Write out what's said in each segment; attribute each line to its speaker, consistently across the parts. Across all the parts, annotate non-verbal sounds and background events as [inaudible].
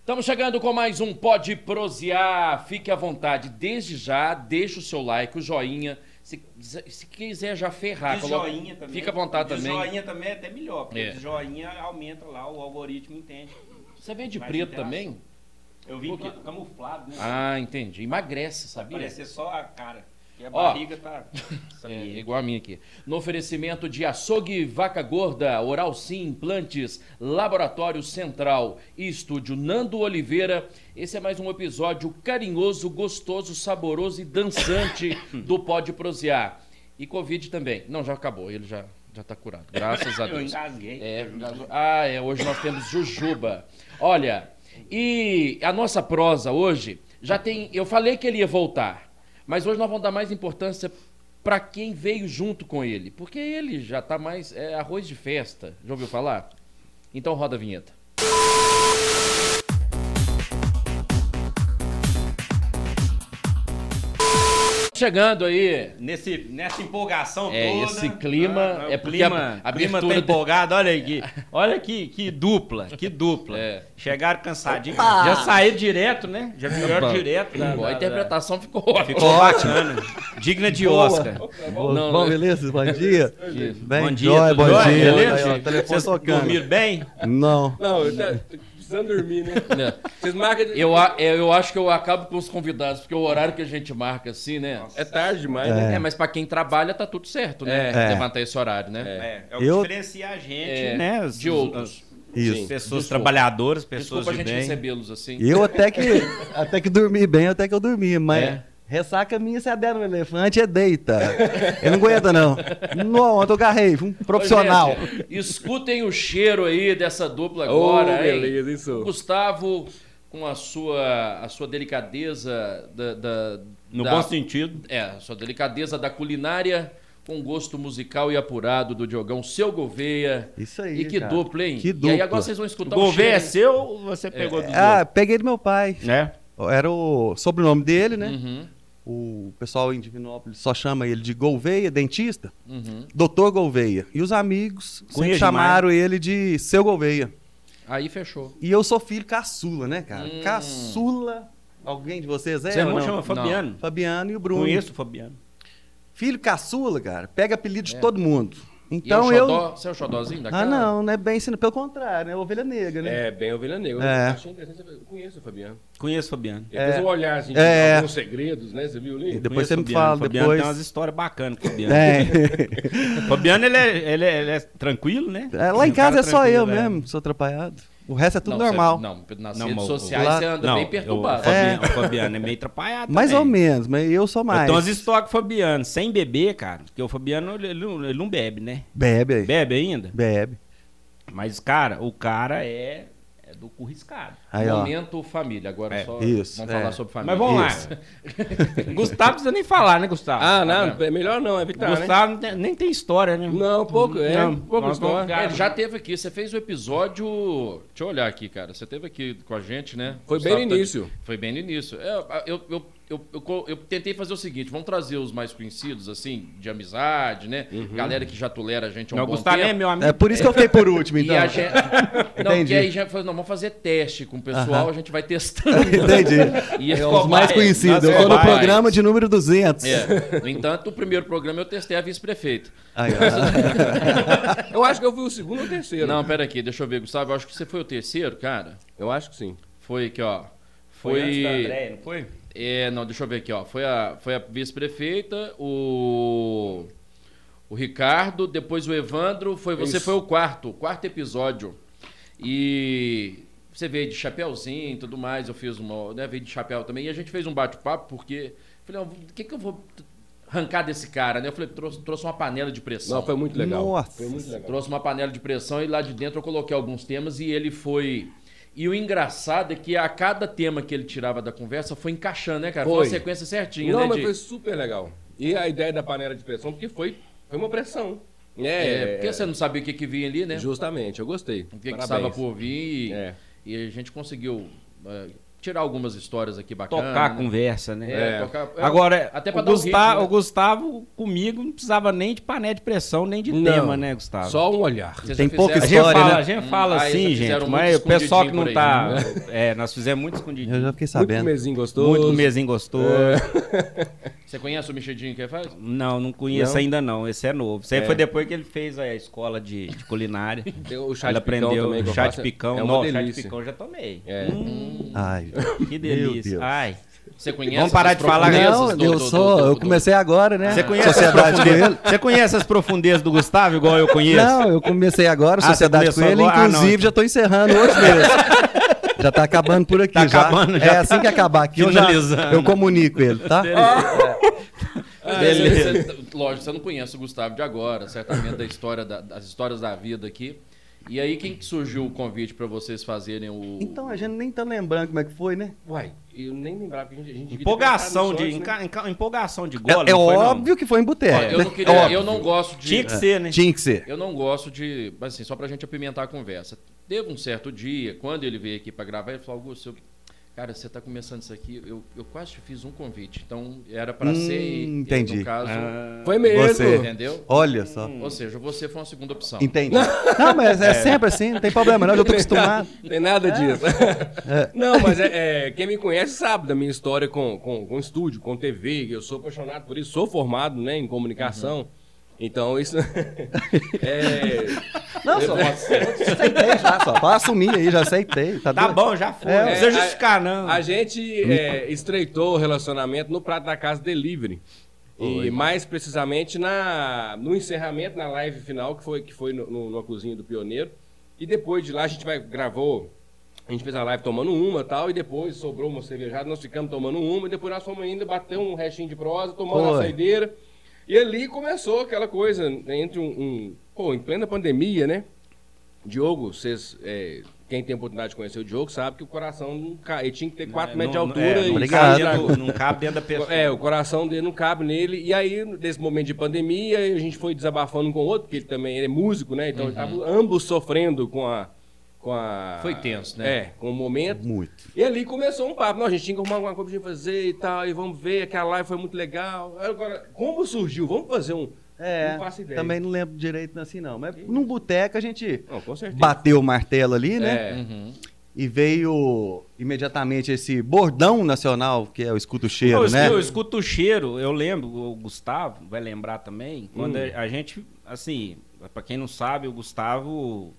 Speaker 1: Estamos chegando com mais um Pode Prosear. Fique à vontade. Desde já, deixa o seu like, o joinha. Se, se quiser já ferrar,
Speaker 2: de
Speaker 1: Tá, coloca-
Speaker 2: joinha também.
Speaker 1: fica à vontade
Speaker 2: de
Speaker 1: também.
Speaker 2: joinha também é até melhor, porque
Speaker 1: É.
Speaker 2: de joinha aumenta lá, o algoritmo entende.
Speaker 1: Você vem de
Speaker 2: Mais
Speaker 1: preto
Speaker 2: interação.
Speaker 1: também?
Speaker 2: Eu vim
Speaker 1: Por quê?
Speaker 2: ca- camuflado, né?
Speaker 1: Ah, entendi. Emagrece, sabia?
Speaker 2: Parecer só a cara. E a
Speaker 1: Ó.
Speaker 2: barriga tá.
Speaker 1: [laughs] É, igual a minha aqui. No oferecimento de Açougue Vaca Gorda, Oral Sim Implantes, Laboratório Central e Estúdio Nando Oliveira. Esse é mais um episódio carinhoso, gostoso, saboroso e dançante do Pode Prosear. E Covid também. Não, já acabou, ele já, já tá curado. Graças a
Speaker 2: Eu
Speaker 1: Deus.
Speaker 2: engasguei.
Speaker 1: É, ah, é, hoje nós temos Jujuba. Olha, e a nossa prosa hoje já tem. Eu falei que ele ia voltar, mas hoje nós vamos dar mais importância para quem veio junto com ele, porque ele já tá mais. É arroz de festa. Já ouviu falar? Então roda a vinheta. Chegando aí.
Speaker 2: Nesse, nessa empolgação
Speaker 1: É,
Speaker 2: toda.
Speaker 1: esse clima
Speaker 2: Ah,
Speaker 1: é
Speaker 2: o
Speaker 1: porque
Speaker 2: clima,
Speaker 1: a- a
Speaker 2: clima tá
Speaker 1: abertura-
Speaker 2: empolgado.
Speaker 1: [laughs]
Speaker 2: Olha aqui. Olha que, que dupla, que dupla.
Speaker 1: É.
Speaker 2: Chegaram cansadinhos. Já saíram direto, né? Já vieram direto. da-
Speaker 1: Ó, a
Speaker 2: da- da-
Speaker 1: interpretação ficou ótima.
Speaker 2: Ficou bacana. Digna de
Speaker 3: Boa.
Speaker 2: Oscar.
Speaker 3: Bom,
Speaker 1: Não,
Speaker 3: bom,
Speaker 1: né?
Speaker 2: [laughs]
Speaker 3: beleza? Bom dia. Bem,
Speaker 2: Bom dia,
Speaker 3: joia,
Speaker 2: tudo
Speaker 3: bom
Speaker 2: jóia?
Speaker 3: dia.
Speaker 2: Beleza,
Speaker 3: Aí, ó,
Speaker 2: gente?
Speaker 3: telefone
Speaker 2: Vocês dormiram
Speaker 3: tocando.
Speaker 2: bem?
Speaker 3: Não.
Speaker 4: Não, eu tá, tô precisando dormir, né?
Speaker 1: É.
Speaker 4: Vocês marcam. de-
Speaker 1: Eu, a- é, eu acho que eu acabo com os convidados, porque o horário que a gente marca assim, né?
Speaker 4: É tarde demais, né?
Speaker 1: É, mas pra quem trabalha tá tudo certo, né?
Speaker 3: É.
Speaker 1: Levantar esse horário, né?
Speaker 2: É, é o que
Speaker 3: Eu-
Speaker 2: diferencia a gente,
Speaker 1: É,
Speaker 2: né? as-
Speaker 1: De
Speaker 2: as-
Speaker 1: outros.
Speaker 3: Isso.
Speaker 2: Pessoas
Speaker 1: Desculpa.
Speaker 2: trabalhadoras, pessoas
Speaker 1: Desculpa a
Speaker 2: de
Speaker 1: gente
Speaker 2: bem.
Speaker 1: recebê-los assim.
Speaker 3: Eu
Speaker 2: [laughs]
Speaker 3: até que, até que dormi bem, até que eu dormi, mas
Speaker 1: É.
Speaker 3: ressaca minha se é der no elefante é deita. Eu não aguento, não. Não, ontem eu carrei, fui um
Speaker 1: Ô,
Speaker 3: profissional.
Speaker 1: gente, escutem o cheiro aí dessa dupla agora,
Speaker 4: Ô,
Speaker 1: hein?
Speaker 4: beleza, isso.
Speaker 1: O Gustavo, com a sua, a sua delicadeza da, da-
Speaker 2: No
Speaker 1: da-
Speaker 2: bom sentido.
Speaker 1: É, a sua delicadeza da culinária, com gosto musical e apurado do Diogão Seu Gouveia.
Speaker 3: Isso aí,
Speaker 1: E que
Speaker 3: cara.
Speaker 1: dupla, hein?
Speaker 3: Que
Speaker 1: E aí
Speaker 3: dupla.
Speaker 1: agora vocês vão escutar o
Speaker 2: Gouveia
Speaker 1: cheiro.
Speaker 2: é seu ou você
Speaker 1: é.
Speaker 2: pegou dos
Speaker 3: Ah, é, peguei do meu pai.
Speaker 2: outros? Né?
Speaker 3: Era o sobrenome dele, né?
Speaker 1: Uhum,
Speaker 3: O pessoal em Divinópolis só chama ele de Gouveia, dentista.
Speaker 1: uhum.
Speaker 3: Doutor Gouveia. E os amigos
Speaker 2: Cunha
Speaker 3: sempre
Speaker 2: demais.
Speaker 3: chamaram ele de Seu Gouveia.
Speaker 1: Aí fechou.
Speaker 3: E eu sou filho caçula, né, cara?
Speaker 1: Hum.
Speaker 3: Caçula. Alguém de vocês é?
Speaker 2: Seu
Speaker 3: ou
Speaker 2: irmão
Speaker 3: não?
Speaker 2: chama Fabiano.
Speaker 3: Fabiano e o Bruno.
Speaker 2: Conheço o Fabiano.
Speaker 3: Filho caçula, cara. Pega apelido de
Speaker 1: É.
Speaker 3: todo mundo.
Speaker 1: E é o
Speaker 3: Então eu.
Speaker 1: xodó, Você é o xodózinho da
Speaker 3: Ah,
Speaker 1: casa?
Speaker 3: não, não é bem assim, pelo contrário, né? Ovelha negra, né?
Speaker 4: É, bem ovelha negra.
Speaker 3: É.
Speaker 4: Eu achei interessante. Eu conheço o Fabiano.
Speaker 2: Conheço o Fabiano.
Speaker 4: Ele fez um olhar assim, de
Speaker 3: É.
Speaker 4: alguns segredos, né? Você viu ali?
Speaker 3: E depois
Speaker 2: Conheço
Speaker 3: você
Speaker 2: o
Speaker 3: me
Speaker 2: Fabiano.
Speaker 3: fala,
Speaker 2: O Fabiano
Speaker 3: depois.
Speaker 2: tem umas histórias bacanas com o Fabiano.
Speaker 3: É.
Speaker 2: O Fabiano, ele é, ele, é, ele é tranquilo, né? [laughs]
Speaker 3: É, Lá em
Speaker 2: Um cara
Speaker 3: casa é só eu
Speaker 2: tranquilo, é.
Speaker 3: mesmo, sou atrapalhado. O resto é tudo
Speaker 1: Não,
Speaker 3: normal.
Speaker 1: você- não, nas
Speaker 2: Não,
Speaker 1: redes
Speaker 2: mas o-
Speaker 1: sociais
Speaker 3: lá-
Speaker 1: você anda
Speaker 2: Não,
Speaker 1: bem
Speaker 2: O
Speaker 1: perturbado.
Speaker 2: Fabiano, o Fabiano é meio atrapalhado
Speaker 3: mais
Speaker 2: também.
Speaker 3: ou menos, mas eu sou mais.
Speaker 2: Eu tenho umas histórias com o Fabiano, sem beber, cara. Porque o Fabiano, ele, ele não- ele não bebe, né?
Speaker 3: Bebe aí.
Speaker 2: Bebe
Speaker 3: Bebe.
Speaker 2: ainda. Mas, cara, o cara é, é do cu riscado.
Speaker 3: Aí, ó.
Speaker 1: Momento família, agora
Speaker 2: É,
Speaker 1: só
Speaker 3: isso,
Speaker 1: vamos
Speaker 3: é.
Speaker 1: falar sobre família.
Speaker 2: Mas vamos lá. [laughs]
Speaker 3: Isso.
Speaker 2: Gustavo não precisa nem falar, né, Gustavo?
Speaker 4: Ah,
Speaker 2: Fabiano.
Speaker 4: não, é melhor não, evitar, né?
Speaker 2: Gustavo não tem- nem tem história, né?
Speaker 4: Não, pouco, é.
Speaker 2: Não,
Speaker 4: pouco
Speaker 2: nós vamos
Speaker 4: história.
Speaker 2: ficar-
Speaker 1: É, ele já teve aqui, você fez o episódio. Deixa eu olhar aqui, cara. Você teve aqui com a gente, né?
Speaker 4: Foi bem no
Speaker 1: tá-
Speaker 4: início.
Speaker 1: Foi bem no início. É, eu, eu, eu, eu, co- eu tentei fazer o seguinte: vamos trazer os mais conhecidos, assim, de amizade, né? Galera que já tolera a gente há um
Speaker 2: Não, o
Speaker 1: bom
Speaker 2: Gustavo
Speaker 1: tempo.
Speaker 2: é meu amigo.
Speaker 3: Uhum. É por isso que eu fiquei por último, então.
Speaker 1: E a gente. Não,
Speaker 3: Entendi.
Speaker 1: porque aí já falou, não, vamos fazer teste com o pessoal, a gente vai [laughs] testando.
Speaker 3: Entendi.
Speaker 1: E
Speaker 3: É
Speaker 1: esse
Speaker 3: os mais
Speaker 1: cobaia-
Speaker 3: conhecidos.
Speaker 2: nós
Speaker 3: Eu tô no
Speaker 2: cobaias.
Speaker 3: programa de número 200.
Speaker 1: É. No entanto, o primeiro programa eu testei a vice-prefeita.
Speaker 3: Aí, ó.
Speaker 4: Eu acho que eu fui o segundo ou terceiro.
Speaker 1: Não, pera aqui, deixa eu ver, Gustavo. Eu acho que você foi o terceiro, cara.
Speaker 4: Eu acho que sim.
Speaker 1: Foi aqui, ó.
Speaker 2: Foi antes da
Speaker 1: Foi.
Speaker 2: Andréia, não foi?
Speaker 1: é, não, deixa eu ver aqui, ó. Foi a, foi a vice-prefeita, o. O Ricardo, depois o Evandro. Foi, você
Speaker 4: Isso.
Speaker 1: foi o quarto, quarto episódio. E. Você veio de chapéuzinho e tudo mais, eu fiz uma. Né, veio de chapéu também. E a gente fez um bate-papo, porque. Falei, ó, o que, que eu vou arrancar desse cara, né? Eu falei, trouxe, trouxe uma panela de pressão.
Speaker 4: Não, foi muito legal.
Speaker 3: Nossa.
Speaker 4: Foi muito legal.
Speaker 1: Trouxe uma panela de pressão e lá de dentro eu coloquei alguns temas e ele foi. E o engraçado é que a cada tema que ele tirava da conversa foi encaixando, né, cara? Foi,
Speaker 4: Foi.
Speaker 1: uma sequência certinha,
Speaker 4: Não,
Speaker 1: né?
Speaker 4: mas
Speaker 1: de-
Speaker 4: foi super legal. E a ideia da panela de pressão, porque foi, foi uma pressão.
Speaker 1: É,
Speaker 4: É,
Speaker 1: porque você não sabia o que, que vinha ali, né?
Speaker 4: Justamente, eu gostei.
Speaker 1: O que, que
Speaker 4: Parabéns.
Speaker 1: estava por vir e,
Speaker 4: É.
Speaker 1: e a gente conseguiu é, tirar algumas histórias aqui bacanas.
Speaker 2: Tocar a
Speaker 1: né?
Speaker 2: conversa, né?
Speaker 1: É,
Speaker 4: É.
Speaker 1: tocar- é,
Speaker 2: Agora,
Speaker 1: até pra
Speaker 2: o,
Speaker 1: dar o
Speaker 2: Gustavo,
Speaker 1: ritmo, né?
Speaker 2: o Gustavo comigo não precisava nem de pané de pressão, nem de
Speaker 4: Não.
Speaker 2: tema, né, Gustavo?
Speaker 4: Só um olhar.
Speaker 1: vocês
Speaker 3: tem
Speaker 1: já fizeram-
Speaker 3: pouca
Speaker 2: A gente
Speaker 3: História,
Speaker 2: fala,
Speaker 3: né?
Speaker 2: a gente fala
Speaker 1: Hum, ah,
Speaker 2: assim,
Speaker 1: eles fizeram
Speaker 2: gente,
Speaker 1: muito
Speaker 2: mas o pessoal que não
Speaker 1: escondidinho
Speaker 2: tá.
Speaker 1: por aí,
Speaker 2: É, nós fizemos muito escondidinho.
Speaker 3: Eu já fiquei
Speaker 4: Muito
Speaker 3: sabendo.
Speaker 4: comezinho gostoso.
Speaker 2: Tá Muito comezinho gostoso.
Speaker 1: Você conhece o mexidinho que faz?
Speaker 2: Não, não conheço
Speaker 4: Não?
Speaker 2: ainda não. Esse é novo. Isso aí
Speaker 4: É.
Speaker 2: foi depois que ele fez a escola de, de culinária.
Speaker 4: Tem o chá
Speaker 2: Ele
Speaker 4: de picão
Speaker 2: aprendeu
Speaker 4: também. que eu
Speaker 2: chá
Speaker 4: faço.
Speaker 2: de picão.
Speaker 4: É
Speaker 2: não,
Speaker 4: uma
Speaker 2: chá de
Speaker 4: delícia.
Speaker 2: picão eu já tomei.
Speaker 4: É.
Speaker 2: Hum,
Speaker 3: Ai,
Speaker 2: que
Speaker 3: Meu
Speaker 2: delícia.
Speaker 3: Deus.
Speaker 2: Ai.
Speaker 1: Você conhece?
Speaker 2: Vamos parar
Speaker 1: essas
Speaker 2: de falar,
Speaker 1: profundezas
Speaker 3: não,
Speaker 1: do-
Speaker 3: eu
Speaker 1: do- do-
Speaker 3: sou.
Speaker 1: do-
Speaker 3: eu
Speaker 1: do-
Speaker 3: comecei agora, né?
Speaker 2: Você conhece, as
Speaker 3: Sociedade com
Speaker 2: profundezas-
Speaker 3: ele.
Speaker 2: você conhece as profundezas do Gustavo, igual eu conheço?
Speaker 3: Não, eu comecei agora,
Speaker 2: Ah,
Speaker 3: Sociedade
Speaker 2: você
Speaker 3: com
Speaker 2: começou
Speaker 3: ele,
Speaker 2: agora? Ah, não,
Speaker 3: inclusive
Speaker 2: então.
Speaker 3: já tô encerrando hoje mesmo. já tá acabando por aqui.
Speaker 2: Tá acabando, já
Speaker 3: É
Speaker 2: tá
Speaker 3: assim que acabar aqui, eu, já,
Speaker 2: finalizando.
Speaker 3: eu comunico ele, tá?
Speaker 1: Ah,
Speaker 2: Beleza.
Speaker 1: você- você- lógico, você não conhece o Gustavo de agora, certamente da história da- das histórias da vida aqui. E aí, quem que surgiu o convite pra vocês fazerem o.
Speaker 3: Então a gente nem tá lembrando como é que foi, né?
Speaker 4: Uai, eu nem lembrava que a gente, a gente devia ter
Speaker 2: Empolgação
Speaker 4: pensado
Speaker 2: de,
Speaker 4: nisso antes, né?
Speaker 2: enca- enca- empolgação de gole.
Speaker 3: É, é
Speaker 2: não foi, não?
Speaker 3: óbvio que foi em
Speaker 1: Ó,
Speaker 3: boteco.
Speaker 1: eu não
Speaker 3: né?
Speaker 1: queria-
Speaker 3: É óbvio.
Speaker 1: eu não gosto de.
Speaker 2: Tinha que ser, né?
Speaker 3: Tinha que ser.
Speaker 1: Eu não gosto de. Mas assim, só pra gente apimentar a conversa. Teve um certo dia, quando ele veio aqui pra gravar, ele falou: Augusto, eu- cara, você tá começando isso aqui. Eu, eu quase te fiz um convite. Então era pra
Speaker 3: Hum,
Speaker 1: ser. e- e,
Speaker 3: entendi.
Speaker 1: No caso,
Speaker 2: Ah,
Speaker 4: Foi mesmo.
Speaker 3: Você.
Speaker 1: entendeu?
Speaker 3: Olha só.
Speaker 1: Ou seja, você foi uma segunda opção.
Speaker 3: Entendi. Não, mas é, sempre assim, não tem problema não, eu já tô
Speaker 4: [laughs]
Speaker 3: acostumado.
Speaker 4: Não tem nada disso. Não, mas é, é, quem me conhece sabe da minha história com, com, com estúdio, com TV. Eu sou apaixonado por isso, sou formado né, em comunicação.
Speaker 2: Uhum.
Speaker 4: Então isso. [laughs] é,
Speaker 3: Não, só, aceitei já, só. Pra assumir aí, já aceitei. Tá,
Speaker 2: Tá
Speaker 3: doido?
Speaker 2: bom, já foi.
Speaker 3: É,
Speaker 2: não precisa
Speaker 4: é,
Speaker 2: justificar, não.
Speaker 4: a gente é, estreitou o relacionamento no Prato da Casa Delivery. E mais precisamente na, no encerramento, na live final, que foi, que foi no, no, numa cozinha do Pioneiro. E depois de lá a gente vai, gravou, a gente fez a live tomando uma e tal, e depois sobrou uma cervejada, nós ficamos tomando uma, e depois nós fomos ainda bater um restinho de prosa, tomando uma
Speaker 3: Foi.
Speaker 4: saideira. E ali começou aquela coisa, entre um, um- Pô, em plena pandemia, né? Diogo, vocês. é, quem tem a oportunidade de conhecer o Diogo sabe que o coração não cai. Ele tinha que ter 4 metros de
Speaker 2: Não- não-
Speaker 4: altura.
Speaker 2: é,
Speaker 4: e
Speaker 2: não,
Speaker 3: Obrigado.
Speaker 2: cabe dentro- não cabe dentro da pessoa.
Speaker 4: é, o coração dele não cabe nele. E aí, nesse momento de pandemia, a gente foi desabafando um com o outro, porque ele também ele é músico, né? Então, ele
Speaker 2: Uhum.
Speaker 4: tava ambos sofrendo com a, com a.
Speaker 1: Foi tenso, né?
Speaker 4: É, com o momento.
Speaker 3: Muito.
Speaker 4: E ali começou um papo. Não, a gente tinha que arrumar alguma coisa pra gente fazer e tal, e vamos ver, aquela live foi muito legal. Agora, como surgiu? Vamos fazer um.
Speaker 3: É,
Speaker 4: não faço ideia.
Speaker 3: também não lembro direito assim não, mas num boteco a gente
Speaker 4: Não, com certeza.
Speaker 3: bateu o martelo ali, né?
Speaker 4: É.
Speaker 1: Uhum.
Speaker 3: E veio imediatamente esse bordão nacional, que é o escuta o cheiro,
Speaker 2: eu,
Speaker 3: né?
Speaker 2: eu escuto o cheiro, eu lembro, o Gustavo vai lembrar também, quando
Speaker 4: Hum.
Speaker 2: a a gente, assim, pra quem não sabe, o Gustavo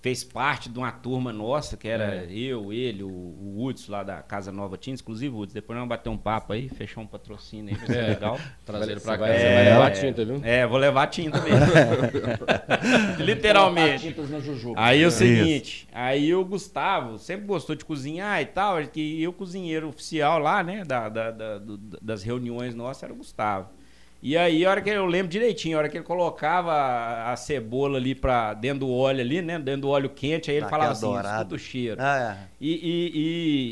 Speaker 2: fez parte de uma turma nossa, que era
Speaker 4: É.
Speaker 2: eu, ele, o, o Woods lá da Casa Nova Tinta, inclusive Woods, depois nós vamos bater um papo aí, fechar um patrocínio aí, vai ser legal.
Speaker 1: Trazer ele pra
Speaker 4: Você
Speaker 1: cá.
Speaker 4: vai- você É. vai levar tinta, viu?
Speaker 2: É, vou levar tinta
Speaker 4: [laughs]
Speaker 2: mesmo. É, Literalmente.
Speaker 1: Tintas na Juju.
Speaker 2: Aí é o seguinte, aí o Gustavo sempre gostou de cozinhar e tal, que eu cozinheiro oficial lá, né, da, da- da- do- das reuniões nossas era o Gustavo. E aí, a hora que eu lembro direitinho, a hora que ele colocava a, a cebola ali pra dentro do óleo ali, né, dentro do óleo quente, aí ele
Speaker 3: Tá,
Speaker 2: falava
Speaker 3: que
Speaker 2: assim,
Speaker 3: adorado.
Speaker 2: escuta o cheiro.
Speaker 3: Ah, é.
Speaker 2: E, e,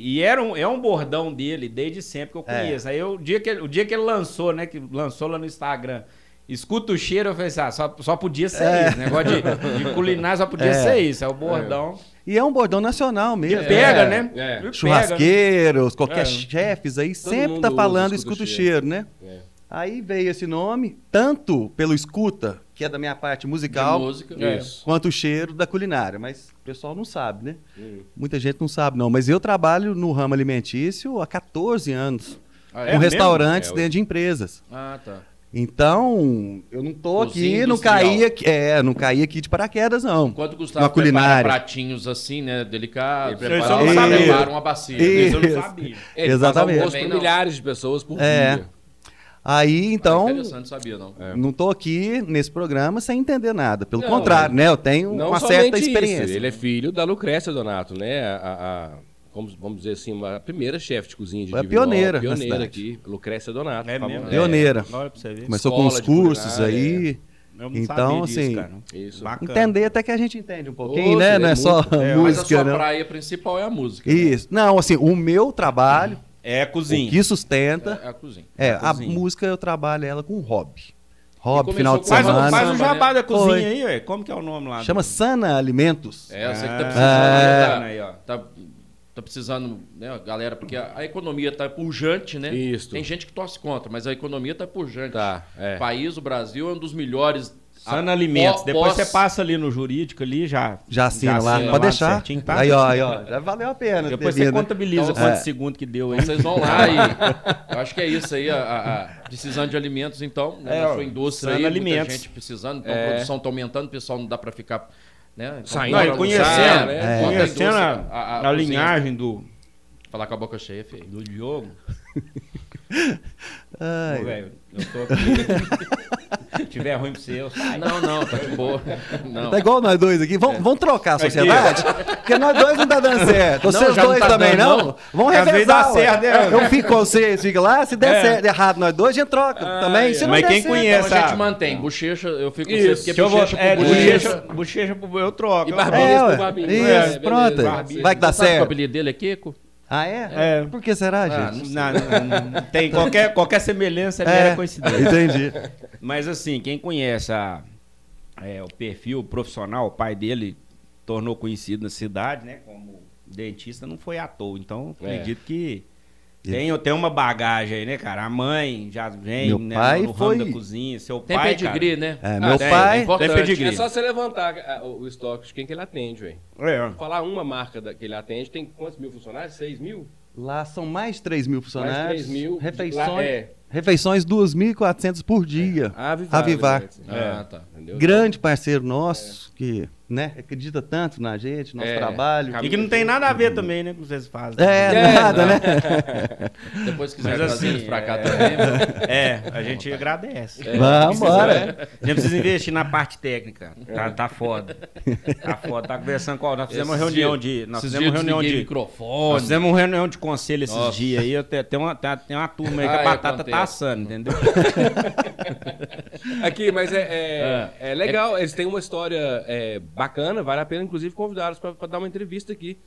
Speaker 2: e- e era um, é um bordão dele desde sempre que eu
Speaker 3: É.
Speaker 2: conheço. Aí eu- o, dia que ele, o dia que ele lançou, né? Que lançou lá no Instagram. Escuta o cheiro, eu falei assim, ah, só, só podia ser isso. né? Negócio de,
Speaker 3: [laughs]
Speaker 2: de culinária só podia
Speaker 3: É.
Speaker 2: ser isso. É o bordão.
Speaker 3: E é um bordão nacional
Speaker 2: E
Speaker 3: mesmo.
Speaker 4: É.
Speaker 2: pega, né?
Speaker 4: É.
Speaker 2: E pega.
Speaker 3: Churrasqueiros, qualquer
Speaker 2: É.
Speaker 3: chefes aí, sempre
Speaker 4: mundo
Speaker 3: tá
Speaker 4: usa
Speaker 3: falando escuta
Speaker 4: escuta o
Speaker 3: o cheiro, né?
Speaker 4: É.
Speaker 3: Aí veio esse nome, tanto pelo escuta, que é da minha parte musical,
Speaker 1: De música.
Speaker 4: Isso.
Speaker 3: quanto o cheiro da culinária. Mas o pessoal não sabe, né? Muita gente não sabe, não. Mas eu trabalho no ramo alimentício há 14 anos.
Speaker 1: Ah,
Speaker 3: com
Speaker 1: é?
Speaker 2: mesmo?
Speaker 3: restaurantes
Speaker 4: É, ué.
Speaker 3: dentro de empresas.
Speaker 1: Ah, tá.
Speaker 3: Então, eu não tô
Speaker 1: Cozinha
Speaker 3: aqui, não
Speaker 1: industrial.
Speaker 3: caí aqui, é, não caí aqui de paraquedas, não.
Speaker 1: Enquanto o Gustavo
Speaker 3: Na culinária.
Speaker 1: prepara pratinhos assim, né, delicados,
Speaker 2: Ele
Speaker 1: prepara,
Speaker 2: só não
Speaker 1: ele
Speaker 2: sabe.
Speaker 1: prepara uma bacia.
Speaker 3: E-
Speaker 1: né?
Speaker 2: Eu não
Speaker 3: Isso.
Speaker 2: sabia.
Speaker 4: Ele
Speaker 3: Exatamente.
Speaker 4: Faz almoço
Speaker 1: Também
Speaker 4: pra
Speaker 1: não.
Speaker 4: milhares de pessoas por
Speaker 3: É.
Speaker 4: dia.
Speaker 3: Aí, então,
Speaker 1: Ah, interessante, sabia não.
Speaker 3: não tô aqui nesse programa sem entender nada. Pelo
Speaker 4: Não,
Speaker 3: contrário, né? Eu tenho
Speaker 4: Não
Speaker 3: uma
Speaker 4: somente
Speaker 3: certa experiência.
Speaker 4: Isso, ele é filho da Lucrécia Donato, né? A, a- a- como- vamos dizer assim, uma- a primeira chefe de cozinha de
Speaker 3: Foi a
Speaker 4: Divinópolis,
Speaker 3: pioneira na
Speaker 4: pioneira
Speaker 3: cidade.
Speaker 4: aqui, Lucrécia Donato.
Speaker 2: É
Speaker 4: por favor.
Speaker 2: mesmo.
Speaker 3: Pioneira.
Speaker 2: Olha pra você ver.
Speaker 3: Começou
Speaker 4: escola
Speaker 3: com os
Speaker 4: de
Speaker 3: cursos
Speaker 4: culinária,
Speaker 3: aí.
Speaker 2: Eu não
Speaker 3: Então,
Speaker 2: sabia disso,
Speaker 3: assim,
Speaker 2: cara.
Speaker 4: Isso.
Speaker 2: Bacana.
Speaker 3: Entender até que a gente entende um pouquinho,
Speaker 4: Ô,
Speaker 3: né?
Speaker 4: você
Speaker 3: Não
Speaker 4: é
Speaker 3: é só
Speaker 1: Mas a
Speaker 3: música,
Speaker 1: sua
Speaker 3: não.
Speaker 1: praia principal é a música. né?
Speaker 3: Isso. Não, assim, o meu trabalho,
Speaker 2: É
Speaker 3: o
Speaker 2: cozinha.
Speaker 3: que sustenta,
Speaker 1: É a cozinha.
Speaker 3: é, a
Speaker 2: cozinha.
Speaker 3: música eu trabalho ela com hobby.
Speaker 1: E
Speaker 3: Hobby,
Speaker 1: começou
Speaker 3: final de
Speaker 1: com- Faz
Speaker 2: Faz,
Speaker 1: um-
Speaker 3: semana.
Speaker 2: o- faz o
Speaker 1: Samba,
Speaker 2: jabá da cozinha
Speaker 3: Foi.
Speaker 2: aí, ué. Como que é o nome lá?
Speaker 3: Chama Sana Alimentos.
Speaker 1: É, você que tá
Speaker 2: Ah,
Speaker 1: precisando.
Speaker 2: aí, ó.
Speaker 1: tá- tá- Tá precisando, né, galera, porque a, a economia tá pujante, né?
Speaker 4: Isso.
Speaker 1: Tem gente que torce contra, mas a economia tá pujante.
Speaker 4: Tá, é.
Speaker 1: O país, o Brasil, é um dos melhores.
Speaker 2: Sana
Speaker 1: a-
Speaker 2: Alimentos.
Speaker 1: pós-
Speaker 2: Depois você passa ali no jurídico ali, já.
Speaker 3: Já assina lá.
Speaker 2: assina
Speaker 3: Pode deixar.
Speaker 2: certinho, tá?
Speaker 3: Aí, ó, aí, ó. Já valeu a pena.
Speaker 2: Depois
Speaker 3: ter
Speaker 2: você
Speaker 3: vindo.
Speaker 2: contabiliza
Speaker 1: Então,
Speaker 2: quantos
Speaker 3: é.
Speaker 2: segundos que deu aí.
Speaker 1: Vocês vão lá e. Eu acho que é isso aí, a, a- a- precisando de alimentos, então, né,
Speaker 2: É,
Speaker 1: na
Speaker 2: ó,
Speaker 1: sua indústria aí,
Speaker 2: precisando de
Speaker 1: muita
Speaker 2: alimentos.
Speaker 1: gente precisando, então
Speaker 4: É.
Speaker 1: a produção tá aumentando, o pessoal não dá para ficar. Né, então,
Speaker 4: Saindo
Speaker 2: Não,
Speaker 1: bora
Speaker 4: pra
Speaker 2: e
Speaker 1: almoçar,
Speaker 2: conhecendo,
Speaker 1: né,
Speaker 2: é,
Speaker 1: bota a
Speaker 2: conhecendo a,
Speaker 1: indústria, a- a
Speaker 2: a
Speaker 1: cozinha.
Speaker 2: linhagem do,
Speaker 1: Falar com a boca cheia, filho.
Speaker 2: do Diogo.
Speaker 3: Ai,
Speaker 2: Ô, velho, eu tô aqui. Se tiver ruim pra você, eu saio.
Speaker 1: Não, não, tá de
Speaker 2: [laughs]
Speaker 1: boa. Não.
Speaker 3: Tá igual nós dois aqui. Vamos, vamos trocar a
Speaker 2: Aqui.
Speaker 3: sociedade? Porque nós dois não tá dando certo.
Speaker 1: Não,
Speaker 3: Vocês
Speaker 1: já não
Speaker 3: dois
Speaker 1: tá
Speaker 3: também
Speaker 1: dando,
Speaker 3: não?
Speaker 1: não.
Speaker 3: Vamos
Speaker 2: Às vezes
Speaker 3: revezar.
Speaker 2: dá
Speaker 3: ué.
Speaker 2: certo, né?
Speaker 3: Eu fico com vocês, fica lá. Se der certo, errado nós dois, a gente troca também. Se não
Speaker 2: Mas
Speaker 3: der
Speaker 2: quem
Speaker 3: certo,
Speaker 2: conhece-
Speaker 1: Então a gente
Speaker 2: Essa-
Speaker 1: mantém. Bochecha, eu fico com
Speaker 4: Isso.
Speaker 1: você,
Speaker 2: Se
Speaker 1: porque
Speaker 2: eu vou,
Speaker 1: bochecha
Speaker 2: é,
Speaker 1: por bochecha.
Speaker 2: bochecha, bochecha, pro- eu troco.
Speaker 4: E barbeiro.
Speaker 3: É,
Speaker 4: Barbinha,
Speaker 3: ué.
Speaker 4: barbinha.
Speaker 3: Isso,
Speaker 4: É, beleza,
Speaker 3: pronto.
Speaker 4: barbinha.
Speaker 3: Vai que dá
Speaker 1: Sabe que o
Speaker 3: certo.
Speaker 1: apelido dele é Kiko?
Speaker 3: Ah, é?
Speaker 2: É.
Speaker 3: Por que será,
Speaker 1: Ah,
Speaker 3: gente?
Speaker 2: Não, não, não tem qualquer, qualquer semelhança é mera coincidência.
Speaker 3: Entendi.
Speaker 2: Mas assim, quem conhece a- é, o perfil profissional, o pai dele tornou conhecido na cidade, né? Como dentista, não foi à toa. Então,
Speaker 4: É.
Speaker 2: acredito que tem, tem uma bagagem aí, né, cara? A mãe já vem
Speaker 3: Meu
Speaker 2: né,
Speaker 3: pai
Speaker 2: no ramo
Speaker 3: foi-
Speaker 2: da cozinha, seu
Speaker 1: Tem
Speaker 2: pai.
Speaker 1: pedigree, né?
Speaker 3: É,
Speaker 4: Ah,
Speaker 3: meu
Speaker 2: tem,
Speaker 3: pai.
Speaker 2: importa-
Speaker 1: Importante.
Speaker 2: Tem pedigree.
Speaker 4: É só você levantar ah, o o estoque de quem que ele atende, velho.
Speaker 2: Cara. É.
Speaker 4: Falar uma marca da- que ele atende, tem quantos mil funcionários? 6 mil?
Speaker 3: Lá são mais de 3 mil funcionários.
Speaker 4: Mais 3 mil.
Speaker 3: Refeições,
Speaker 4: Lá é.
Speaker 3: refeições 2.400 por dia.
Speaker 4: Avivado.
Speaker 3: Avivar.
Speaker 2: É.
Speaker 1: Ah, tá.
Speaker 4: assim. Entendeu?
Speaker 3: Grande parceiro nosso, que né, acredita tanto na gente, nosso
Speaker 4: É.
Speaker 3: trabalho.
Speaker 4: Cabe-
Speaker 2: E que não tem nada a ver também, né, com o que vocês fazem.
Speaker 3: É, nada, né?
Speaker 1: Depois se quiser
Speaker 2: Mas
Speaker 1: trazer
Speaker 2: assim,
Speaker 1: eles pra cá
Speaker 2: é-
Speaker 1: também.
Speaker 2: É, a gente agradece.
Speaker 3: Vamos embora.
Speaker 2: A gente precisa investir na parte técnica. Tá, tá foda. Tá foda. Tá conversando com. Nós fizemos uma
Speaker 1: Esses
Speaker 2: reunião
Speaker 1: dias-
Speaker 2: de. Nós
Speaker 1: esses
Speaker 2: fizemos uma
Speaker 1: dias eu
Speaker 2: reunião
Speaker 1: desliguei
Speaker 2: de. Nós
Speaker 1: microfone.
Speaker 2: fizemos uma reunião de conselho esses
Speaker 1: Nossa.
Speaker 2: dias aí. Até, tem, uma, tem, uma- tem uma turma aí que
Speaker 1: Ah,
Speaker 2: a batata
Speaker 1: acontece.
Speaker 2: tá assando, entendeu?
Speaker 4: Aqui, mas é,
Speaker 2: Ah.
Speaker 4: é, é legal. Eles têm uma história é, bacana, vale a pena, inclusive, convidá-los para dar uma entrevista aqui.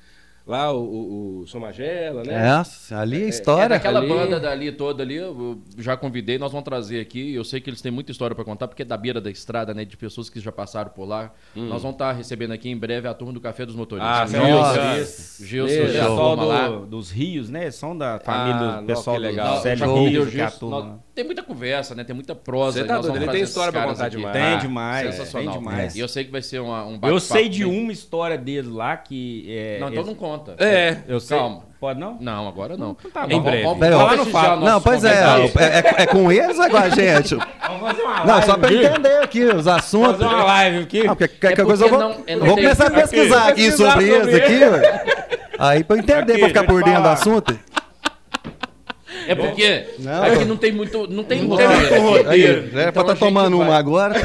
Speaker 4: Lá o, o, o Sou Magela, né?
Speaker 3: Nossa, ali a
Speaker 1: É
Speaker 3: história.
Speaker 1: daquela
Speaker 4: ali.
Speaker 1: banda dali toda ali, eu já convidei, nós vamos trazer aqui. Eu sei que eles têm muita história pra contar, porque é da beira da estrada, né? De pessoas que já passaram por lá. Nós vamos estar recebendo aqui em breve a turma do Café dos
Speaker 4: Ah,
Speaker 1: Motoristas.
Speaker 2: Então,
Speaker 4: sim.
Speaker 3: Nossa.
Speaker 1: Gilson, Gilson,
Speaker 4: Beijo.
Speaker 1: e a
Speaker 2: pessoal
Speaker 1: turma lá.
Speaker 2: do, dos rios, né? São da família
Speaker 4: Ah,
Speaker 2: do pessoal
Speaker 4: não, que legal.
Speaker 2: do
Speaker 1: Nós- já
Speaker 2: Célio
Speaker 1: convidei o
Speaker 2: Rios, que é a
Speaker 1: Gilson.
Speaker 2: turma.
Speaker 1: nós- Tem muita conversa, né? Tem muita prosa.
Speaker 4: Você
Speaker 1: e
Speaker 4: tá
Speaker 1: nós
Speaker 4: doido,
Speaker 1: vamos
Speaker 4: ele tem
Speaker 1: trazer esses
Speaker 4: história pra
Speaker 1: caras
Speaker 4: contar
Speaker 1: aqui.
Speaker 4: demais.
Speaker 2: Tem
Speaker 1: Ah,
Speaker 2: demais,
Speaker 1: Sensacional.
Speaker 2: tem demais.
Speaker 1: E eu sei que vai ser uma, um bate-papo.
Speaker 2: Eu sei de
Speaker 1: bem-
Speaker 2: uma história deles lá que. É,
Speaker 1: Não, então
Speaker 2: esse-
Speaker 1: não conta.
Speaker 4: É.
Speaker 2: Eu sei.
Speaker 1: Calma.
Speaker 2: Pode não?
Speaker 1: Não, agora não.
Speaker 2: tá
Speaker 1: Vamos-
Speaker 4: bom.
Speaker 1: Vamos,
Speaker 3: Pera,
Speaker 1: vamos
Speaker 2: lá no
Speaker 1: prestigiar
Speaker 2: fato.
Speaker 1: nossos
Speaker 3: Não, pois é,
Speaker 1: convidados.
Speaker 3: é, é. é com eles ou é com
Speaker 1: [laughs]
Speaker 3: a gente?
Speaker 2: Vamos fazer uma
Speaker 3: Não, só pra
Speaker 2: aqui.
Speaker 3: entender aqui os
Speaker 2: Vamos
Speaker 3: assuntos.
Speaker 2: fazer uma live aqui.
Speaker 3: Não, porque qualquer
Speaker 1: É
Speaker 3: coisa eu vou,
Speaker 1: porque não- é, não
Speaker 3: vou
Speaker 1: tem-
Speaker 3: começar a
Speaker 1: aqui,
Speaker 3: pesquisar aqui,
Speaker 4: pesquisar
Speaker 3: sobre isso
Speaker 4: sobre
Speaker 3: aqui. ué. Aí pra eu entender,
Speaker 2: Aqui,
Speaker 3: pra ficar
Speaker 2: deixa eu
Speaker 3: por
Speaker 2: te
Speaker 3: dentro do
Speaker 2: falar.
Speaker 3: assunto.
Speaker 1: É porque
Speaker 3: Não.
Speaker 1: aqui não tem muito. Não tem um
Speaker 3: Não
Speaker 1: roteiro.
Speaker 3: tem Aí,
Speaker 1: roteiro.
Speaker 3: era
Speaker 1: Então
Speaker 3: pra estar
Speaker 1: a gente
Speaker 3: tomando
Speaker 1: vai-
Speaker 3: uma agora.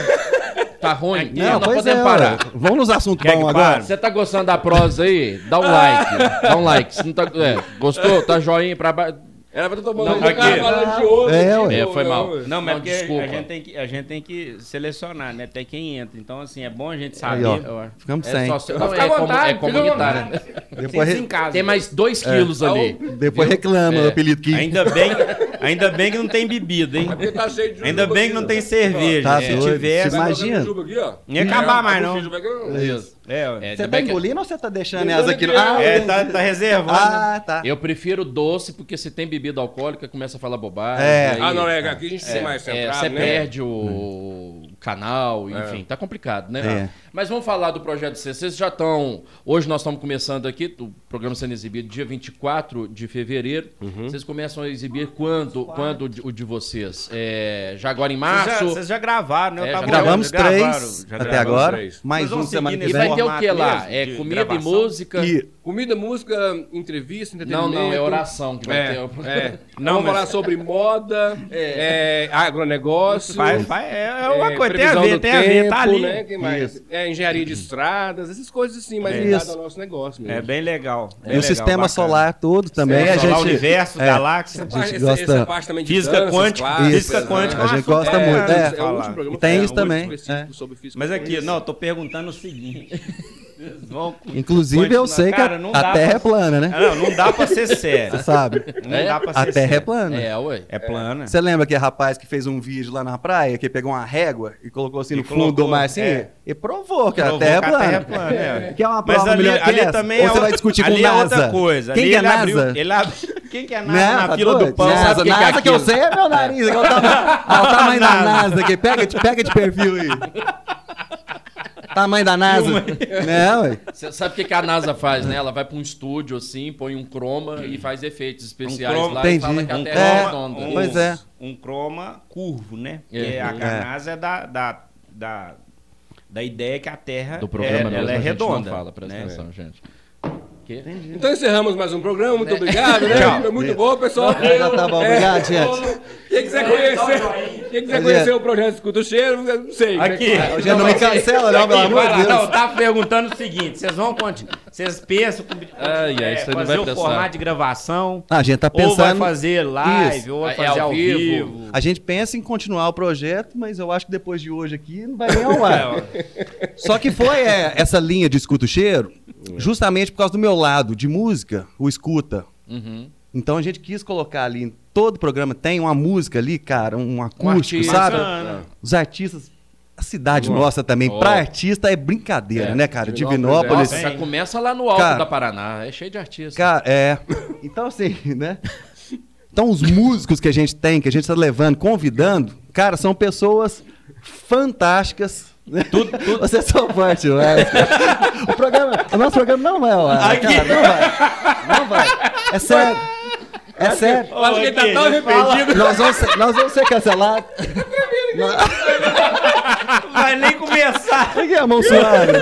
Speaker 1: Tá ruim?
Speaker 3: Não,
Speaker 1: não
Speaker 3: pois
Speaker 1: podemos
Speaker 3: é,
Speaker 1: parar.
Speaker 3: ué. Vamos nos assuntos
Speaker 2: Quer que
Speaker 3: bons
Speaker 2: pare?
Speaker 3: agora.
Speaker 1: Você tá gostando da prosa aí? Dá um like. Dá um like. Se não tá, é, gostou? Tá joinha pra baixo.
Speaker 4: Era pra estar tomando
Speaker 1: Não,
Speaker 4: um cara
Speaker 2: aqui.
Speaker 4: falando de outro.
Speaker 3: É,
Speaker 4: de
Speaker 3: ué.
Speaker 1: É,
Speaker 4: novo,
Speaker 1: foi
Speaker 4: né,
Speaker 1: mal.
Speaker 4: ué.
Speaker 2: Não, mas
Speaker 1: Não,
Speaker 2: porque
Speaker 1: desculpa.
Speaker 2: A, gente tem que, a gente tem que selecionar, né? Até quem entra. Então, assim, é bom a gente
Speaker 3: Aí,
Speaker 2: saber.
Speaker 3: ó,
Speaker 2: eu acho.
Speaker 3: ficamos
Speaker 1: É
Speaker 3: sem.
Speaker 1: só seu. Não,
Speaker 2: Fica
Speaker 1: é,
Speaker 2: à
Speaker 1: comu-
Speaker 2: vontade, É.
Speaker 1: é
Speaker 2: fica à
Speaker 1: comunitário.
Speaker 3: Depois,
Speaker 2: Vocês em casa.
Speaker 1: Tem mais dois quilos ali.
Speaker 3: depois reclama
Speaker 1: É.
Speaker 3: o apelido que
Speaker 2: Ainda bem, ainda bem que não tem bebida, hein?
Speaker 4: Porque tá cheio de juba
Speaker 2: Ainda bem que
Speaker 4: aqui,
Speaker 2: não
Speaker 4: ó.
Speaker 2: tem cerveja. né?
Speaker 3: Tá
Speaker 2: Se
Speaker 3: doido.
Speaker 2: tivesse.
Speaker 3: Se
Speaker 4: Vai
Speaker 3: mais-
Speaker 2: Não
Speaker 3: Imagina.
Speaker 4: colocando juba aqui, ó.
Speaker 2: ia acabar
Speaker 4: É,
Speaker 2: mais,
Speaker 4: a
Speaker 2: não.
Speaker 4: buchicha vai que-
Speaker 1: Isso.
Speaker 2: É, ó.
Speaker 1: É,
Speaker 3: Você tá
Speaker 1: também que-
Speaker 3: engolindo ou você tá deixando elas aqui? no- Ah,
Speaker 2: é tá, tá reservado. né?
Speaker 3: ah, tá.
Speaker 1: Eu prefiro doce, porque se tem bebida alcoólica, começa a falar bobagem.
Speaker 3: É.
Speaker 1: aí-
Speaker 4: Ah, não, é, aqui a gente tem mais
Speaker 1: É,
Speaker 4: centrado,
Speaker 1: você
Speaker 4: né?
Speaker 1: perde o o canal,
Speaker 2: É.
Speaker 1: enfim, tá complicado, né?
Speaker 3: É.
Speaker 1: Mas vamos falar do projeto C. Vocês já estão. Hoje nós estamos começando aqui, o programa sendo exibido dia 24 de fevereiro.
Speaker 2: Uhum.
Speaker 1: Vocês começam a exibir quando, quando o de- o de vocês? É, já agora em
Speaker 2: Vocês
Speaker 1: março?
Speaker 2: já- Vocês já gravaram, né? Eu
Speaker 1: É,
Speaker 2: tava
Speaker 1: já
Speaker 2: olhando,
Speaker 3: Gravamos
Speaker 2: já gravaram,
Speaker 3: três
Speaker 2: já
Speaker 3: até
Speaker 2: gravaram.
Speaker 3: agora.
Speaker 4: três.
Speaker 3: Mais
Speaker 2: Mas
Speaker 3: um
Speaker 2: vamos
Speaker 3: semana
Speaker 2: seguir
Speaker 3: que
Speaker 1: E
Speaker 2: nesse
Speaker 1: vai
Speaker 3: vem.
Speaker 1: ter o que lá?
Speaker 2: formato
Speaker 1: É
Speaker 2: mesmo de
Speaker 1: comida
Speaker 2: gravação?
Speaker 1: e
Speaker 2: É
Speaker 1: música?
Speaker 3: E-
Speaker 4: Comida, música, entrevista,
Speaker 1: Não,
Speaker 4: entretenimento.
Speaker 1: não, é oração que vai
Speaker 4: É,
Speaker 1: ter.
Speaker 4: é.
Speaker 2: Não, mas-
Speaker 4: Vamos falar sobre moda, é, agronegócio.
Speaker 2: Faz- faz- é, é uma
Speaker 4: é,
Speaker 2: coisa, tem a
Speaker 4: previsão
Speaker 2: ver,
Speaker 4: do
Speaker 2: tem a ver,
Speaker 4: tempo,
Speaker 2: tá ali.
Speaker 4: né? Quem mais? É, engenharia de estradas, essas coisas assim, mais
Speaker 3: É.
Speaker 4: ligadas
Speaker 3: Isso.
Speaker 4: ao nosso negócio mesmo.
Speaker 2: É bem legal. bem
Speaker 3: E o
Speaker 2: legal,
Speaker 3: sistema
Speaker 2: bacana.
Speaker 3: solar todo também.
Speaker 2: Sistema
Speaker 3: a
Speaker 2: solar,
Speaker 3: gente,
Speaker 2: universo,
Speaker 3: é,
Speaker 2: galáxia.
Speaker 3: a gente
Speaker 4: essa,
Speaker 3: gosta-
Speaker 4: essa parte também de
Speaker 2: Física
Speaker 4: danças,
Speaker 2: quântica,
Speaker 4: clássicas,
Speaker 2: física
Speaker 4: né?
Speaker 2: quântica,
Speaker 3: a
Speaker 2: é um
Speaker 3: gente
Speaker 2: assunto
Speaker 3: gosta
Speaker 2: bacana
Speaker 3: muito,
Speaker 2: de
Speaker 3: é.
Speaker 4: o último
Speaker 2: falar.
Speaker 4: programa
Speaker 3: E tem
Speaker 4: que
Speaker 3: isso
Speaker 4: foi
Speaker 3: também,
Speaker 4: específico sobre física
Speaker 2: Mas aqui,
Speaker 4: quântica.
Speaker 2: não, eu tô perguntando o seguinte. [laughs] Vão
Speaker 3: Inclusive, eu
Speaker 2: continuar.
Speaker 3: sei que
Speaker 2: Cara,
Speaker 3: a,
Speaker 2: não
Speaker 3: a
Speaker 2: dá
Speaker 3: terra
Speaker 2: pra-
Speaker 3: é plana, né?
Speaker 2: [laughs] Ah, Não, não dá pra ser sério.
Speaker 3: Você sabe?
Speaker 2: Não dá pra ser
Speaker 3: A terra é
Speaker 2: sério.
Speaker 3: plana.
Speaker 1: [laughs] É, ué.
Speaker 2: É plana.
Speaker 3: Você lembra que rapaz que fez um vídeo lá na praia, que pegou uma régua e colocou assim
Speaker 2: E
Speaker 3: no fundo do
Speaker 2: colocou,
Speaker 3: mar, assim,
Speaker 2: é.
Speaker 3: e provou que a
Speaker 2: Provou
Speaker 3: Terra é
Speaker 2: que a
Speaker 3: plana.
Speaker 2: Terra é plana,
Speaker 3: [laughs]
Speaker 2: é.
Speaker 3: Que é uma
Speaker 2: Mas
Speaker 3: prova
Speaker 2: ali,
Speaker 3: melhor que
Speaker 2: ali
Speaker 3: essa?
Speaker 2: também
Speaker 3: Ou
Speaker 2: é
Speaker 3: você vai
Speaker 2: outra-
Speaker 3: discutir com
Speaker 2: ali
Speaker 3: NASA?
Speaker 2: é outra coisa.
Speaker 3: Quem
Speaker 2: ali
Speaker 3: que é
Speaker 2: ele abriu-
Speaker 3: NASA?
Speaker 2: ele abriu- [laughs] Quem que é NASA
Speaker 3: Né?
Speaker 2: na
Speaker 3: Tá
Speaker 2: fila
Speaker 3: doido?
Speaker 2: do pão?
Speaker 3: NASA,
Speaker 2: sabe o que que é
Speaker 3: NASA que eu
Speaker 2: aquilo?
Speaker 3: sei é meu nariz.
Speaker 2: [laughs]
Speaker 3: Igual o tamanho, ah, o tamanho da
Speaker 2: NASA.
Speaker 3: NASA aqui. Pega, de- pega de
Speaker 2: [laughs]
Speaker 3: perfil aí. Tamanho da NASA. Não, ué.
Speaker 1: Você sabe o que, que a NASA faz, né? Ela vai pra um estúdio assim, põe um croma e faz efeitos especiais
Speaker 2: Hum. Um croma.
Speaker 1: lá e
Speaker 3: Entendi.
Speaker 1: fala que a
Speaker 2: um
Speaker 1: Terra
Speaker 3: É,
Speaker 1: é,
Speaker 2: croma,
Speaker 1: redonda.
Speaker 2: um,
Speaker 3: Pois é.
Speaker 2: um croma curvo, né?
Speaker 1: É.
Speaker 2: Porque a, a
Speaker 3: É.
Speaker 2: NASA é da, da, da, da ideia que a Terra
Speaker 1: Do programa
Speaker 2: é,
Speaker 1: mesmo,
Speaker 2: ela é
Speaker 1: a gente
Speaker 2: redonda.
Speaker 1: não fala, presta
Speaker 2: né?
Speaker 1: atenção, gente.
Speaker 4: Então encerramos mais um programa, muito obrigado, né?
Speaker 2: Tchau.
Speaker 4: Foi muito bom, pessoal. É.
Speaker 3: Já tá bom, obrigado, gente.
Speaker 4: Quem quiser conhecer, quem quiser conhecer o projeto Escuta o Cheiro, não sei. né?
Speaker 2: Aqui.
Speaker 3: Já não me cancela, não, pelo
Speaker 2: Aqui,
Speaker 3: amor
Speaker 2: vai lá.
Speaker 3: de
Speaker 2: Não,
Speaker 3: Deus.
Speaker 2: eu tava perguntando o seguinte, vocês vão continuar, vocês pensam com,
Speaker 1: Ai, ai,
Speaker 2: é,
Speaker 1: isso aí não vai
Speaker 2: fazer o
Speaker 1: prestar.
Speaker 2: formato de gravação,
Speaker 3: Ah, a gente tá
Speaker 2: ou vai
Speaker 3: pensando...
Speaker 2: fazer live,
Speaker 3: Isso.
Speaker 2: ou vai
Speaker 1: É
Speaker 2: fazer
Speaker 1: ao
Speaker 2: ao
Speaker 1: vivo.
Speaker 2: vivo.
Speaker 3: A gente pensa em continuar o projeto, mas eu acho que depois de hoje aqui não vai nem ao
Speaker 2: É,
Speaker 3: ar. Só que foi é, essa linha de escuta o cheiro, justamente por causa do meu lado de música, o escuta.
Speaker 1: Uhum.
Speaker 3: Então a gente quis colocar ali, em todo programa tem uma música ali, cara, um acústico,
Speaker 1: artista.
Speaker 3: sabe?
Speaker 2: Bacana.
Speaker 3: Os artistas, a cidade nossa também,
Speaker 1: Ó.
Speaker 3: pra artista é brincadeira,
Speaker 1: É,
Speaker 3: né, cara?
Speaker 4: Divinópolis,
Speaker 3: Divinópolis.
Speaker 1: Nossa,
Speaker 2: hein?
Speaker 1: já começa lá no alto
Speaker 3: Cara.
Speaker 1: da Paraná, é cheio de artistas.
Speaker 3: Cara, é. Então, assim, né? Então, os músicos que a gente tem, que a gente tá levando, convidando, cara, são pessoas fantásticas. Tudo, Você é só parte, mas... [laughs] O programa, o nosso programa não vai ao ar,
Speaker 2: Aqui.
Speaker 3: cara, não vai. Não vai. É sério. É sério.
Speaker 4: Eu acho que ele tá tão arrependido.
Speaker 3: Nós vamos ser, nós vamos ser cancelados.
Speaker 2: Vai nem
Speaker 3: [laughs]
Speaker 2: começar.
Speaker 3: Aqui é a mão suada.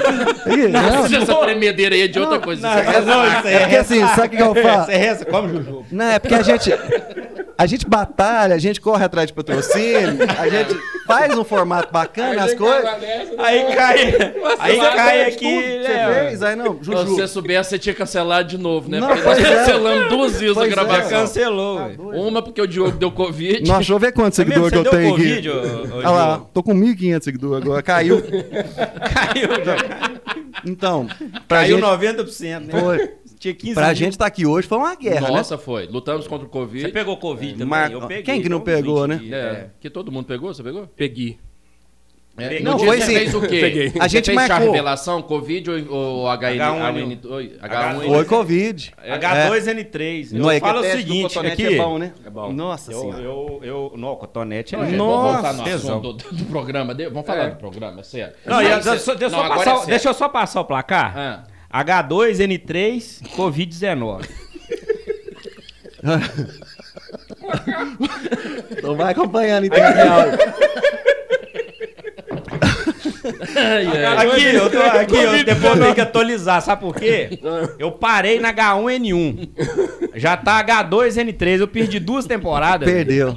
Speaker 3: Aqui, não.
Speaker 1: Mas essa tremedeira aí é de outra coisa.
Speaker 2: Não,
Speaker 1: você tá-
Speaker 2: não, isso aí
Speaker 3: É porque assim, sabe o que que eu falo?
Speaker 2: Essa é essa, come Juju.
Speaker 3: Não, é porque a gente. A gente batalha, a gente corre atrás de patrocínio, a gente faz um formato bacana, as coisas.
Speaker 2: Aí cai, aí
Speaker 4: Nossa,
Speaker 1: é
Speaker 2: cai
Speaker 3: Tudo
Speaker 2: aqui,
Speaker 3: que
Speaker 2: né,
Speaker 3: Você fez? Aí não,
Speaker 1: Se você é
Speaker 3: Juju.
Speaker 1: soubesse, você tinha cancelado de novo, né?
Speaker 3: Não,
Speaker 1: Porque nós
Speaker 3: pois é.
Speaker 1: cancelamos duas vezes a
Speaker 3: Pois é.
Speaker 2: Mas
Speaker 1: gravação.
Speaker 2: cancelou,
Speaker 3: Tá
Speaker 2: velho.
Speaker 3: doido.
Speaker 1: Uma porque o Diogo deu Covid.
Speaker 3: Nossa, deixa eu ver quantos
Speaker 2: É mesmo,
Speaker 3: seguidores que
Speaker 2: você
Speaker 3: eu
Speaker 2: deu
Speaker 3: tenho
Speaker 2: Covid,
Speaker 3: aqui.
Speaker 2: ô- ô,
Speaker 3: Olha lá,
Speaker 2: Ju?
Speaker 3: tô com 1.500 seguidores agora, caiu.
Speaker 2: Caiu, já.
Speaker 3: Então, pra
Speaker 2: Caiu
Speaker 3: gente,
Speaker 2: 90%, né?
Speaker 3: Foi.
Speaker 2: Tinha 15
Speaker 3: pra
Speaker 2: mil.
Speaker 3: gente tá aqui hoje foi uma guerra,
Speaker 1: Nossa, foi. Lutamos contra o Covid.
Speaker 2: Você pegou Covid também?
Speaker 3: Mar-
Speaker 2: Eu peguei.
Speaker 3: Quem que não
Speaker 2: foi uns
Speaker 3: pegou,
Speaker 2: 20
Speaker 3: né?
Speaker 1: É,
Speaker 2: dias, é.
Speaker 1: Que todo mundo pegou? Você pegou?
Speaker 4: Peguei.
Speaker 1: É,
Speaker 2: Não,
Speaker 1: no dia
Speaker 3: foi
Speaker 1: você
Speaker 3: sim.
Speaker 1: fez o quê?
Speaker 4: Peguei.
Speaker 1: Você
Speaker 3: A gente
Speaker 1: fez
Speaker 3: marcou.
Speaker 1: revelação, Covid ou, ou HN,
Speaker 2: H1N1?
Speaker 1: H1N2?
Speaker 3: né?
Speaker 1: H1N2?
Speaker 3: Foi Covid.
Speaker 1: É.
Speaker 2: H2N3.
Speaker 3: Não, é
Speaker 2: eu
Speaker 3: que
Speaker 2: falo o
Speaker 3: teste do
Speaker 2: seguinte,
Speaker 3: cotonete
Speaker 2: aqui...
Speaker 3: é bom, né?
Speaker 4: É bom.
Speaker 3: Nossa
Speaker 2: Eu,
Speaker 3: senhora.
Speaker 2: eu, eu, não, cotonete é...
Speaker 1: Gente,
Speaker 3: Nossa,
Speaker 1: vamos voltar no
Speaker 2: tesão. É.
Speaker 1: assunto do, do programa. De- Vamos falar do programa, é sério.
Speaker 2: Não, e eu-
Speaker 1: Não,
Speaker 2: só- deixa, eu
Speaker 1: não,
Speaker 2: só
Speaker 1: agora
Speaker 2: passar,
Speaker 1: é
Speaker 2: o-
Speaker 1: sério.
Speaker 2: deixa eu só passar o placar.
Speaker 1: Ah.
Speaker 2: H2N3, Covid-19.
Speaker 3: Então vai acompanhando então. Real.
Speaker 1: Ai, ai.
Speaker 2: Aqui, eu tô, aqui eu,
Speaker 4: Covid-19.
Speaker 2: depois eu tenho que atualizar, sabe por quê? Eu parei na H1N1. Já tá H2N3, eu perdi duas temporadas.
Speaker 3: Perdeu.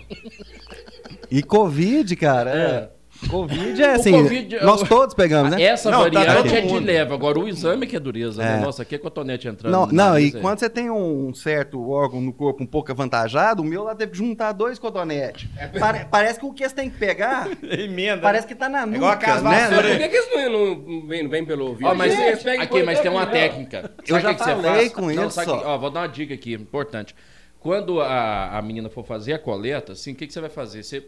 Speaker 3: E Covid, cara, é. Covid é
Speaker 1: O
Speaker 3: assim,
Speaker 1: Covid-
Speaker 3: nós todos pegamos, né?
Speaker 1: Essa
Speaker 2: Não, tá
Speaker 1: variante
Speaker 2: todo
Speaker 1: é de
Speaker 2: mundo.
Speaker 1: leve. Agora, o exame que é dureza. né?
Speaker 3: É.
Speaker 1: Nossa, aqui é cotonete entrando.
Speaker 3: Não,
Speaker 1: no
Speaker 3: não, e
Speaker 1: nariz, é.
Speaker 3: quando você tem um certo órgão no corpo um pouco avantajado, o meu lá teve que juntar dois cotonetes.
Speaker 4: É
Speaker 3: Pare- parece que o que você tem que
Speaker 4: [laughs]
Speaker 3: pegar,
Speaker 2: Emenda.
Speaker 3: parece que tá
Speaker 4: É
Speaker 3: na nuca,
Speaker 2: igual a casa
Speaker 3: né?
Speaker 2: vassoura.
Speaker 4: Por que, que isso não, não vem, não vem pelo ouvido?
Speaker 1: Ó, mas,
Speaker 4: Gente, pega e
Speaker 1: aqui,
Speaker 4: põe
Speaker 1: mas tem
Speaker 4: pelo
Speaker 1: uma
Speaker 4: ouvido.
Speaker 1: técnica.
Speaker 3: Eu já
Speaker 1: o você
Speaker 3: falei
Speaker 1: faz?
Speaker 3: com isso,
Speaker 1: sabe
Speaker 3: ó.
Speaker 1: que- vou dar uma dica aqui, importante. Quando a, a menina for fazer a coleta, assim, o que, que você vai fazer? Você,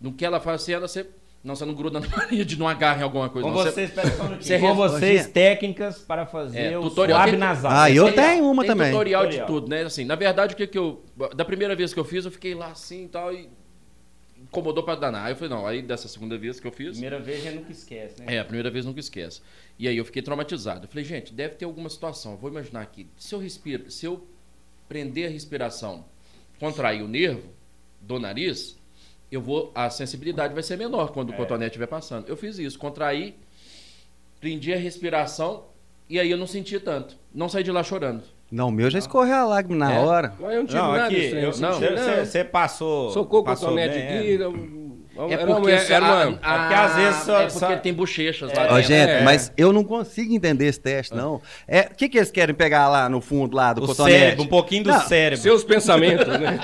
Speaker 1: no que ela faz, assim, ela, você, não, você não gruda na [laughs] parede, não agarra em alguma coisa.
Speaker 2: Com
Speaker 1: não. Você-
Speaker 2: vocês, espera só um minutinho.
Speaker 1: Você
Speaker 2: Com
Speaker 1: res-
Speaker 2: vocês, técnicas para fazer
Speaker 1: É,
Speaker 2: o
Speaker 1: tutorial.
Speaker 2: suave
Speaker 1: Tem-
Speaker 2: nasal.
Speaker 3: Ah, eu
Speaker 1: Tem-
Speaker 3: tenho uma
Speaker 1: tem
Speaker 3: também.
Speaker 1: tutorial,
Speaker 2: é Tutorial.
Speaker 1: de tudo, né? Assim, na verdade, o que que eu... Da primeira vez que eu fiz, eu fiquei lá assim e tal e... Incomodou pra danar. Aí eu falei, não, aí dessa segunda vez que eu fiz...
Speaker 2: Primeira vez já nunca esquece, né?
Speaker 1: É, a primeira vez nunca esquece. E aí eu fiquei traumatizado. Eu falei, gente, deve ter alguma situação. Eu Vou imaginar aqui. Se eu respiro, se eu prender a respiração, contrair o nervo do nariz, eu vou a sensibilidade vai ser menor
Speaker 2: É.
Speaker 1: quando o cotonete estiver passando. Eu fiz isso, contraí, prendi a respiração e aí eu não senti tanto. Não saí de lá chorando.
Speaker 3: Não, o meu já escorreu a lágrima na
Speaker 1: É.
Speaker 3: hora.
Speaker 4: Mas eu não tive
Speaker 2: Não,
Speaker 4: nada
Speaker 2: aqui,
Speaker 4: disso, né?
Speaker 2: eu
Speaker 1: Não,
Speaker 2: senti- você- você passou.
Speaker 4: Socou o
Speaker 2: passou
Speaker 4: cotonete
Speaker 2: bem,
Speaker 4: aqui.
Speaker 2: é.
Speaker 4: era um-
Speaker 1: É
Speaker 4: era uma-
Speaker 1: só-
Speaker 4: era uma-
Speaker 1: ah,
Speaker 2: é porque às vezes só-
Speaker 1: é porque
Speaker 2: só-
Speaker 1: tem bochechas
Speaker 3: Ó,
Speaker 1: lá dentro.
Speaker 3: gente,
Speaker 4: É.
Speaker 3: mas eu não consigo entender esse teste, não. O é, que, que eles querem pegar lá no fundo lá do
Speaker 2: O
Speaker 3: cotonete?
Speaker 2: cérebro, um pouquinho do
Speaker 3: Não,
Speaker 2: cérebro. [laughs]
Speaker 4: Seus pensamentos, né?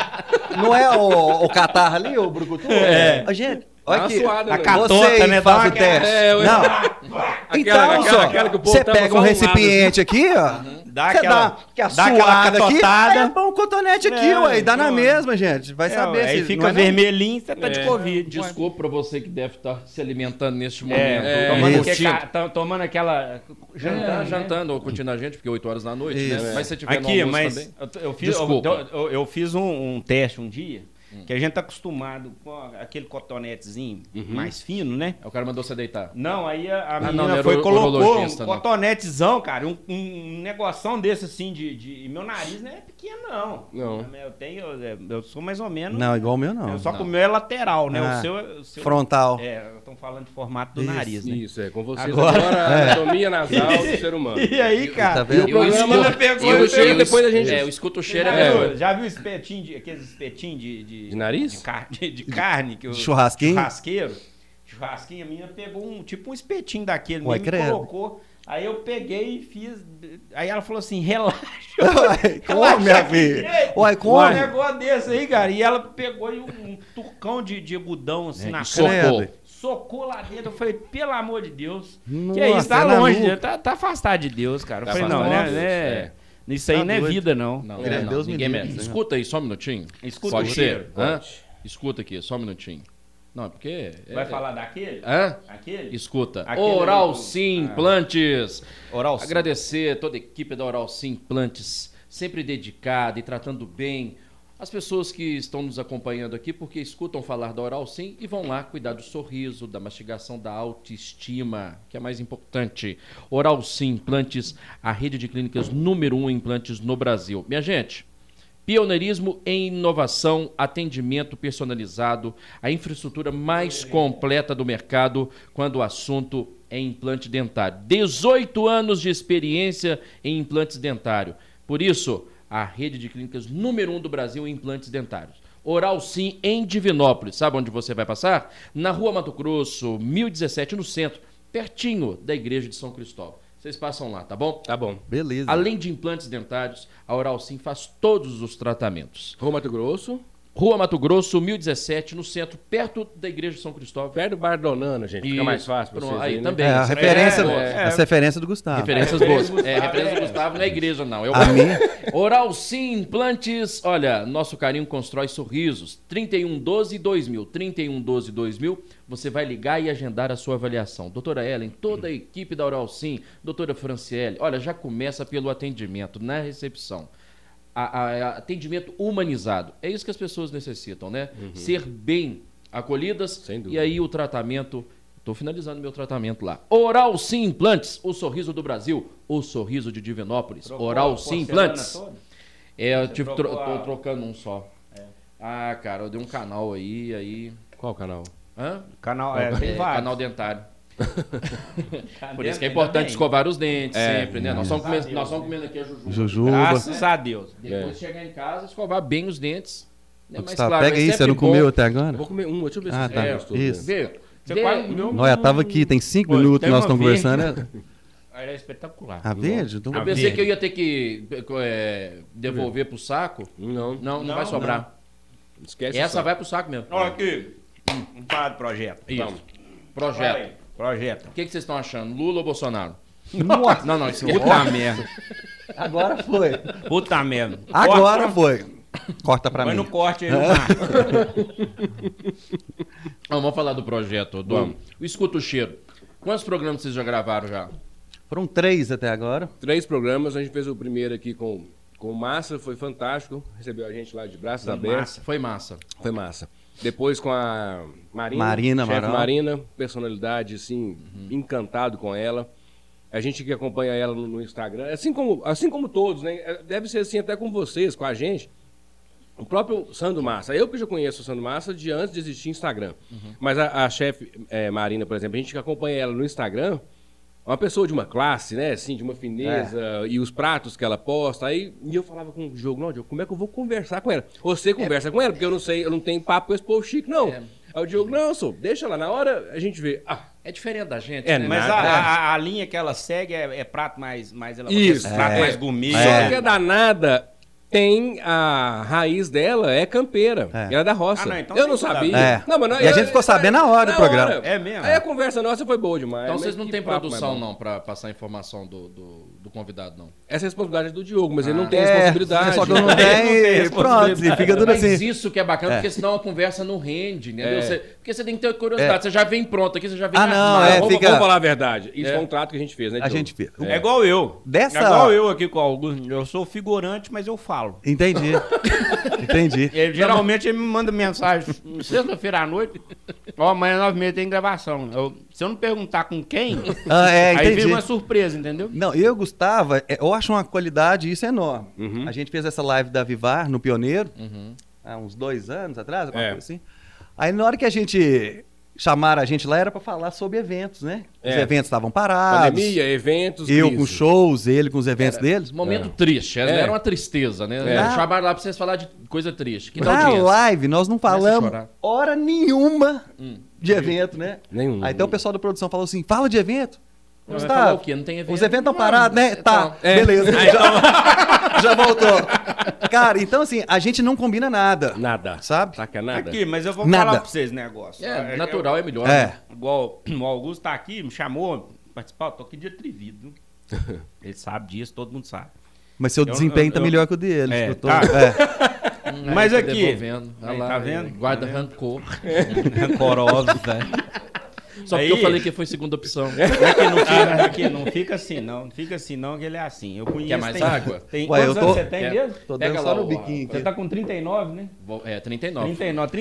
Speaker 3: Não é o, o catarro ali, o brucutu? É. gente, olha
Speaker 4: Dá uma
Speaker 3: aqui.
Speaker 4: suada, É,
Speaker 3: a
Speaker 4: né?
Speaker 3: catota,
Speaker 2: Vocês
Speaker 3: né?
Speaker 2: fazem
Speaker 3: Faz o
Speaker 2: o
Speaker 3: teste.
Speaker 4: teste.
Speaker 3: Não,
Speaker 4: Aquela-
Speaker 3: então,
Speaker 4: aquela-
Speaker 3: só,
Speaker 4: aquela que o povo
Speaker 3: você
Speaker 4: tava Uhum.
Speaker 3: pega
Speaker 4: só
Speaker 3: um
Speaker 4: um lado,
Speaker 3: recipiente aqui, ó.
Speaker 2: Dá
Speaker 3: você
Speaker 2: aquela-
Speaker 3: dá, que a
Speaker 2: dá aquela
Speaker 3: suada aqui,
Speaker 2: catotada.
Speaker 3: aí é bom um cotonete aqui,
Speaker 2: É,
Speaker 3: ué, e dá na
Speaker 2: pô.
Speaker 3: mesma, gente. Vai saber
Speaker 2: aí
Speaker 3: se
Speaker 2: fica
Speaker 3: não é não.
Speaker 2: vermelhinho, você tá de
Speaker 4: É.
Speaker 2: Covid.
Speaker 1: Desculpa pra você que deve estar se alimentando neste momento.
Speaker 2: É,
Speaker 4: É,
Speaker 2: tomando,
Speaker 3: isso.
Speaker 2: que- ca- tá- tomando aquela.
Speaker 1: Jantando,
Speaker 2: É,
Speaker 1: jantando ou curtindo a gente, porque 8 horas da noite,
Speaker 3: Isso.
Speaker 1: né? Mas se tiver no
Speaker 2: Aqui,
Speaker 1: almoço
Speaker 2: mas
Speaker 1: também.
Speaker 2: eu, eu fiz, eu,
Speaker 1: Desculpa.
Speaker 2: eu- eu fiz um, um teste um dia, que a gente tá acostumado com aquele cotonetezinho mais fino, né?
Speaker 1: É, O cara mandou você deitar.
Speaker 2: Não, aí a, a
Speaker 1: não,
Speaker 2: menina
Speaker 1: não era
Speaker 2: foi
Speaker 1: o-
Speaker 2: colocou um
Speaker 1: urologista, não.
Speaker 2: cotonetezão, cara, um, um negoção desse assim de, de- e meu nariz não é pequeno não.
Speaker 4: Não.
Speaker 2: Eu tenho, é, eu, eu sou mais ou menos.
Speaker 3: Não, igual o meu não.
Speaker 2: eu só
Speaker 1: não.
Speaker 2: que o meu é lateral, né?
Speaker 3: Ah,
Speaker 2: o seu, é- o seu
Speaker 3: Frontal.
Speaker 2: É, estão falando de formato do
Speaker 3: Isso,
Speaker 2: nariz, [laughs] né?
Speaker 4: Isso, é. Com vocês
Speaker 2: Agora-
Speaker 4: agora,
Speaker 3: é.
Speaker 4: a
Speaker 3: [laughs]
Speaker 4: anatomia nasal do ser humano.
Speaker 2: E aí, cara?
Speaker 3: Tá vendo?
Speaker 4: E o programa-
Speaker 1: escuto-
Speaker 2: pegou né?
Speaker 1: eu
Speaker 2: e
Speaker 1: escuto-
Speaker 4: veio depois da gente-
Speaker 1: É, eu escuto o cheiro.
Speaker 2: Já,
Speaker 1: é
Speaker 2: viu-
Speaker 1: mesmo.
Speaker 2: já viu espetinho de, aqueles espetinhos de, de,
Speaker 4: De nariz?
Speaker 2: De, car- de- de carne. Que o-
Speaker 3: De churrasquinho?
Speaker 2: Churrasqueiro. Churrasquinho, a minha pegou um, tipo um espetinho daquele,
Speaker 3: Ué,
Speaker 2: mesmo, me
Speaker 3: credo.
Speaker 2: colocou. Aí eu peguei e fiz. Aí ela falou assim: relaxa.
Speaker 3: [laughs] [laughs] Ué, Como, minha filha? Ué, como?
Speaker 2: Um negócio desse aí, cara. E ela pegou e um, um turcão de, de algodão
Speaker 3: É,
Speaker 2: assim na
Speaker 1: Socou.
Speaker 2: cara.
Speaker 3: credo.
Speaker 2: Socou lá dentro. Eu falei, pelo amor de Deus.
Speaker 3: Nossa,
Speaker 2: que é isso? Tá
Speaker 3: é na
Speaker 2: longe,
Speaker 3: nuca.
Speaker 2: tá, tá afastado de Deus, cara. Eu
Speaker 4: Tá
Speaker 2: falei, não, né?
Speaker 4: afastado de Deus,
Speaker 2: né, Isso aí
Speaker 3: Tá
Speaker 2: não é
Speaker 3: doido.
Speaker 2: vida, não.
Speaker 1: Não,
Speaker 3: Graças a
Speaker 1: não,
Speaker 3: Deus me
Speaker 1: ninguém
Speaker 3: livre,
Speaker 1: merece.
Speaker 3: né?
Speaker 1: Escuta aí, só um minutinho.
Speaker 2: Escuta
Speaker 1: Pode ser?
Speaker 2: o cheiro,
Speaker 1: Hã? Escuta aqui, só um minutinho. Não, porque... é-
Speaker 2: Vai falar daquele?
Speaker 1: Hã?
Speaker 2: Aquele?
Speaker 1: Escuta.
Speaker 2: Aquele
Speaker 1: Oral
Speaker 2: ali.
Speaker 1: Sim
Speaker 2: Ah.
Speaker 1: Implantes.
Speaker 2: Oral Sim.
Speaker 1: Agradecer toda a equipe da Oral Sim Implantes, sempre dedicada e tratando bem as pessoas que estão nos acompanhando aqui, porque escutam falar da Oral Sim e vão lá cuidar do sorriso, da mastigação, da autoestima, que é mais importante. Oral Sim Implantes, a rede de clínicas número um em implantes no Brasil. Minha gente, Pioneirismo em inovação, atendimento personalizado, a infraestrutura mais completa do mercado quando o assunto é implante dentário. 18 anos de experiência em implantes dentário. Por isso, a rede de clínicas número um do Brasil em implantes dentários. Oral Sim em Divinópolis. Sabe onde você vai passar? Na Rua Mato Grosso, 1017, no centro, pertinho da Igreja de São Cristóvão. Vocês passam lá, tá bom?
Speaker 4: Tá bom.
Speaker 3: Beleza.
Speaker 1: Além de implantes dentários, a Oral Sim faz todos os tratamentos.
Speaker 4: Rua Mato Grosso.
Speaker 1: Rua Mato Grosso, 1017, no centro, perto da Igreja de São Cristóvão.
Speaker 4: Perto do Bar Donana, gente. Fica
Speaker 1: Isso.
Speaker 4: mais fácil pra
Speaker 1: Pronto,
Speaker 4: vocês
Speaker 1: aí
Speaker 4: né?
Speaker 1: também.
Speaker 3: É, a
Speaker 1: Isso.
Speaker 3: referência,
Speaker 1: É,
Speaker 2: é.
Speaker 3: As referências do Gustavo.
Speaker 1: Referências boas. É, referência do Gustavo não é igreja, não. É o
Speaker 3: Ah, A minha?
Speaker 1: Oral Sim Implantes. Olha, nosso carinho constrói sorrisos. 3112 2000. 3112 2000. Você vai ligar e agendar a sua avaliação. Doutora Ellen, toda a equipe da Oral Sim, doutora Franciele. Olha, já começa pelo atendimento, na recepção. A- a- a- atendimento humanizado. É isso que as pessoas necessitam, né?
Speaker 3: Uhum.
Speaker 1: Ser bem acolhidas.
Speaker 4: Sem dúvida.
Speaker 1: E aí o tratamento. Estou finalizando meu tratamento lá. Oral Sim Implantes, o sorriso do Brasil, o sorriso de Divinópolis.
Speaker 2: Trocou a
Speaker 1: Oral Sim
Speaker 2: porcelana
Speaker 1: Implantes.
Speaker 2: toda?
Speaker 1: É, eu
Speaker 2: Você
Speaker 1: tive
Speaker 2: trocou
Speaker 1: tro-
Speaker 2: a- É.
Speaker 1: tô trocando um só. Ah, cara, eu dei um canal aí, aí.
Speaker 4: Qual o canal?
Speaker 1: Hã?
Speaker 2: Canal, é, tem
Speaker 1: É,
Speaker 2: vários.
Speaker 1: canal dentário.
Speaker 2: Tá
Speaker 1: Por isso
Speaker 2: dentro,
Speaker 1: que é
Speaker 2: ainda
Speaker 1: importante
Speaker 2: bem.
Speaker 1: escovar os dentes
Speaker 3: É,
Speaker 1: sempre, né? Nós estamos
Speaker 2: Graças a
Speaker 1: comendo, nós
Speaker 2: Deus, né?
Speaker 1: estamos comendo aqui a Juju.
Speaker 3: Jujuba.
Speaker 2: Graças a Deus.
Speaker 1: Depois
Speaker 4: É.
Speaker 1: chegar em casa, escovar bem os dentes. Né?
Speaker 3: Ô,
Speaker 1: Mas,
Speaker 3: Gustavo,
Speaker 1: claro,
Speaker 3: pega
Speaker 1: é
Speaker 3: isso, você
Speaker 1: sempre
Speaker 3: não
Speaker 1: bom-
Speaker 3: comeu tá? até agora?
Speaker 4: Vou comer um, deixa eu ver
Speaker 3: Ah,
Speaker 4: se
Speaker 3: tá.
Speaker 4: é, gostou.
Speaker 3: Isso.
Speaker 1: Vê,
Speaker 2: Você
Speaker 1: dê-
Speaker 2: quase comeu um-
Speaker 3: Olha, tava aqui, tem cinco
Speaker 2: Olha,
Speaker 3: minutos
Speaker 4: É
Speaker 2: tem
Speaker 3: que nós
Speaker 2: uma
Speaker 3: estamos
Speaker 2: verde.
Speaker 3: conversando. né?
Speaker 2: Era espetacular.
Speaker 3: A verde? Então-
Speaker 1: Eu
Speaker 2: A
Speaker 1: pensei
Speaker 2: verde.
Speaker 1: que eu ia ter que é, devolver pro saco.
Speaker 4: Não,
Speaker 1: Não, não,
Speaker 2: Não,
Speaker 1: vai sobrar.
Speaker 4: esquece.
Speaker 1: Essa
Speaker 4: só.
Speaker 1: vai pro saco mesmo.
Speaker 2: Olha aqui. Vamos falar do projeto.
Speaker 1: Isso.
Speaker 4: Vamos.
Speaker 1: Projeto.
Speaker 2: Fala aí. Projeto.
Speaker 1: O que que vocês estão achando? Lula ou Bolsonaro?
Speaker 3: Nossa,
Speaker 1: Não, não, isso
Speaker 2: Puta merda.
Speaker 3: agora foi.
Speaker 2: Puta merda.
Speaker 3: Agora foi. Corta pra
Speaker 2: Põe
Speaker 3: mim.
Speaker 2: no corte aí no mar.
Speaker 1: Não, vamos falar do projeto, do o Escuta o Cheiro. Quantos programas vocês já gravaram já?
Speaker 3: Foram três até agora.
Speaker 4: Três programas, a gente fez o primeiro aqui com, com o Massa, foi fantástico. Recebeu a gente lá de braços abertos.
Speaker 2: Massa.
Speaker 1: Foi massa.
Speaker 4: Foi massa. Depois com a Marina,
Speaker 3: Marina
Speaker 4: chefe
Speaker 3: Amaral.
Speaker 4: Marina, personalidade assim, encantado com ela. A gente que acompanha ela no, no Instagram, assim como, assim como todos, né? É, Deve ser assim até com vocês, com a gente. O próprio Sandro Massa, eu que já conheço o Sandro Massa de antes de existir Instagram. Mas a, a chefe eh, Marina, por exemplo, a gente que acompanha ela no Instagram, é uma pessoa de uma classe, né? Assim, de uma fineza, e os pratos que ela posta. Aí e eu falava com o Diogo, não, Diogo, como é que eu vou conversar com ela? Você conversa com ela, porque eu não sei, eu não tenho papo com esse povo chique, não. Aí o Diogo, não, sou, deixa lá, na hora a gente vê. Ah,
Speaker 1: É diferente da gente,
Speaker 4: É,
Speaker 1: né?
Speaker 2: Mas
Speaker 4: nada.
Speaker 2: a, a- a linha que ela segue é, é prato mais, mais elaborado.
Speaker 4: Isso.
Speaker 2: Prato
Speaker 4: É.
Speaker 2: mais gourmet.
Speaker 4: Só que é danada. tem a raiz dela é campeira.
Speaker 3: É.
Speaker 4: Ela é da roça.
Speaker 2: Ah, não, então
Speaker 4: eu não
Speaker 2: tem que
Speaker 4: sabia.
Speaker 3: saber. É.
Speaker 4: Não, mas não,
Speaker 3: E a
Speaker 4: eu-
Speaker 3: gente ficou sabendo na hora do programa.
Speaker 2: É mesmo?
Speaker 4: Aí a conversa nossa foi boa demais.
Speaker 1: Então
Speaker 4: Mas
Speaker 1: vocês não
Speaker 4: É que
Speaker 1: têm
Speaker 4: papo mais
Speaker 1: produção
Speaker 4: bom.
Speaker 1: não pra passar a informação do, do, do convidado não.
Speaker 4: Essa responsabilidade é do Diogo, mas ele não tem
Speaker 3: É,
Speaker 4: responsabilidade. É,
Speaker 3: Só que
Speaker 4: [laughs]
Speaker 3: eu não
Speaker 2: Aí não tem
Speaker 3: tenho. Pronto,
Speaker 2: responsabilidade.
Speaker 3: e fica tudo
Speaker 1: Mas
Speaker 3: assim.
Speaker 1: isso que é bacana, porque senão a conversa não rende, entendeu?
Speaker 4: É.
Speaker 1: Você- porque você tem que ter curiosidade, você já vem pronto aqui, você já vem
Speaker 3: Ah, não,
Speaker 1: armado.
Speaker 3: é,
Speaker 4: vamos,
Speaker 3: fica-
Speaker 4: vamos falar a verdade. Isso
Speaker 1: É.
Speaker 4: foi um trato que a gente fez, né,
Speaker 3: A
Speaker 4: Diogo?
Speaker 3: gente vê.
Speaker 2: É igual eu.
Speaker 3: Dessa-
Speaker 2: É igual eu aqui com o Augusto. Eu sou figurante, mas eu falo.
Speaker 3: Entendi. Entendi.
Speaker 2: Ele, geralmente ele me manda mensagem sexta-feira à noite. Ó, amanhã nove e meia tem gravação. Eu- se eu não perguntar com quem,
Speaker 3: Ah, [laughs] é,
Speaker 2: aí vira
Speaker 3: entendi.
Speaker 2: uma surpresa, entendeu?
Speaker 3: Não, eu, Gustavo, é- eu acho uma qualidade, isso é enorme. A gente fez essa live da Vivar no Pioneiro, há uns dois anos atrás, alguma
Speaker 4: É.
Speaker 3: coisa assim. Aí na hora que a gente chamaram a gente lá, era pra falar sobre eventos, né? Os
Speaker 4: É.
Speaker 3: eventos estavam parados.
Speaker 4: Pandemia, eventos,
Speaker 3: eu
Speaker 4: crise.
Speaker 3: com shows, ele com os eventos deles.
Speaker 1: Momento triste, era,
Speaker 4: É.
Speaker 1: era uma tristeza, né?
Speaker 3: É.
Speaker 1: Chamaram lá pra vocês falar de coisa triste. Que
Speaker 3: Na
Speaker 1: audiência.
Speaker 3: live, nós não falamos
Speaker 1: chorar.
Speaker 3: hora nenhuma de evento, né?
Speaker 4: Nenhuma.
Speaker 3: Aí então o pessoal da produção falou assim: fala de evento.
Speaker 1: Não,
Speaker 3: Gustavo,
Speaker 1: vai falar o quê? Não tem evento.
Speaker 3: tá- Os eventos estão
Speaker 1: Não,
Speaker 3: parados, né?
Speaker 1: então,
Speaker 3: Tá,
Speaker 4: é.
Speaker 3: beleza. Já, [laughs] já voltou. Cara, então assim, a gente não combina nada.
Speaker 4: Nada.
Speaker 3: Sabe?
Speaker 4: Saca nada.
Speaker 2: Aqui, mas eu vou
Speaker 3: Nada.
Speaker 2: falar pra vocês negócio.
Speaker 1: É, natural é melhor.
Speaker 3: É.
Speaker 2: Igual o Augusto tá aqui, me chamou, participar, eu tô aqui de atrevido.
Speaker 3: [laughs]
Speaker 2: Ele sabe disso, todo mundo sabe.
Speaker 3: Mas seu
Speaker 2: Eu-
Speaker 3: desempenho
Speaker 2: eu-
Speaker 3: tá
Speaker 2: eu-
Speaker 3: melhor que o dele.
Speaker 2: É,
Speaker 3: eu tô-
Speaker 2: tá.
Speaker 3: é.
Speaker 1: Hum, aí
Speaker 2: Mas
Speaker 1: tá
Speaker 2: aqui-
Speaker 1: devolvendo. Olha
Speaker 2: Aí,
Speaker 1: lá,
Speaker 2: tá vendo?
Speaker 1: Guarda
Speaker 2: Tá vendo?
Speaker 1: rancor.
Speaker 2: Rancorosa, velho.
Speaker 1: Só
Speaker 2: Aí-
Speaker 1: porque eu falei que foi segunda opção.
Speaker 2: É que não fica, é que não fica assim, não. Não fica assim, não, que ele é assim. Eu conheço.
Speaker 1: Quer mais
Speaker 2: tem-
Speaker 1: água?
Speaker 2: Tem,
Speaker 3: Ué,
Speaker 2: quantos
Speaker 3: eu
Speaker 2: anos
Speaker 3: tô-
Speaker 2: você tem
Speaker 1: É.
Speaker 2: mesmo?
Speaker 3: Tô
Speaker 1: Pega
Speaker 3: dando
Speaker 1: lá
Speaker 3: só no
Speaker 1: o-
Speaker 3: biquinho
Speaker 2: Você
Speaker 3: aqui.
Speaker 2: tá com 39, né?
Speaker 1: Vou- É, 39.
Speaker 2: 39,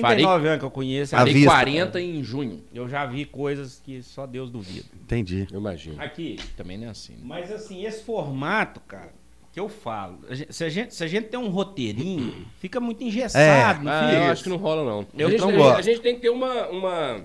Speaker 1: Farei-
Speaker 2: 39 anos que eu conheço. é.
Speaker 3: À
Speaker 1: Farei
Speaker 3: vista.
Speaker 1: 40 em junho.
Speaker 2: Eu já vi coisas que só Deus duvida.
Speaker 3: Entendi.
Speaker 4: Eu imagino.
Speaker 2: Aqui,
Speaker 1: Também não é assim. né?
Speaker 2: mas assim, esse formato, cara, que eu falo, a gente- se, a gente, se a gente tem um roteirinho, fica muito engessado, não
Speaker 4: Ah,
Speaker 2: fica?
Speaker 4: eu acho que não rola, não.
Speaker 3: Eu
Speaker 4: a, gente,
Speaker 3: não
Speaker 4: a gente-
Speaker 3: gosto.
Speaker 4: a gente tem que ter uma, uma,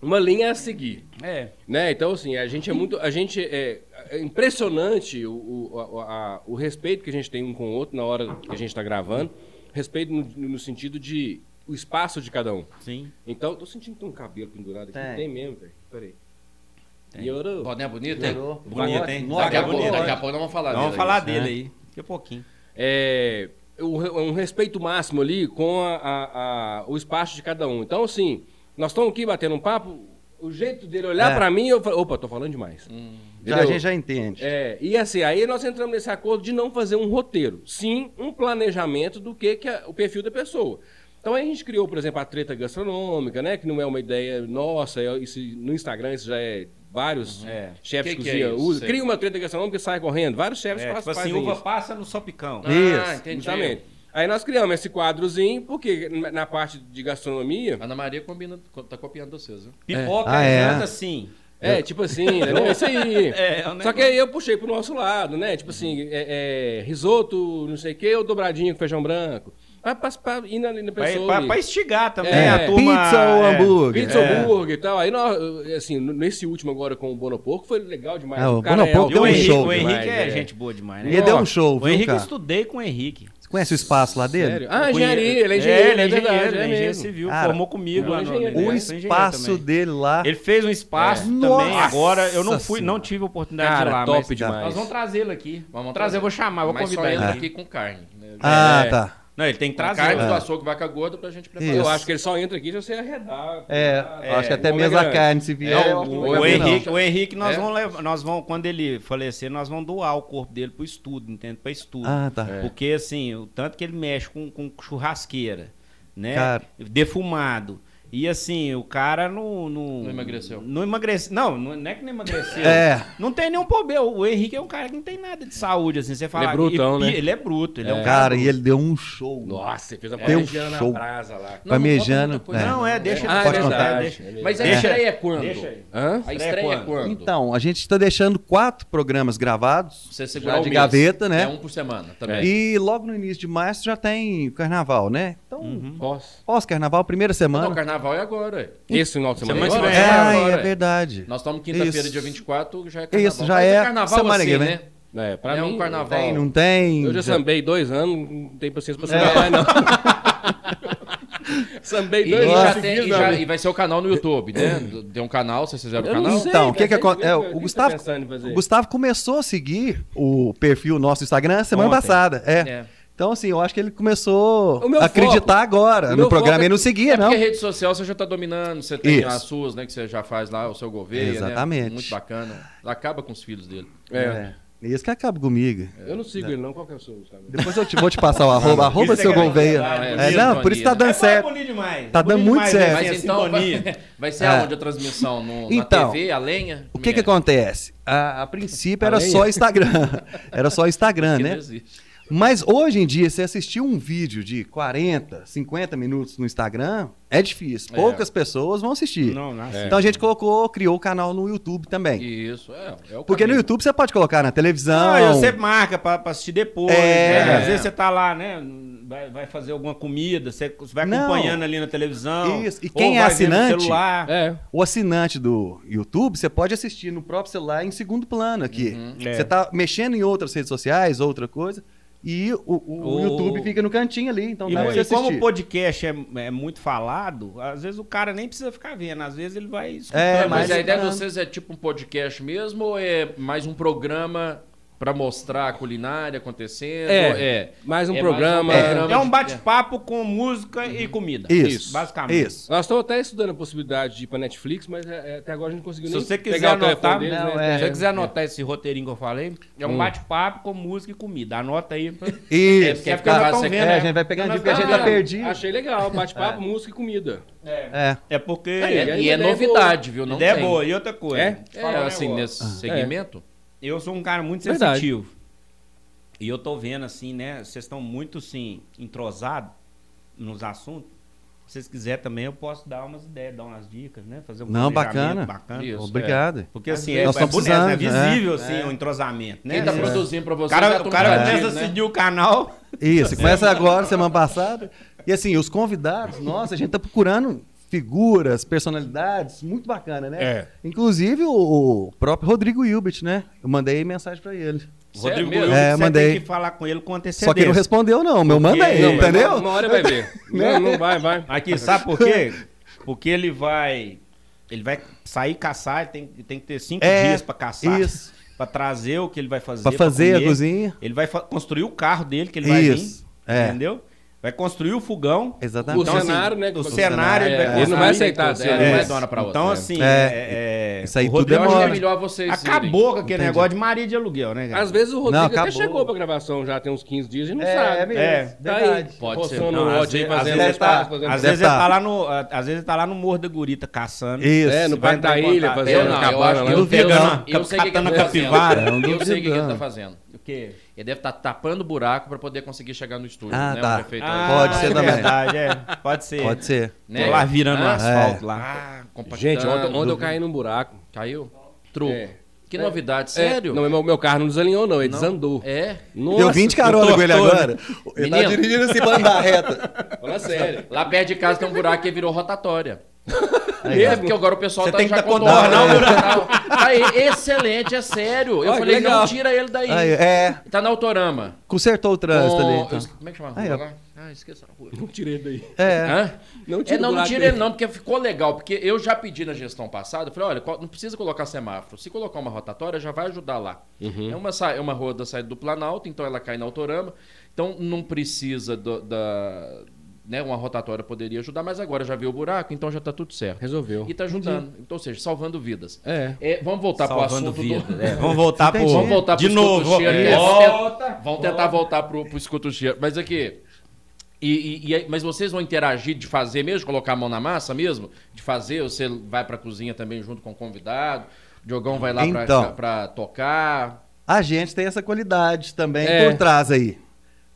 Speaker 4: uma linha a seguir.
Speaker 2: É.
Speaker 4: Né? Então, assim, a gente é muito. A gente é, é impressionante o, o, a- a- o respeito que a gente tem um com o outro na hora que a gente está gravando. Respeito no, no sentido de o espaço de cada um.
Speaker 2: Sim.
Speaker 4: Então, eu tô sentindo que tem um cabelo pendurado aqui.
Speaker 3: Tem.
Speaker 4: Tem, mesmo, velho. Peraí. Melhorou.
Speaker 1: Boné é bonito, hein?
Speaker 2: Bonito, hein?
Speaker 3: Nossa,
Speaker 1: Daqui a,
Speaker 2: Tá
Speaker 1: pouco,
Speaker 2: bonito.
Speaker 1: daqui a pouco nós vamos falar
Speaker 2: Vamos
Speaker 1: dele
Speaker 2: falar
Speaker 1: aí. né?
Speaker 2: dele aí. Daqui a pouquinho.
Speaker 4: é, o re- um respeito máximo ali com a- a- a- o espaço de cada um. Então, assim, nós estamos aqui batendo um papo, o jeito dele olhar
Speaker 3: É. Hum.
Speaker 4: pra mim, eu falo, opa, tô falando demais.
Speaker 3: Já, a gente já entende.
Speaker 4: É, e assim, aí nós entramos nesse acordo de não fazer um roteiro, sim um planejamento do que, que é o perfil da pessoa. Então aí a gente criou, por exemplo, a treta gastronômica, né? Que não é uma ideia nossa, é- isso- no Instagram isso já é vários
Speaker 2: É.
Speaker 4: chefes
Speaker 1: Que que
Speaker 4: que,
Speaker 1: é
Speaker 4: cozinha
Speaker 1: isso?
Speaker 4: usam.
Speaker 1: Sei.
Speaker 4: Cria uma treta gastronômica e sai correndo. Vários chefes
Speaker 2: É,
Speaker 4: faz-
Speaker 2: tipo assim,
Speaker 4: fazem
Speaker 2: uva
Speaker 4: isso. É.
Speaker 2: passa no sopicão.
Speaker 1: Ah,
Speaker 3: Isso.
Speaker 1: entendi.
Speaker 4: Justamente. Aí nós criamos esse quadrozinho, porque na parte de gastronomia,
Speaker 1: Ana Maria combina, co- tá copiando vocês, viu?
Speaker 2: Pipoca
Speaker 3: Ah, é?
Speaker 2: janta assim.
Speaker 4: é tipo assim, entendeu? É isso aí.
Speaker 2: [laughs] É, é um
Speaker 4: Só
Speaker 2: negócio.
Speaker 4: que aí eu puxei pro nosso lado, né? Tipo assim, é, é, risoto, não sei o quê, ou dobradinho com feijão branco. Pra, pra, pra ir na, na
Speaker 2: Pra,
Speaker 4: pessoa.
Speaker 2: pra-
Speaker 4: e-
Speaker 2: pra instigar também
Speaker 4: É,
Speaker 2: a turma.
Speaker 3: pizza ou
Speaker 2: é.
Speaker 3: hambúrguer?
Speaker 4: Pizza,
Speaker 2: É.
Speaker 4: hambúrguer e tal. Aí, nós, assim, nesse último agora com o Bonoporco foi legal demais.
Speaker 3: É, o
Speaker 4: cara
Speaker 3: Bonoporco
Speaker 2: E
Speaker 4: é
Speaker 3: deu
Speaker 2: o
Speaker 3: um
Speaker 2: Henrique,
Speaker 3: show
Speaker 2: o Henrique
Speaker 4: demais,
Speaker 2: é,
Speaker 4: é.
Speaker 2: gente boa demais, né?
Speaker 3: Ele deu um show,
Speaker 2: O
Speaker 3: viu,
Speaker 2: Henrique, eu
Speaker 3: cara?
Speaker 2: estudei com o Henrique.
Speaker 3: Você conhece o espaço lá dele?
Speaker 4: Sério? Ah, engenharia, ele é
Speaker 2: É,
Speaker 4: engenheiro,
Speaker 2: ele é engenheiro,
Speaker 4: verdade,
Speaker 2: ele é
Speaker 4: é
Speaker 2: engenheiro
Speaker 4: mesmo.
Speaker 2: civil,
Speaker 3: Cara,
Speaker 2: formou comigo
Speaker 4: ele é
Speaker 2: lá no
Speaker 4: engenheiro,
Speaker 2: no-
Speaker 3: O
Speaker 4: né?
Speaker 2: sou engenheiro
Speaker 3: espaço
Speaker 2: também.
Speaker 3: dele lá.
Speaker 2: Ele fez um espaço também.
Speaker 3: É. Nossa
Speaker 2: Agora eu não fui, não
Speaker 3: Senhora.
Speaker 2: tive oportunidade
Speaker 4: Cara,
Speaker 2: de ir lá,
Speaker 4: top
Speaker 2: mas
Speaker 4: demais.
Speaker 2: nós vamos trazê-lo aqui.
Speaker 1: Vamos
Speaker 2: Trazer, eu vou chamar, vou
Speaker 1: Mas
Speaker 2: convidar
Speaker 1: só entra
Speaker 2: ele.
Speaker 1: aqui com carne. Né?
Speaker 3: Ah,
Speaker 4: É.
Speaker 3: tá.
Speaker 2: Não, ele tem que
Speaker 1: Com
Speaker 2: trazer.
Speaker 1: carne do
Speaker 2: Ah.
Speaker 1: açougue vaca gorda pra gente
Speaker 4: Eu
Speaker 1: preparar.
Speaker 3: Isso.
Speaker 4: acho que ele só entra aqui se você arredar.
Speaker 3: É,
Speaker 4: É,
Speaker 3: acho que até
Speaker 4: o homem
Speaker 3: mesmo
Speaker 4: é
Speaker 3: a
Speaker 4: grande.
Speaker 3: carne se vier.
Speaker 1: É,
Speaker 3: eu
Speaker 1: o-
Speaker 3: acho que
Speaker 1: o
Speaker 3: não vai
Speaker 2: O
Speaker 3: vir, não.
Speaker 2: Henrique, o Henrique, nós
Speaker 1: É.
Speaker 2: vamos levar, nós vamos, quando ele falecer, nós vamos doar o corpo dele pro estudo, entende? Pra estudo.
Speaker 3: Ah, tá.
Speaker 2: Porque assim, o tanto que ele mexe com, com churrasqueira, né?
Speaker 3: Cara.
Speaker 2: Defumado. E assim, o cara não. Não,
Speaker 1: Não emagreceu.
Speaker 2: Não emagreceu. Não, não não é que não emagreceu.
Speaker 3: É.
Speaker 2: Não tem nenhum problema. O Henrique é um cara que não tem nada de saúde, assim. Você fala.
Speaker 4: é brutão,
Speaker 2: e-
Speaker 4: né?
Speaker 2: e- Ele é bruto, ele é, um cara.
Speaker 3: Cara, e ele deu um show.
Speaker 4: Nossa, você fez uma
Speaker 3: Deu um
Speaker 4: parmegiana na
Speaker 3: show.
Speaker 4: brasa lá.
Speaker 1: Não, não bota
Speaker 3: Parmegiana,
Speaker 1: muita coisa,
Speaker 3: é.
Speaker 2: Não, é, deixa
Speaker 4: Ah, é
Speaker 3: Pode contar.
Speaker 4: verdade.
Speaker 2: deixa-
Speaker 4: é verdade.
Speaker 1: Mas a
Speaker 3: Deixa-
Speaker 1: estreia é quando?
Speaker 2: Deixa aí.
Speaker 4: Hã?
Speaker 1: A estreia é
Speaker 2: Estreia
Speaker 1: quando?
Speaker 3: Então, a gente está deixando quatro programas gravados.
Speaker 1: Você
Speaker 3: Já
Speaker 1: segurar o
Speaker 3: de
Speaker 1: mês.
Speaker 3: gaveta, né?
Speaker 1: É um por semana também.
Speaker 3: E logo no início de março já tem o carnaval, né? Então,
Speaker 4: Nossa.
Speaker 3: pós-carnaval, primeira
Speaker 1: Não, o
Speaker 3: semana.
Speaker 1: carnaval é agora. ué.
Speaker 4: Esse final de semana.
Speaker 2: Semana que
Speaker 4: agora?
Speaker 2: vem.
Speaker 3: é,
Speaker 1: carnaval,
Speaker 3: é
Speaker 1: né?
Speaker 3: verdade.
Speaker 1: Nós estamos quinta-feira,
Speaker 3: Isso.
Speaker 1: dia 24, já é carnaval.
Speaker 3: Isso, já
Speaker 1: Mas
Speaker 3: é
Speaker 1: carnaval
Speaker 3: semana
Speaker 1: assim,
Speaker 3: que vem.
Speaker 1: né?
Speaker 4: É, pra
Speaker 1: é
Speaker 4: mim,
Speaker 1: um carnaval.
Speaker 3: Tem, não tem.
Speaker 4: Eu já
Speaker 3: Já-
Speaker 4: sambei dois anos, não tem paciência pra sambar mais, não. sambei
Speaker 1: E,
Speaker 4: dois
Speaker 1: e já
Speaker 4: anos
Speaker 1: tem-
Speaker 4: seguidos,
Speaker 1: e já-
Speaker 4: amigo.
Speaker 1: e vai ser o canal no YouTube, né? Tem um canal, vocês fizeram o
Speaker 4: Eu não
Speaker 1: canal?
Speaker 4: sei,
Speaker 3: Então, o que
Speaker 4: cara,
Speaker 3: que
Speaker 4: nem-
Speaker 3: aconte-
Speaker 4: nem-
Speaker 3: é, o
Speaker 4: nem tô
Speaker 3: Gustavo-
Speaker 4: pensando em fazer.
Speaker 3: O Gustavo começou a seguir o perfil nosso Instagram semana
Speaker 2: Ontem.
Speaker 3: passada. É.
Speaker 1: É.
Speaker 3: Então, assim, eu acho que ele começou
Speaker 4: O meu
Speaker 3: a acreditar
Speaker 4: foco-
Speaker 3: agora
Speaker 4: o
Speaker 3: no
Speaker 4: meu
Speaker 3: programa.
Speaker 4: foco
Speaker 3: Ele
Speaker 4: é-
Speaker 3: não seguia,
Speaker 1: É
Speaker 3: não.
Speaker 1: porque rede social você já está dominando, você tem
Speaker 3: Isso.
Speaker 1: as suas, né? Que você já faz lá, o seu governo. né?
Speaker 3: Exatamente.
Speaker 1: Muito bacana. Acaba com os filhos dele.
Speaker 4: É.
Speaker 3: É. Isso que acaba comigo.
Speaker 4: Eu não sigo ele, não. Qual que é o seu, Gustavo?
Speaker 3: Depois eu te, vou te passar o arroba, arroba
Speaker 2: Isso é
Speaker 3: seu
Speaker 2: que é
Speaker 3: Gouveia.
Speaker 2: verdade,
Speaker 3: É,
Speaker 1: isso é
Speaker 3: não, por isso tá
Speaker 1: ironia,
Speaker 3: dando certo.
Speaker 2: bonito demais.
Speaker 3: Tá dando
Speaker 2: Bonito
Speaker 3: muito
Speaker 2: demais,
Speaker 3: certo.
Speaker 2: assim,
Speaker 1: Mas
Speaker 2: a
Speaker 1: então,
Speaker 2: sintonia.
Speaker 1: vai, [laughs] vai ser
Speaker 3: É.
Speaker 1: aonde a transmissão? No, na
Speaker 3: Então,
Speaker 1: TV, a lenha?
Speaker 3: O que que acontece? A, a princípio era
Speaker 4: Além-
Speaker 3: só Instagram. Era só Instagram, né?
Speaker 1: acontece?
Speaker 3: Mas hoje em dia, você assistir um vídeo de 40, 50 minutos no Instagram, é difícil.
Speaker 1: É.
Speaker 3: Poucas pessoas vão assistir.
Speaker 2: Não, não.
Speaker 3: Então a gente colocou, criou o canal no YouTube também.
Speaker 1: Isso, é, é o
Speaker 3: Porque no
Speaker 1: caminho.
Speaker 3: YouTube você pode colocar na televisão.
Speaker 2: Ah, você marca pra, pra assistir depois.
Speaker 3: É.
Speaker 2: né? Às vezes você tá lá, né? Vai, vai fazer alguma comida, você vai
Speaker 3: Não.
Speaker 2: acompanhando ali na televisão.
Speaker 3: Isso. E
Speaker 2: ou
Speaker 3: quem é
Speaker 2: vai vendo no
Speaker 3: assinante-
Speaker 2: celular.
Speaker 1: É.
Speaker 3: O assinante do YouTube, você pode assistir no próprio celular em segundo plano aqui.
Speaker 2: É.
Speaker 3: Você tá mexendo em outras redes sociais, outra coisa, e o, o- o
Speaker 2: O-
Speaker 3: YouTube fica no cantinho ali, então
Speaker 2: E,
Speaker 3: dá pra você
Speaker 2: e como
Speaker 3: assistir.
Speaker 2: o podcast é, é muito falado, às vezes o cara nem precisa ficar vendo, às vezes ele vai escutando.
Speaker 3: É,
Speaker 1: É, mas
Speaker 3: mas-
Speaker 1: a ideia de vocês é tipo um podcast mesmo ou é mais um programa pra mostrar a culinária acontecendo?
Speaker 4: É, mais um programa.
Speaker 1: mais
Speaker 2: É, um
Speaker 1: de-
Speaker 2: bate-papo com música e comida.
Speaker 3: Uhum. Isso,
Speaker 2: Basicamente.
Speaker 3: isso.
Speaker 4: Nós estamos até estudando a possibilidade de ir pra Netflix, mas é, é, até agora a gente não conseguiu
Speaker 2: Se
Speaker 4: nem
Speaker 2: você quiser
Speaker 4: pegar o telefone
Speaker 2: anotar,
Speaker 4: deles,
Speaker 3: não, é.
Speaker 4: né?
Speaker 2: Se você quiser anotar esse roteirinho que eu falei, é um bate-papo com música e comida. Anota aí. pra-
Speaker 1: É,
Speaker 3: Isso.
Speaker 1: porque
Speaker 2: É
Speaker 1: fica
Speaker 2: porque nós
Speaker 1: fácil,
Speaker 2: tamo
Speaker 1: você-
Speaker 2: vendo,
Speaker 3: É,
Speaker 2: né?
Speaker 3: a gente vai pegando
Speaker 2: Nós
Speaker 3: dica, a gente
Speaker 2: tamo
Speaker 3: tá
Speaker 4: Ah,
Speaker 2: vendo.
Speaker 3: perdido.
Speaker 4: Achei legal, bate-papo, música e comida.
Speaker 3: É.
Speaker 2: É porque...
Speaker 4: É,
Speaker 1: E é novidade, viu? Não
Speaker 2: ideia
Speaker 1: tem.
Speaker 2: boa. E outra coisa.
Speaker 4: É?
Speaker 2: te
Speaker 1: É,
Speaker 2: falar um
Speaker 1: assim,
Speaker 2: negócio.
Speaker 1: nesse segmento.
Speaker 2: Eu sou um cara muito
Speaker 4: Verdade.
Speaker 2: sensitivo. E eu tô vendo, assim, né? Vocês estão muito, assim, entrosados nos assuntos. Se vocês quiserem também, eu posso dar umas ideias, dar umas dicas, né? Fazer um
Speaker 3: Não,
Speaker 2: planejamento
Speaker 3: bacana.
Speaker 2: bacana.
Speaker 1: Isso,
Speaker 3: Obrigado.
Speaker 2: Porque, assim, é, é,
Speaker 3: Nós estamos
Speaker 2: bonito, né? É
Speaker 3: precisando,
Speaker 2: visível, assim, o entrosamento, né?
Speaker 1: Quem tá
Speaker 2: Assim,
Speaker 1: produzindo pra
Speaker 2: O
Speaker 1: vocês é a
Speaker 2: cara, o
Speaker 1: turma
Speaker 2: cara
Speaker 1: do
Speaker 2: começa
Speaker 1: Giro,
Speaker 2: a
Speaker 1: né?
Speaker 3: assim,
Speaker 2: seguir o canal...
Speaker 3: Isso, começa agora, semana passada. E assim, os convidados, nossa, a gente tá procurando figuras, personalidades, muito bacana, né?
Speaker 4: É.
Speaker 3: Inclusive o, o próprio Rodrigo Hilbert, né? Eu mandei mensagem pra ele.
Speaker 1: Sério
Speaker 2: Rodrigo
Speaker 1: mesmo?
Speaker 2: Wilson,
Speaker 3: É,
Speaker 2: você
Speaker 3: mandei.
Speaker 2: tem que falar com ele com antecedência.
Speaker 3: Só que ele não respondeu, não. Meu
Speaker 2: Porque-
Speaker 3: mandei,
Speaker 2: Não, mas
Speaker 3: entendeu? Né?
Speaker 4: Uma hora
Speaker 3: [laughs]
Speaker 4: vai ver. não, não vai, vai.
Speaker 2: Aqui, sabe por quê? Porque ele vai. Ele vai sair caçar, ele tem, tem que ter cinco
Speaker 3: É,
Speaker 2: dias pra caçar.
Speaker 3: isso.
Speaker 2: Pra trazer o que ele vai fazer.
Speaker 3: Pra fazer a
Speaker 2: comer.
Speaker 3: cozinha.
Speaker 2: Ele vai fa- construir o carro dele, que ele vai
Speaker 3: Isso,
Speaker 2: vir.
Speaker 3: é.
Speaker 2: Entendeu? Vai construir o fogão. Então, assim,
Speaker 3: Exatamente.
Speaker 4: O cenário, né, que
Speaker 2: O
Speaker 4: você-
Speaker 2: cenário, ele vai
Speaker 1: É,
Speaker 4: ele não vai
Speaker 2: construir,
Speaker 4: aceitar,
Speaker 2: tudo,
Speaker 4: assim,
Speaker 2: é,
Speaker 4: né?
Speaker 1: Não é
Speaker 2: é.
Speaker 1: de uma hora pra outra,
Speaker 2: Então,
Speaker 1: né?
Speaker 2: assim.
Speaker 3: É,
Speaker 2: é-
Speaker 3: isso aí
Speaker 2: o
Speaker 3: tudo
Speaker 2: Rodrigo-
Speaker 1: Eu acho que é
Speaker 3: Demora.
Speaker 1: melhor vocês. irem.
Speaker 2: Acabou com aquele negócio de Maria de aluguel, né, cara?
Speaker 4: Às vezes o Rodrigo
Speaker 3: É. Não,
Speaker 4: até
Speaker 3: acabou.
Speaker 4: chegou pra gravação já tem uns 15 dias e não
Speaker 3: É,
Speaker 4: sabe.
Speaker 3: é mesmo,
Speaker 4: tá
Speaker 3: verdade.
Speaker 4: aí,
Speaker 1: Pode ser.
Speaker 4: roçando
Speaker 2: Não,
Speaker 4: o
Speaker 2: às
Speaker 4: ódio aí,
Speaker 2: vezes- às
Speaker 4: fazendo
Speaker 3: vezes
Speaker 4: as partes,
Speaker 3: tá-
Speaker 4: fazendo
Speaker 2: Às
Speaker 4: as-
Speaker 2: vezes,
Speaker 3: Deve
Speaker 2: ele tá
Speaker 3: tá.
Speaker 2: lá no, às vezes ele tá lá no Morro da Gurita caçando.
Speaker 3: Isso.
Speaker 4: É, no
Speaker 2: vai
Speaker 4: Parque da
Speaker 2: entrar em
Speaker 4: Ilha,
Speaker 2: contato.
Speaker 4: fazendo
Speaker 2: Eu
Speaker 4: as
Speaker 2: É, não,
Speaker 1: né? eu
Speaker 4: cabanas
Speaker 1: acho
Speaker 4: lá.
Speaker 1: que
Speaker 3: não tem,
Speaker 2: Pegando
Speaker 3: não.
Speaker 2: uma
Speaker 1: Eu sei o que que ele
Speaker 2: katana
Speaker 1: tá fazendo.
Speaker 2: capivara.
Speaker 1: Eu sei o que que ele tá
Speaker 3: duvidando.
Speaker 1: fazendo.
Speaker 2: O quê?
Speaker 1: Ele deve estar tapando buraco pra poder conseguir chegar no estúdio,
Speaker 3: Ah,
Speaker 1: né?
Speaker 3: tá.
Speaker 1: o prefeito?
Speaker 3: Ah, Pode ser
Speaker 2: é
Speaker 3: também.
Speaker 2: Verdade, é. Pode ser.
Speaker 3: Pode ser.
Speaker 1: Né?
Speaker 2: Tô lá virando o
Speaker 1: Ah,
Speaker 2: asfalto
Speaker 3: é.
Speaker 2: lá.
Speaker 1: compactando.
Speaker 4: Gente, ontem, ontem eu caí num buraco.
Speaker 1: Caiu? Truco.
Speaker 4: É.
Speaker 1: Que novidade,
Speaker 4: É,
Speaker 1: sério?
Speaker 4: não, meu, meu carro não desalinhou, não, ele desandou.
Speaker 1: É?
Speaker 3: eu vim de carona com ele
Speaker 2: tortou, né?
Speaker 3: agora. Ele tá
Speaker 1: Menino.
Speaker 3: dirigindo esse bando da reta.
Speaker 4: Fala sério.
Speaker 1: Lá perto de casa tem um buraco que virou rotatória.
Speaker 4: Aí,
Speaker 1: é
Speaker 4: ó.
Speaker 1: porque agora o pessoal
Speaker 2: Você
Speaker 1: tá
Speaker 2: tem que
Speaker 1: já
Speaker 2: tá contornando o
Speaker 1: buraco. tá Aí, excelente, é sério. Eu
Speaker 4: Olha,
Speaker 1: falei,
Speaker 4: que legal.
Speaker 1: não tira ele daí.
Speaker 3: Aí, é,
Speaker 1: Tá na Autorama.
Speaker 3: consertou o trânsito
Speaker 1: Com-
Speaker 3: ali.
Speaker 1: eu
Speaker 3: então.
Speaker 1: esque- Como é que chama a
Speaker 3: Aí,
Speaker 1: rua
Speaker 3: ó.
Speaker 1: lá? Ah, esqueci a rua.
Speaker 4: [laughs] Não tirei ele daí.
Speaker 3: É.
Speaker 1: Hã?
Speaker 4: Não tira
Speaker 1: É, não,
Speaker 4: o
Speaker 1: não
Speaker 4: buraco
Speaker 1: tira
Speaker 4: dele.
Speaker 1: ele não, porque ficou legal. Porque eu já pedi na gestão passada, eu falei, olha, qual- não precisa colocar semáforo. Se colocar uma rotatória, já vai ajudar lá.
Speaker 4: Uhum.
Speaker 1: É, uma, sa- é uma rua da saída do Planalto, então ela cai na Autorama. Então não precisa do- da... Né, uma rotatória poderia ajudar, mas agora já viu o buraco, então já tá tudo certo.
Speaker 4: Resolveu.
Speaker 1: E tá ajudando. Então, ou seja, salvando vidas.
Speaker 4: É.
Speaker 1: É, vamos voltar pro
Speaker 2: Salvando
Speaker 1: assunto
Speaker 2: vida.
Speaker 1: [laughs] do...
Speaker 2: É, vamos voltar pro.
Speaker 3: Entendi.
Speaker 1: Vamos voltar
Speaker 2: de
Speaker 1: pro
Speaker 2: novo.
Speaker 1: escuta o cheiro,
Speaker 2: é.
Speaker 1: que é-
Speaker 2: Volta.
Speaker 1: Vamos tentar voltar pro, pro escuta o cheiro. Mas aqui. E, e- e aí- mas vocês vão interagir de fazer mesmo, colocar a mão na massa mesmo? De fazer, você vai pra cozinha também junto com o convidado, o Diogão vai lá pra-
Speaker 3: Então.
Speaker 1: pra, pra tocar.
Speaker 3: A gente tem essa qualidade também
Speaker 4: É.
Speaker 3: por trás aí.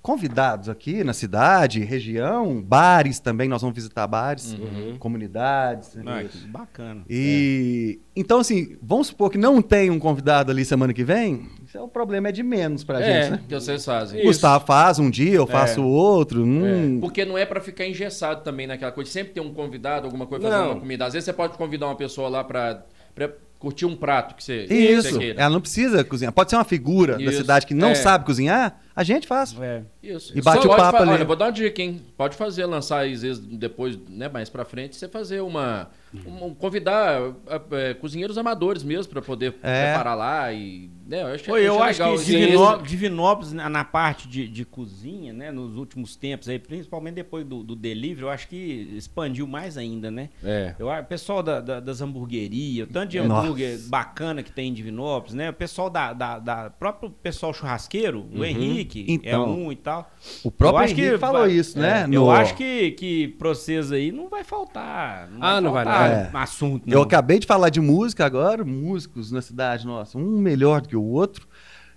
Speaker 3: Convidados aqui na cidade, região, bares também, nós vamos visitar bares, comunidades. né?
Speaker 2: Ai, Ah, que bacana.
Speaker 3: E então, assim, vamos supor que não tem um convidado ali semana que vem, isso é o problema é de menos pra
Speaker 4: É.
Speaker 3: gente, né?
Speaker 1: O que vocês fazem?
Speaker 4: Isso.
Speaker 3: Gustavo faz um dia, eu faço outro. hum.
Speaker 1: Porque não é pra ficar engessado também naquela coisa. Sempre tem um convidado, alguma coisa,
Speaker 4: Não.
Speaker 1: fazer uma comida. Às vezes você pode convidar uma pessoa lá pra, pra curtir um prato que você, que você
Speaker 3: Isso,
Speaker 1: queira.
Speaker 3: ela não precisa cozinhar. Pode ser uma figura da
Speaker 1: Isso.
Speaker 3: cidade que não
Speaker 4: É.
Speaker 3: sabe cozinhar, a gente faz.
Speaker 2: É.
Speaker 1: Isso.
Speaker 3: E bate
Speaker 1: Só
Speaker 3: o
Speaker 1: pode
Speaker 3: papo
Speaker 1: fa-
Speaker 3: ali.
Speaker 1: Olha, vou dar uma dica, hein? Pode fazer, lançar às vezes depois, né, mais pra frente, você fazer uma um- um- convidar a- é, cozinheiros amadores mesmo para poder
Speaker 3: É.
Speaker 1: preparar lá e. Né, eu acho,
Speaker 2: Pô, eu
Speaker 1: achei
Speaker 2: acho
Speaker 1: legal
Speaker 2: que
Speaker 1: isso.
Speaker 2: Divinó- Divinópolis, na, na parte de, de cozinha, né, nos últimos tempos, aí, principalmente depois do, do delivery, eu acho que expandiu mais ainda, né?
Speaker 4: É.
Speaker 2: Eu, acho- o pessoal da- da- das hamburguerias, o tanto de
Speaker 3: É, Nossa.
Speaker 2: hambúrguer bacana que tem em Divinópolis, né? O pessoal da, da, da- próprio pessoal churrasqueiro, o Henrique,
Speaker 3: Então.
Speaker 2: é um e tal.
Speaker 3: O próprio
Speaker 2: Eu acho que
Speaker 3: Henrique falou
Speaker 2: vai- É.
Speaker 3: isso, né?
Speaker 2: Eu
Speaker 3: no-
Speaker 2: acho que, que pra vocês aí não vai faltar.
Speaker 4: Ah, não vai
Speaker 2: faltar
Speaker 3: não. É.
Speaker 2: Assunto,
Speaker 3: Eu
Speaker 2: não.
Speaker 3: acabei de falar de música agora, músicos na cidade nossa, um melhor do que o outro.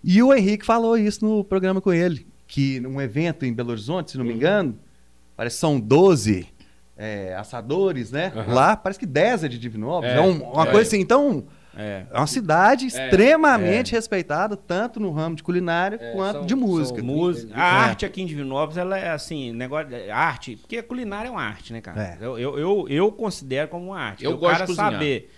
Speaker 3: E o Henrique falou isso no programa com ele, que num evento em Belo Horizonte, se não
Speaker 4: Uhum.
Speaker 3: me engano, parece que são 12 é, assadores, né? Lá, parece que 10 é de Divinópolis.
Speaker 4: É,
Speaker 3: É, um- uma
Speaker 4: é.
Speaker 3: coisa assim, então...
Speaker 2: É.
Speaker 3: É uma cidade extremamente respeitada, tanto no ramo de culinária
Speaker 4: É,
Speaker 3: quanto
Speaker 4: são-
Speaker 3: de música.
Speaker 4: são Ah,
Speaker 2: Música. A
Speaker 3: É.
Speaker 2: arte aqui em Divinópolis, ela é assim, negócio. é Arte, porque culinária é uma arte, né, cara? Eu, eu, eu, eu considero como uma arte.
Speaker 1: Eu
Speaker 2: porque o
Speaker 1: gosto
Speaker 2: cara
Speaker 1: de cozinhar.
Speaker 2: saber.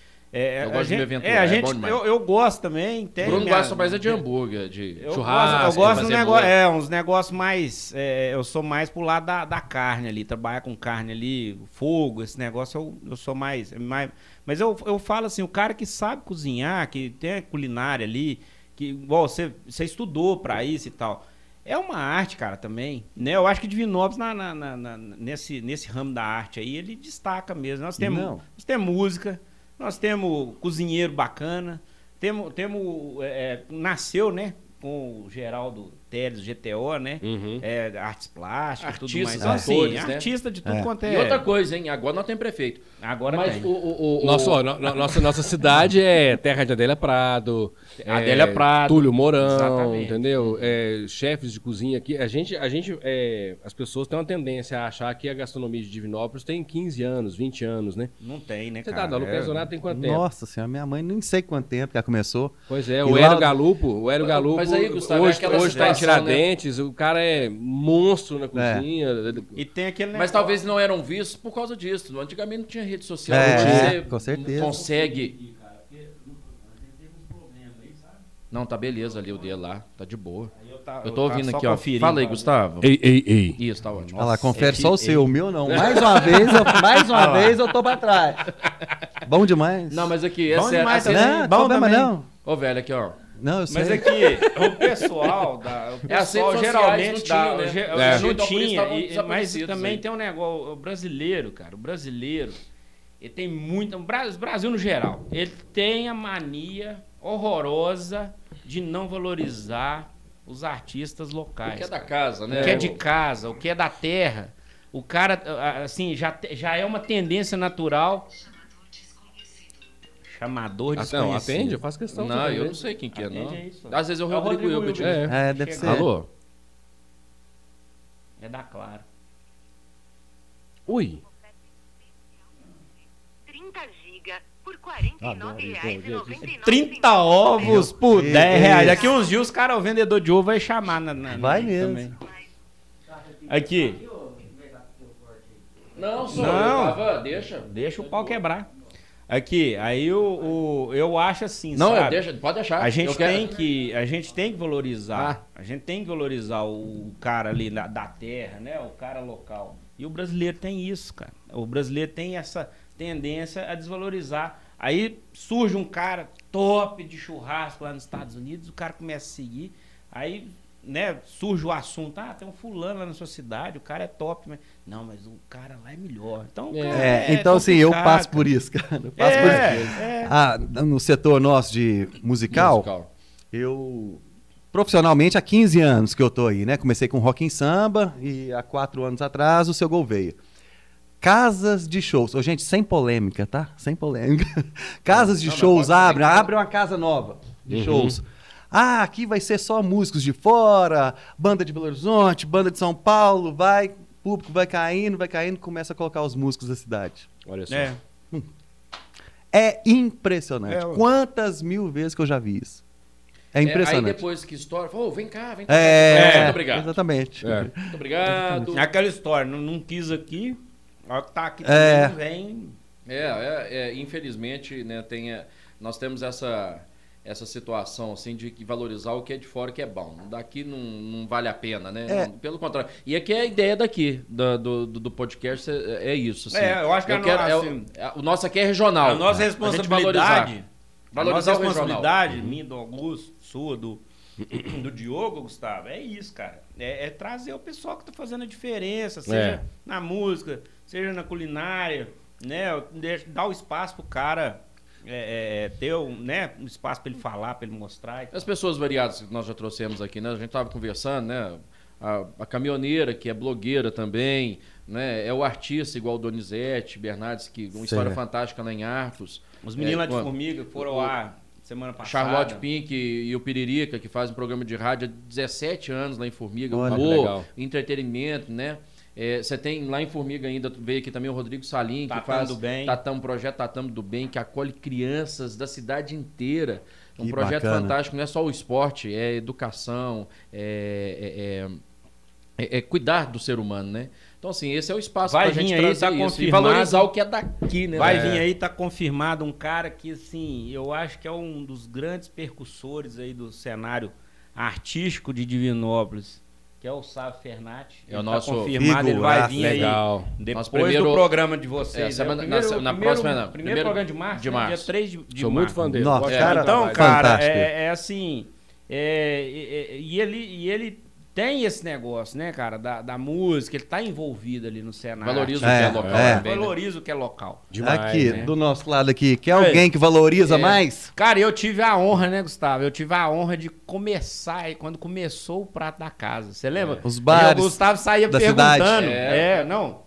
Speaker 1: Eu
Speaker 2: É, a
Speaker 1: gosto de
Speaker 2: gente-
Speaker 1: me aventurar,
Speaker 2: É, a
Speaker 1: é
Speaker 2: gente,
Speaker 1: bom demais.
Speaker 2: eu, eu gosto também. Tem
Speaker 1: Bruno
Speaker 2: minha-
Speaker 1: gosta mais é de hambúrguer, de
Speaker 2: Eu
Speaker 1: churrasco.
Speaker 2: gosto, eu gosto de um
Speaker 1: fazer
Speaker 2: negócio,
Speaker 1: bolo.
Speaker 2: é, uns negócios mais. é, eu sou mais pro lado da, da carne ali, trabalhar com carne ali, fogo, esse negócio eu, eu sou mais. é mais mas eu, eu falo assim, o cara que sabe cozinhar, que tem a culinária ali, que igual você, você estudou pra isso e tal. É uma arte, cara, também. Né? Eu acho que Divinópolis, na, na- na- na- nesse, nesse ramo da arte aí, ele destaca mesmo. Nós temos,
Speaker 3: Não.
Speaker 2: nós temos música, nós temos cozinheiro bacana, temos, temos é, é, nasceu, né, com o Geraldo Teles, GTO, né,
Speaker 4: Uhum.
Speaker 2: é, artes plásticas, tudo mais.
Speaker 1: Artistas,
Speaker 2: Então, assim,
Speaker 1: atores, né?
Speaker 2: artista de tudo
Speaker 3: É.
Speaker 2: quanto é.
Speaker 1: E outra coisa, hein? Agora nós temos prefeito.
Speaker 2: Agora
Speaker 1: Mas
Speaker 2: tem.
Speaker 1: o, o, o-
Speaker 4: Nossa,
Speaker 1: o-
Speaker 4: ó, no- no- nossa, nossa cidade é terra de Adélia Prado, é,
Speaker 2: Adélia Prado,
Speaker 4: Túlio Mourão,
Speaker 2: exatamente.
Speaker 4: entendeu? É, chefes de cozinha aqui. A gente, a gente é, as pessoas têm uma tendência a achar que a gastronomia de Divinópolis tem 15 anos, 20 anos, né?
Speaker 2: Não tem, né,
Speaker 4: Você
Speaker 2: cara?
Speaker 4: tá dando, o Lucas Donato tem quanto tempo?
Speaker 3: Nossa senhora, minha mãe nem sei quanto tempo que ela começou.
Speaker 4: Pois é,
Speaker 3: E
Speaker 4: o
Speaker 3: lá-
Speaker 4: Hélio Galupo, o Hélio
Speaker 1: Mas-
Speaker 4: Galupo
Speaker 1: mas aí, Gustavo, é
Speaker 4: hoje,
Speaker 1: aquela
Speaker 4: hoje tá em
Speaker 1: situação, né?
Speaker 4: Tiradentes, o cara é monstro na cozinha.
Speaker 2: E tem aquele
Speaker 1: Mas
Speaker 2: negócio-
Speaker 1: talvez não eram vistos por causa disso. Antigamente não tinha rede social.
Speaker 3: É,
Speaker 1: hoje
Speaker 3: é, com certeza.
Speaker 1: consegue. Não, tá beleza ali o dele lá. Tá de boa.
Speaker 2: Eu, tá-
Speaker 1: Eu tô ouvindo
Speaker 2: só
Speaker 1: aqui, ó.
Speaker 2: conferindo,
Speaker 1: Fala aí,
Speaker 2: tá?
Speaker 1: Gustavo.
Speaker 4: Ei, ei, ei.
Speaker 1: Isso, tá ótimo.
Speaker 3: Olha lá, confere
Speaker 2: é
Speaker 3: só
Speaker 2: que-
Speaker 3: o seu, o meu não. Mais uma vez, eu, mais uma vez eu tô pra trás. Bom demais.
Speaker 1: Não, mas aqui, é
Speaker 2: Bom
Speaker 1: sério.
Speaker 2: demais
Speaker 1: assim-
Speaker 2: também.
Speaker 3: não,
Speaker 2: bom
Speaker 3: problema
Speaker 2: também.
Speaker 3: não.
Speaker 1: Ô, velho, aqui, ó.
Speaker 3: Não, eu sei.
Speaker 2: Mas é aqui, o pessoal da. O
Speaker 1: É, as
Speaker 2: pessoal
Speaker 1: redes sociais não
Speaker 2: geralmente
Speaker 1: tinha,
Speaker 2: da,
Speaker 1: né?
Speaker 2: ge-
Speaker 1: É.
Speaker 2: não
Speaker 1: Então, por isso
Speaker 2: tinha.
Speaker 1: estavam
Speaker 2: e- e- mas
Speaker 1: desaparecidos
Speaker 2: também
Speaker 1: aí.
Speaker 2: tem um negócio. O brasileiro, cara, o brasileiro, ele tem muito. O Bra- o Brasil no geral, ele tem a mania horrorosa de não valorizar os artistas locais.
Speaker 1: O que é da
Speaker 2: cara.
Speaker 1: casa, né?
Speaker 2: O que é de casa, o que é da terra. O cara, a- assim, já, te- já é uma tendência natural. Chamador
Speaker 4: Ah, não,
Speaker 2: desconhecido.
Speaker 4: atende, eu faço questão.
Speaker 1: Não,
Speaker 4: também. né?
Speaker 1: eu não sei quem que é, não.
Speaker 2: Atende aí, só.
Speaker 1: Às vezes é o
Speaker 2: É o
Speaker 1: Rodrigo
Speaker 2: Rodrigo
Speaker 1: Wilbert.
Speaker 2: Wilbert.
Speaker 4: É.
Speaker 3: É, deve
Speaker 2: Chega.
Speaker 3: ser.
Speaker 1: Alô?
Speaker 2: É da Claro.
Speaker 4: Ui.
Speaker 5: 30 giga por R$ 49,99.
Speaker 2: 30 ovos por
Speaker 3: Meu
Speaker 2: 10 reais.
Speaker 3: Deus.
Speaker 2: Daqui uns dias os caras, o vendedor de ovo, vai chamar na, na-
Speaker 3: Vai
Speaker 2: na-
Speaker 3: mesmo.
Speaker 2: Aqui.
Speaker 1: Não, só
Speaker 2: Não.
Speaker 1: eu tava- deixa.
Speaker 2: Deixa o pau quebrar. Aqui, aí o, o- eu acho assim,
Speaker 1: Não, eu
Speaker 2: sabe?
Speaker 1: deixa, pode
Speaker 3: Tá?
Speaker 1: deixar.
Speaker 2: A gente
Speaker 1: Eu quero-
Speaker 2: tem que a gente tem que valorizar.
Speaker 3: Ah.
Speaker 2: A gente tem que valorizar o, o cara ali na- da terra, né? O cara local. E o brasileiro tem isso, cara. O brasileiro tem essa tendência a desvalorizar. Aí surge um cara top de churrasco lá nos Estados Unidos, o cara começa a seguir, aí né, surge o assunto, ah, tem um fulano lá na sua cidade, o cara é top, mas não, mas o cara lá é melhor. Então, o cara
Speaker 3: É, então assim, eu passo por isso, cara. Eu passo por isso.
Speaker 2: É, é.
Speaker 3: Ah, no setor nosso de musical,
Speaker 1: Musical.
Speaker 3: eu profissionalmente há 15 anos que eu tô aí, né? Comecei com rock em samba e há quatro anos atrás o seu Gouveia. Casas de shows. Ô, gente, sem polêmica, tá? Sem polêmica. [laughs] Casas de
Speaker 1: Não, mas pode
Speaker 3: shows
Speaker 1: ser Uhum.
Speaker 3: abrem,
Speaker 1: sem casa.
Speaker 3: abrem uma casa nova de shows. Ah, aqui vai ser só músicos de fora, banda de Belo Horizonte, banda de São Paulo, vai, público vai caindo, vai caindo, começa a colocar os músicos da cidade.
Speaker 4: Olha só.
Speaker 2: É.
Speaker 3: É impressionante.
Speaker 2: É, ué.
Speaker 3: Quantas mil vezes que eu já vi isso? É
Speaker 1: aí
Speaker 3: impressionante.
Speaker 1: depois que estoura, fala, ô, vem cá, vem cá.
Speaker 3: É,
Speaker 1: Muito obrigado.
Speaker 3: Exatamente.
Speaker 4: É.
Speaker 1: Muito obrigado.
Speaker 2: É aquela história, não, não quis aqui, ó, tá aqui
Speaker 3: É.
Speaker 2: também, não vem.
Speaker 1: É, é, é, infelizmente, né, tem, é, nós temos essa essa situação assim de que valorizar o que é de fora que é bom. Daqui não, não vale a pena, né?
Speaker 3: É.
Speaker 1: Não, pelo contrário. E é que é a ideia daqui, da- do, do, do podcast, é, é isso. assim.
Speaker 2: É, eu acho que a
Speaker 1: quero-
Speaker 2: nossa-
Speaker 1: é o- é- o nosso aqui é regional.
Speaker 2: A nossa
Speaker 1: gente
Speaker 2: responsabilidade.
Speaker 1: valorizar.
Speaker 2: A nossa
Speaker 1: Valorizar o Uhum. regional.
Speaker 2: responsabilidade, minha, do Augusto, sua, do, do Diogo, Gustavo, é isso, cara. É, é trazer o pessoal que tá fazendo a diferença, seja
Speaker 4: É.
Speaker 2: na música, seja na culinária, né? Deixa- Dar o espaço pro cara é, é, é, ter um, né, um espaço pra ele falar, pra ele mostrar. e tal.
Speaker 1: As pessoas variadas que nós já trouxemos aqui, né? A gente estava conversando, né? A, a caminhoneira, que é blogueira também, né? É o artista, igual o Donizete, Bernardes, que uma
Speaker 3: Sim.
Speaker 1: história fantástica lá em Arcos.
Speaker 2: Os meninos
Speaker 1: É,
Speaker 2: lá de
Speaker 1: uma-
Speaker 2: Formiga foram
Speaker 1: o-
Speaker 2: lá semana passada.
Speaker 1: Charlotte Pink e o Piririca, que fazem programa de rádio há 17 anos lá em Formiga,
Speaker 3: Olha.
Speaker 1: humor,
Speaker 4: Ah, que legal.
Speaker 1: entretenimento, né? É, Você tem lá em Formiga ainda, veio aqui também o Rodrigo Salim, que
Speaker 2: Tatame
Speaker 1: faz
Speaker 2: do Bem.
Speaker 1: Tatame, um projeto Tatame do Bem, que acolhe crianças da cidade inteira. É Um
Speaker 3: Que
Speaker 1: projeto
Speaker 3: bacana.
Speaker 1: fantástico, não é só o esporte, é educação, é, é- é- é- é cuidar do ser humano, né? Então, assim, esse é o espaço
Speaker 2: Vai
Speaker 1: pra gente
Speaker 2: vir aí,
Speaker 1: trazer
Speaker 2: tá
Speaker 1: isso e
Speaker 2: confirmado.
Speaker 1: valorizar o que é daqui, né?
Speaker 2: Vai
Speaker 1: né?
Speaker 2: vir aí, tá confirmado um cara que, assim, eu acho que é um dos grandes percussores aí do cenário artístico de Divinópolis, que é o Sávio Fernatti.
Speaker 1: É o nosso
Speaker 2: Tá confirmado, ele vai
Speaker 3: figuraça.
Speaker 2: vir
Speaker 4: Legal.
Speaker 2: aí. Depois
Speaker 1: Nosso primeiro-
Speaker 2: do programa de
Speaker 1: É,
Speaker 2: vocês. né?
Speaker 1: semana-
Speaker 2: o
Speaker 1: na- na próxima, não.
Speaker 2: Primeiro,
Speaker 1: Primeiro
Speaker 2: programa de março,
Speaker 1: de
Speaker 2: né?
Speaker 1: março.
Speaker 2: dia 3 de, de
Speaker 4: Sou
Speaker 2: março.
Speaker 4: muito fã dele.
Speaker 3: Nossa,
Speaker 4: Gosto
Speaker 3: cara,
Speaker 4: muito do
Speaker 2: Então,
Speaker 4: trabalho.
Speaker 2: cara,
Speaker 3: Fantástico.
Speaker 2: é, é assim. é, é, é, e, ele, e ele tem esse negócio, né, cara, da, da música, ele tá envolvido ali no cenário.
Speaker 1: Valoriza
Speaker 3: É,
Speaker 1: o que é local
Speaker 3: é.
Speaker 1: também. né?
Speaker 2: Valoriza o que é local.
Speaker 4: Demais,
Speaker 3: aqui,
Speaker 4: né?
Speaker 3: do nosso lado aqui, quer alguém que valoriza mais?
Speaker 2: Cara, eu tive a honra, né, Gustavo? Eu tive a honra de começar aí, quando começou o prato da casa. Você lembra?
Speaker 3: É. Os bares
Speaker 2: E o Gustavo saía
Speaker 3: da
Speaker 2: perguntando.
Speaker 3: cidade.
Speaker 2: É. não.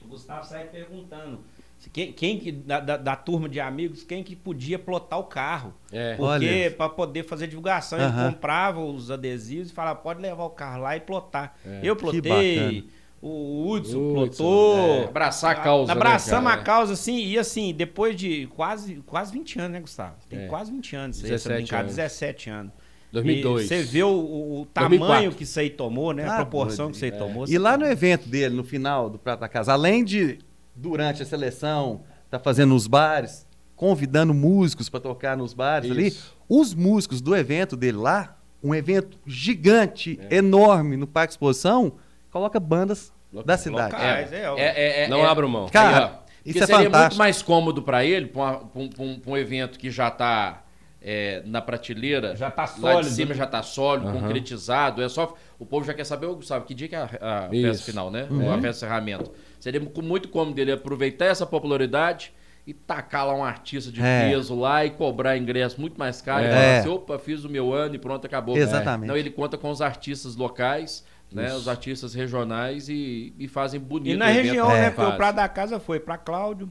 Speaker 2: O Gustavo saía perguntando. se Quem, quem que, da, da- da turma de amigos, quem que podia plotar o carro?
Speaker 4: É.
Speaker 3: Olha.
Speaker 2: Porque para poder fazer divulgação,
Speaker 3: Aham.
Speaker 2: ele comprava os adesivos e falava, pode levar o carro lá e plotar.
Speaker 4: É.
Speaker 2: Eu
Speaker 3: bacana.
Speaker 2: plotei, o Hudson
Speaker 4: Hudson,
Speaker 2: plotou.
Speaker 1: é, abraçar a causa, né,
Speaker 2: Abraçamos
Speaker 1: cara?
Speaker 2: a causa, assim, e assim, depois de quase, quase 20 anos, né, Gustavo? Tem
Speaker 4: É.
Speaker 2: quase 20 anos isso aí,
Speaker 4: 17
Speaker 2: 17 brincadeira,
Speaker 4: anos.
Speaker 2: 17 anos.
Speaker 4: 2002.
Speaker 2: E você vê o, o- o tamanho
Speaker 4: 2004.
Speaker 2: que isso aí tomou, né?
Speaker 3: Ah,
Speaker 2: a proporção
Speaker 3: doido.
Speaker 2: que isso aí tomou.
Speaker 3: E lá no evento dele, no final do Prata Casa, além de durante a seleção, tá fazendo os bares, convidando músicos para tocar nos bares ali,
Speaker 4: Isso.
Speaker 3: os músicos do evento dele lá, um evento gigante, enorme no Parque Exposição, coloca bandas da cidade.
Speaker 2: local. Mas é, ó.
Speaker 1: É, é,
Speaker 4: Não
Speaker 1: é.
Speaker 4: abro mão.
Speaker 3: Cara,
Speaker 1: Aí, ó,
Speaker 3: isso
Speaker 1: porque
Speaker 3: é
Speaker 1: seria muito
Speaker 3: fantástico.
Speaker 1: mais cômodo pra ele, pra, uma- pra um- pra um, pra um evento que já tá é, na prateleira.
Speaker 2: Já tá
Speaker 1: Lá
Speaker 2: sólido.
Speaker 1: de cima já tá sólido,
Speaker 4: Aham.
Speaker 1: concretizado. É só, o povo já quer saber, ô, Gustavo, que dia que é a, a
Speaker 4: Isso.
Speaker 1: festa final, né? Ou A festa de encerramento. Seria mu- muito cômodo ele aproveitar essa popularidade e tacar lá um artista de
Speaker 3: É.
Speaker 1: peso lá e cobrar ingresso muito mais caro. E
Speaker 4: É.
Speaker 1: falar
Speaker 3: É.
Speaker 1: assim, opa, fiz o meu ano e pronto, acabou.
Speaker 3: Exatamente.
Speaker 1: né? Não, ele conta com os artistas locais, né? Os artistas regionais e, e fazem bonito
Speaker 2: E na
Speaker 1: o evento.
Speaker 2: região,
Speaker 3: É,
Speaker 2: né? Porque
Speaker 1: faz.
Speaker 2: o prato da casa foi pra Cláudio.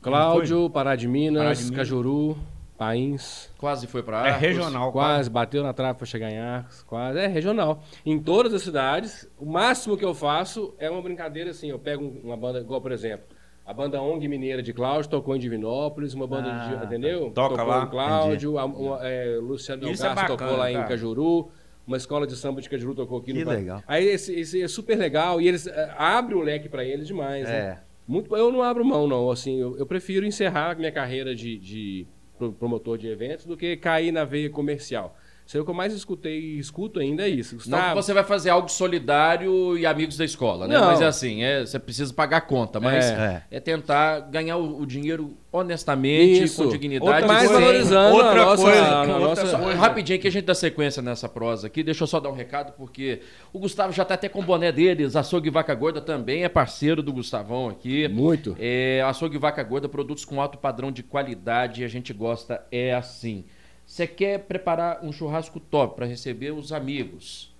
Speaker 4: Cláudio, Pará de Minas,
Speaker 2: Pará de Minas.
Speaker 4: Cajuru, Pains.
Speaker 1: Quase foi pra
Speaker 2: É
Speaker 1: Arcos.
Speaker 2: regional.
Speaker 4: Quase, bateu na trave pra chegar em Arcos, quase. É regional. Em todas as cidades, o máximo que eu faço é uma brincadeira assim. Eu pego um- uma banda, igual por exemplo, a banda ONG Mineira de Cláudio tocou em Divinópolis, uma banda
Speaker 3: Ah,
Speaker 4: de. Entendeu?
Speaker 2: Toca
Speaker 4: tocou
Speaker 2: lá.
Speaker 4: em Cláudio, a, uma- é, Luciano
Speaker 2: Isso
Speaker 4: Delgaço
Speaker 2: é bacana,
Speaker 4: tocou lá em
Speaker 2: cara.
Speaker 4: Cajuru. Uma escola de samba de Cajuru tocou aqui
Speaker 3: Que
Speaker 4: no
Speaker 3: legal.
Speaker 4: Aí esse, esse é super legal e eles é, abrem o leque pra eles demais, né?
Speaker 3: É.
Speaker 4: Muito, eu não abro mão, não. Assim, eu, eu prefiro encerrar minha carreira de, de pro- promotor de eventos do que cair na veia comercial. Isso é o que eu mais escutei e escuto ainda é isso.
Speaker 1: Não que
Speaker 4: Gustavo,
Speaker 1: você vai fazer algo solidário e amigos da escola, né?
Speaker 4: Não.
Speaker 1: Mas é assim, é, você precisa pagar a conta, mas
Speaker 3: É.
Speaker 1: é, tentar ganhar o, o dinheiro honestamente,
Speaker 4: Isso.
Speaker 1: com dignidade.
Speaker 4: Outra mais
Speaker 1: sem-
Speaker 4: valorizando
Speaker 2: outra
Speaker 4: a nossa,
Speaker 2: coisa,
Speaker 4: a
Speaker 2: outra
Speaker 4: nossa-
Speaker 1: Só- Rapidinho que a gente dá sequência nessa prosa aqui. Deixa eu só dar um recado, porque o Gustavo já tá até com o boné deles. Açougue Vaca Gorda também é parceiro do Gustavão aqui.
Speaker 4: Muito.
Speaker 1: É, açougue Vaca Gorda, produtos com alto padrão de qualidade e a gente gosta é assim. Você quer preparar um churrasco top para receber os amigos?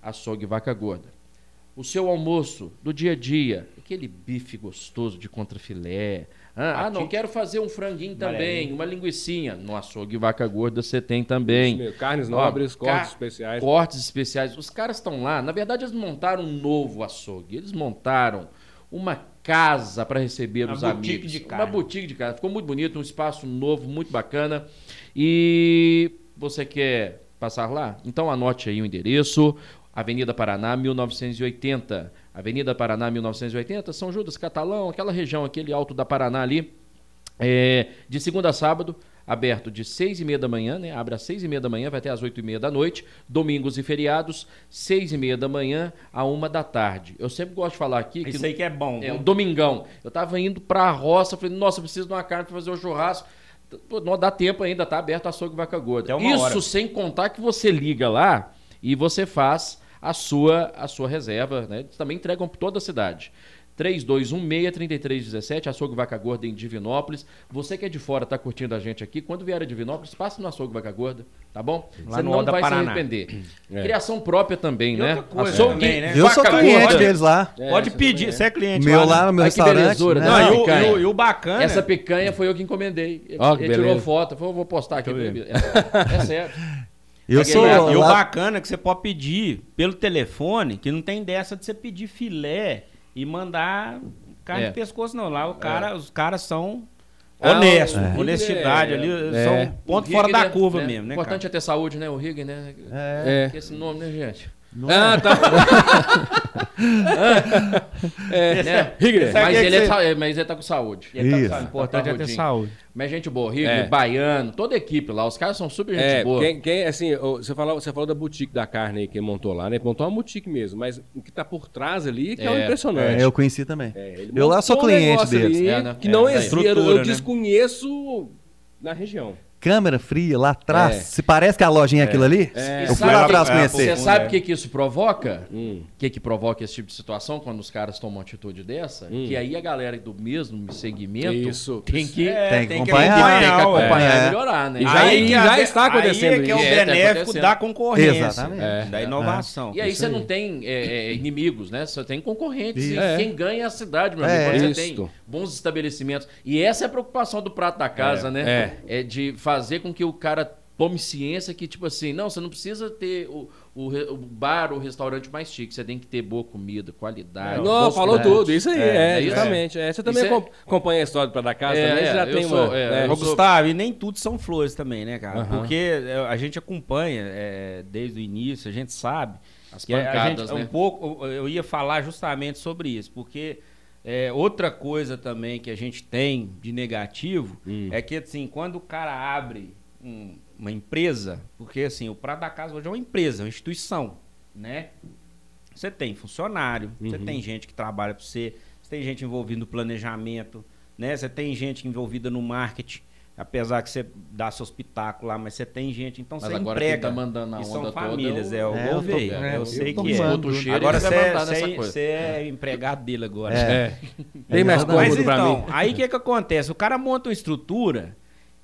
Speaker 1: Açougue Vaca Gorda. O seu almoço do dia a dia, aquele bife gostoso de contrafilé. Ah, ah, não, quero fazer um franguinho também, uma linguiçinha. No açougue Vaca Gorda você tem também.
Speaker 4: Isso mesmo, carnes
Speaker 1: Ó,
Speaker 4: nobres, cortes especiais.
Speaker 1: Cortes especiais. Os caras estão lá, na verdade eles montaram um novo açougue. Eles montaram uma casa para receber
Speaker 2: Uma
Speaker 1: os
Speaker 2: boutique
Speaker 1: amigos.
Speaker 2: de
Speaker 1: Uma
Speaker 2: carne.
Speaker 1: boutique de carne. Ficou muito bonito, um espaço novo, muito bacana. E você quer passar lá? Então anote aí o endereço. Avenida Paraná, 1980. Avenida Paraná, 1980, São Judas Catalão, aquela região, aquele alto da Paraná ali. É, de segunda a sábado, aberto de 6 e meia da manhã, né? Abre às 6 e meia da manhã, vai até às 8 e meia da noite, domingos e feriados, 6 e meia da manhã a 1 da tarde. Eu sempre gosto de falar aqui
Speaker 2: Isso aí que é bom.
Speaker 1: é,
Speaker 2: viu?
Speaker 1: um domingão. Eu tava indo pra roça, falei, nossa, eu preciso de uma carne pra fazer um churrasco. Pô, não dá tempo ainda, tá aberto açougue vaca gorda.
Speaker 2: Até uma
Speaker 1: Isso
Speaker 2: hora.
Speaker 1: sem contar que você liga lá e você faz a sua, a sua reserva, né? Eles também entregam por toda a cidade. 3216-3317, Açougue Vaca Gorda em Divinópolis. Você que é de fora, tá curtindo a gente aqui, quando vier a Divinópolis, passe no Açougue Vaca Gorda, tá bom?
Speaker 2: Lá
Speaker 1: você
Speaker 2: no
Speaker 1: não
Speaker 2: Oda
Speaker 1: vai se
Speaker 2: Paraná. É.
Speaker 1: arrepender. Criação própria também,
Speaker 2: E
Speaker 1: né?
Speaker 2: outra coisa
Speaker 1: Açougue
Speaker 2: também, né?
Speaker 3: Eu sou
Speaker 1: Vaca
Speaker 3: cliente
Speaker 1: Gorda.
Speaker 3: deles lá.
Speaker 4: É,
Speaker 2: Pode
Speaker 4: isso
Speaker 2: pedir,
Speaker 4: também,
Speaker 2: você é cliente.
Speaker 3: meu
Speaker 2: lá,
Speaker 3: lá
Speaker 2: né?
Speaker 3: no meu
Speaker 1: Ai, que
Speaker 3: restaurante.
Speaker 1: belezura,
Speaker 3: né?
Speaker 1: né?
Speaker 2: Não, e, o,
Speaker 1: picanha.
Speaker 2: e o- e o bacana.
Speaker 1: Essa picanha foi eu que encomendei. Ele,
Speaker 4: Ó, que
Speaker 1: ele tirou
Speaker 4: beleza.
Speaker 1: foto. Falou, vou postar aqui.
Speaker 4: Deixa eu
Speaker 1: É, é sério.
Speaker 3: Eu
Speaker 1: Peguei
Speaker 3: sou
Speaker 1: essa.
Speaker 2: E o
Speaker 3: lá-
Speaker 2: bacana é que você pode pedir pelo telefone, que não tem dessa de você pedir filé e mandar carne
Speaker 1: É.
Speaker 2: de pescoço, não. Lá o cara, os caras são
Speaker 1: Ah,
Speaker 2: honestos.
Speaker 1: é.
Speaker 2: Honestidade ali,
Speaker 3: É.
Speaker 2: são [laughs] um ponto
Speaker 1: O
Speaker 2: fora
Speaker 1: Rigger,
Speaker 2: da curva
Speaker 1: né?
Speaker 2: mesmo,
Speaker 1: O
Speaker 2: né,
Speaker 1: importante
Speaker 2: cara?
Speaker 1: é ter saúde, né? O Rigg, né?
Speaker 3: É.
Speaker 4: É.
Speaker 1: Que Esse nome, né,
Speaker 4: [laughs]
Speaker 1: gente?
Speaker 4: Ah,
Speaker 1: [laughs]
Speaker 4: tá. é,
Speaker 1: Né?
Speaker 4: Rigger.
Speaker 1: Mas,
Speaker 2: que
Speaker 1: ele
Speaker 2: você-
Speaker 1: é sa- é, mas ele tá com saúde.
Speaker 3: Ele tá Isso.
Speaker 2: O
Speaker 3: saúde,
Speaker 2: importante
Speaker 1: tá
Speaker 2: é ter
Speaker 1: rodinho.
Speaker 2: saúde.
Speaker 1: Mas gente boa, Rigg,
Speaker 4: É.
Speaker 1: Baiano, toda a equipe lá. Os caras são super gente
Speaker 4: É,
Speaker 1: boa.
Speaker 4: quem, quem, assim, ô, você falou, você falou da boutique da carne aí que montou lá, né? Montou uma boutique mesmo, mas o que tá por trás ali que é, o
Speaker 1: É,
Speaker 4: impressionante.
Speaker 3: É, eu conheci também.
Speaker 4: Ele
Speaker 3: eu lá sou
Speaker 4: montou um
Speaker 3: cliente
Speaker 4: negócio
Speaker 3: deles.
Speaker 4: ali
Speaker 1: É, né?
Speaker 4: Que
Speaker 1: É,
Speaker 4: não
Speaker 1: é.
Speaker 4: existe, eu, eu
Speaker 2: Estrutura, né?
Speaker 4: desconheço na região.
Speaker 3: Câmera fria lá atrás.
Speaker 4: É.
Speaker 3: Se parece que a lojinha é aquilo ali,
Speaker 1: E
Speaker 3: eu fui
Speaker 1: sabe-
Speaker 3: lá atrás
Speaker 1: Você
Speaker 2: é,
Speaker 3: conhecer.
Speaker 2: pô.
Speaker 4: né?
Speaker 1: sabe o que, que isso provoca? O
Speaker 4: Hum.
Speaker 1: que, que provoca esse tipo de situação quando os caras tomam uma atitude dessa? Que aí a galera do mesmo segmento
Speaker 4: Hum. Isso.
Speaker 1: tem que,
Speaker 2: É,
Speaker 3: Tem que
Speaker 1: tem
Speaker 3: acompanhar,
Speaker 1: que
Speaker 2: ué.
Speaker 1: acompanhar
Speaker 3: É.
Speaker 1: e melhorar, né?
Speaker 4: E já-
Speaker 1: Aí-
Speaker 4: Aí
Speaker 2: que
Speaker 4: já
Speaker 2: a-
Speaker 4: está acontecendo
Speaker 2: Aí é que é o
Speaker 1: isso. É, tá
Speaker 2: benéfico
Speaker 1: acontecendo.
Speaker 2: da concorrência, né?
Speaker 3: Exatamente.
Speaker 4: É.
Speaker 2: da inovação.
Speaker 1: E aí você não tem é, é, inimigos, né? Você tem concorrentes.
Speaker 3: Isso.
Speaker 1: E
Speaker 4: É.
Speaker 1: quem ganha é a cidade, meu
Speaker 3: É,
Speaker 1: amigo. Quando você
Speaker 4: isto.
Speaker 1: tem bons estabelecimentos. E essa é a preocupação do prato da casa,
Speaker 4: É,
Speaker 1: né? É. de fazer com que o cara tome ciência que, tipo assim, não, você não precisa ter o, o re- o bar ou o restaurante mais chique. Você tem que ter boa comida, qualidade.
Speaker 4: É, Não,
Speaker 1: bons
Speaker 4: falou
Speaker 1: produtos.
Speaker 4: tudo, isso aí,
Speaker 1: É,
Speaker 4: é,
Speaker 1: é isso.
Speaker 4: justamente. é. Você também
Speaker 1: Isso é-
Speaker 4: acom- acompanha a história do Pra da Casa
Speaker 1: É,
Speaker 4: também,
Speaker 1: é,
Speaker 4: você já
Speaker 1: eu
Speaker 4: tem
Speaker 1: sou-
Speaker 4: uma.
Speaker 1: é,
Speaker 4: né?
Speaker 1: eu
Speaker 2: Ô,
Speaker 1: sou-
Speaker 2: Gustavo, e nem tudo são flores também, né, cara?
Speaker 4: Aham.
Speaker 2: Porque é, a gente acompanha é, desde o início, a gente sabe.
Speaker 1: As
Speaker 2: que a- a
Speaker 1: pancadas,
Speaker 2: gente,
Speaker 1: né?
Speaker 2: Um pouco, eu- eu ia falar justamente sobre isso, porque é, outra coisa também que a gente tem de negativo
Speaker 1: Hum.
Speaker 2: é que, assim, quando o cara abre um- uma empresa, porque, assim, o Prato da Casa hoje é uma empresa, uma instituição, né? Você tem funcionário, você
Speaker 1: Uhum.
Speaker 2: tem gente que trabalha para você, você tem gente envolvida no planejamento, né? Você tem gente envolvida no marketing, apesar que você dá seus pitacos lá, mas você tem gente, então
Speaker 1: Mas
Speaker 2: você
Speaker 1: agora quem
Speaker 2: emprega.
Speaker 1: tá mandando na
Speaker 2: e
Speaker 1: onda
Speaker 2: são
Speaker 1: toda
Speaker 2: famílias,
Speaker 1: é
Speaker 2: é
Speaker 1: o-
Speaker 2: o
Speaker 3: é, eu tô-
Speaker 2: Gouveia, eu,
Speaker 3: é, eu
Speaker 2: sei
Speaker 3: tô
Speaker 2: que é.
Speaker 1: Escuta
Speaker 3: mandando.
Speaker 1: o cheiro,
Speaker 2: Agora
Speaker 1: ele
Speaker 2: você
Speaker 1: vai
Speaker 2: é,
Speaker 1: mandar nessa
Speaker 2: você é-
Speaker 1: coisa.
Speaker 2: você é empregado dele agora.
Speaker 3: É.
Speaker 4: É. Tem
Speaker 3: Mas
Speaker 4: mais cômodo pra
Speaker 2: então,
Speaker 4: mim.
Speaker 2: Aí o que, que acontece? O cara monta uma estrutura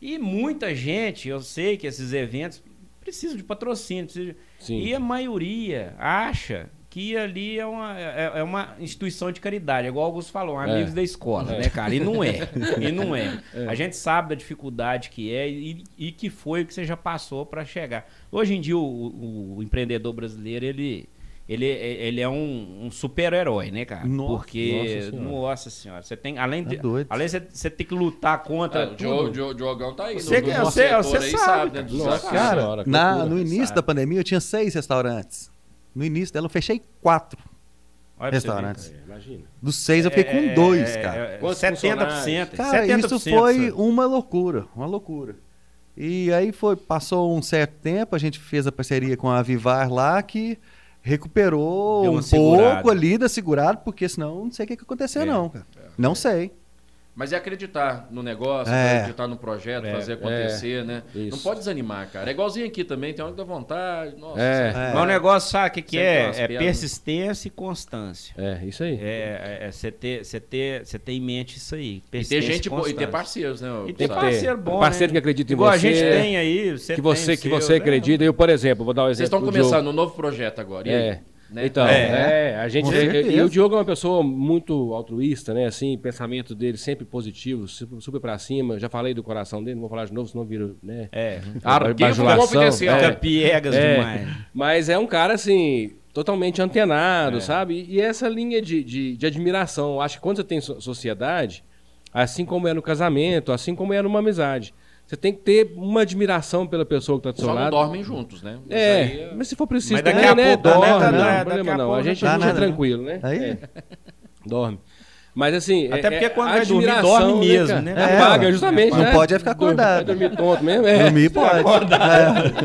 Speaker 2: e muita gente, eu sei que esses eventos precisam de patrocínio. precisam de-
Speaker 4: Sim.
Speaker 2: E a maioria acha que ali é uma, é, é uma instituição de caridade, igual o Augusto falou,
Speaker 4: É.
Speaker 2: amigos da escola, né, cara? E não
Speaker 4: [laughs]
Speaker 2: é. E não é. A gente sabe da dificuldade que é e, e que foi o que você já passou para chegar. Hoje em dia, o, o empreendedor brasileiro, ele. Ele, ele é um, um super-herói, né, cara?
Speaker 3: Nossa,
Speaker 2: Porque,
Speaker 4: nossa senhora.
Speaker 2: nossa senhora, você tem, além
Speaker 3: Tá
Speaker 2: de,
Speaker 3: doido.
Speaker 2: além de você- você ter que lutar contra
Speaker 1: Ah, o Diogo- Diogo- Diogão tá aí. do-
Speaker 2: Você
Speaker 1: do
Speaker 2: que-
Speaker 1: nosso
Speaker 2: você-
Speaker 1: setor
Speaker 2: você
Speaker 1: aí,
Speaker 2: sabe,
Speaker 1: né? Do
Speaker 4: Nossa,
Speaker 1: Zaca.
Speaker 4: cara,
Speaker 3: Cara,
Speaker 4: que
Speaker 3: na-
Speaker 4: loucura,
Speaker 3: no início
Speaker 4: sabe?
Speaker 3: da pandemia eu tinha seis restaurantes. No início dela eu fechei quatro
Speaker 2: Olha pra você ver,
Speaker 3: restaurantes.
Speaker 4: É, imagina.
Speaker 3: Dos seis eu fiquei
Speaker 2: É,
Speaker 3: com dois,
Speaker 2: é,
Speaker 3: cara.
Speaker 2: é, é,
Speaker 4: Quantos
Speaker 2: 70%.
Speaker 3: Cara,
Speaker 2: 70%,
Speaker 3: isso foi
Speaker 2: sabe?
Speaker 3: uma loucura, uma loucura. E aí foi, passou um certo tempo, a gente fez a parceria com a Avivar lá que recuperou
Speaker 2: Deu
Speaker 3: um
Speaker 2: uma segurada.
Speaker 3: pouco ali da segurada, porque senão não sei o que, que aconteceu
Speaker 2: É,
Speaker 3: não, cara. Não sei.
Speaker 1: Mas é acreditar no negócio,
Speaker 3: É.
Speaker 1: acreditar no projeto,
Speaker 2: É,
Speaker 1: fazer acontecer, né?
Speaker 4: Isso.
Speaker 1: Não pode desanimar, cara. É igualzinho aqui também, tem hora que dá vontade. Nossa,
Speaker 4: É.
Speaker 1: você-
Speaker 3: É.
Speaker 2: Mas o negócio, sabe o que, que
Speaker 1: Sempre tem umas
Speaker 2: é? É
Speaker 1: piadas.
Speaker 2: persistência e constância.
Speaker 4: É, isso aí.
Speaker 2: É, é, é você ter, você ter, você ter em mente isso aí.
Speaker 1: E ter
Speaker 2: Persistência
Speaker 1: gente boa, e ter
Speaker 2: constância.
Speaker 1: parceiros, né?
Speaker 2: E ter
Speaker 1: Gustavo?
Speaker 2: parceiro bom, né?
Speaker 4: Parceiro que acredita em
Speaker 2: Igual
Speaker 4: você. é.
Speaker 2: a gente tem aí. Você
Speaker 4: que você,
Speaker 2: tem o
Speaker 4: que
Speaker 2: seu,
Speaker 4: você
Speaker 2: né?
Speaker 4: acredita. Eu, por exemplo, vou dar um
Speaker 1: Vocês
Speaker 4: exemplo.
Speaker 1: estão
Speaker 4: do Diogo.
Speaker 1: começando um novo projeto agora. E aí?
Speaker 4: É.
Speaker 1: Né?
Speaker 4: Então,
Speaker 3: É.
Speaker 4: é, a gente.
Speaker 3: Com
Speaker 4: é-
Speaker 3: certeza.
Speaker 4: e o Diogo é uma pessoa muito altruísta, né? Assim, pensamento dele sempre positivo, super, super pra cima. Eu Já falei do coração dele, não vou falar de novo, senão vira, né?
Speaker 2: É.
Speaker 1: Arquivo
Speaker 4: Bajulação.
Speaker 1: confidencial.
Speaker 2: Fica
Speaker 1: É.
Speaker 2: piegas
Speaker 4: É.
Speaker 2: demais.
Speaker 4: Mas é um cara, assim, totalmente
Speaker 1: É.
Speaker 4: antenado, sabe? E essa linha de, de, de admiração. Eu Acho que quando você tem so- sociedade, assim como é no casamento, assim como é numa amizade, você tem que ter uma admiração pela pessoa que tá do seu
Speaker 1: Só não
Speaker 4: lado.
Speaker 1: dormem juntos, né? Isso aí
Speaker 4: É, mas se for preciso,
Speaker 2: Mas daqui
Speaker 4: também,
Speaker 2: a
Speaker 4: né?
Speaker 2: pouco, né,
Speaker 4: Dorme,
Speaker 2: tá- daqui
Speaker 4: não, não,
Speaker 2: a
Speaker 4: problema não.
Speaker 2: pouco
Speaker 4: A gente
Speaker 3: não
Speaker 4: a
Speaker 3: dá
Speaker 4: gente é
Speaker 3: nada, né?
Speaker 4: tranquilo, né?
Speaker 3: Aí,
Speaker 4: É, dorme. Mas assim.
Speaker 2: Até porque quando vai dormir,
Speaker 4: admiração,
Speaker 2: dorme mesmo,
Speaker 4: cara?
Speaker 2: né?
Speaker 4: É,
Speaker 3: É,
Speaker 4: Apaga,
Speaker 3: ué.
Speaker 4: justamente.
Speaker 3: Não
Speaker 4: né?
Speaker 3: pode é ficar
Speaker 4: Dormir-
Speaker 3: acordado.
Speaker 4: Dormir tonto mesmo. É.
Speaker 3: Dormir pode. É.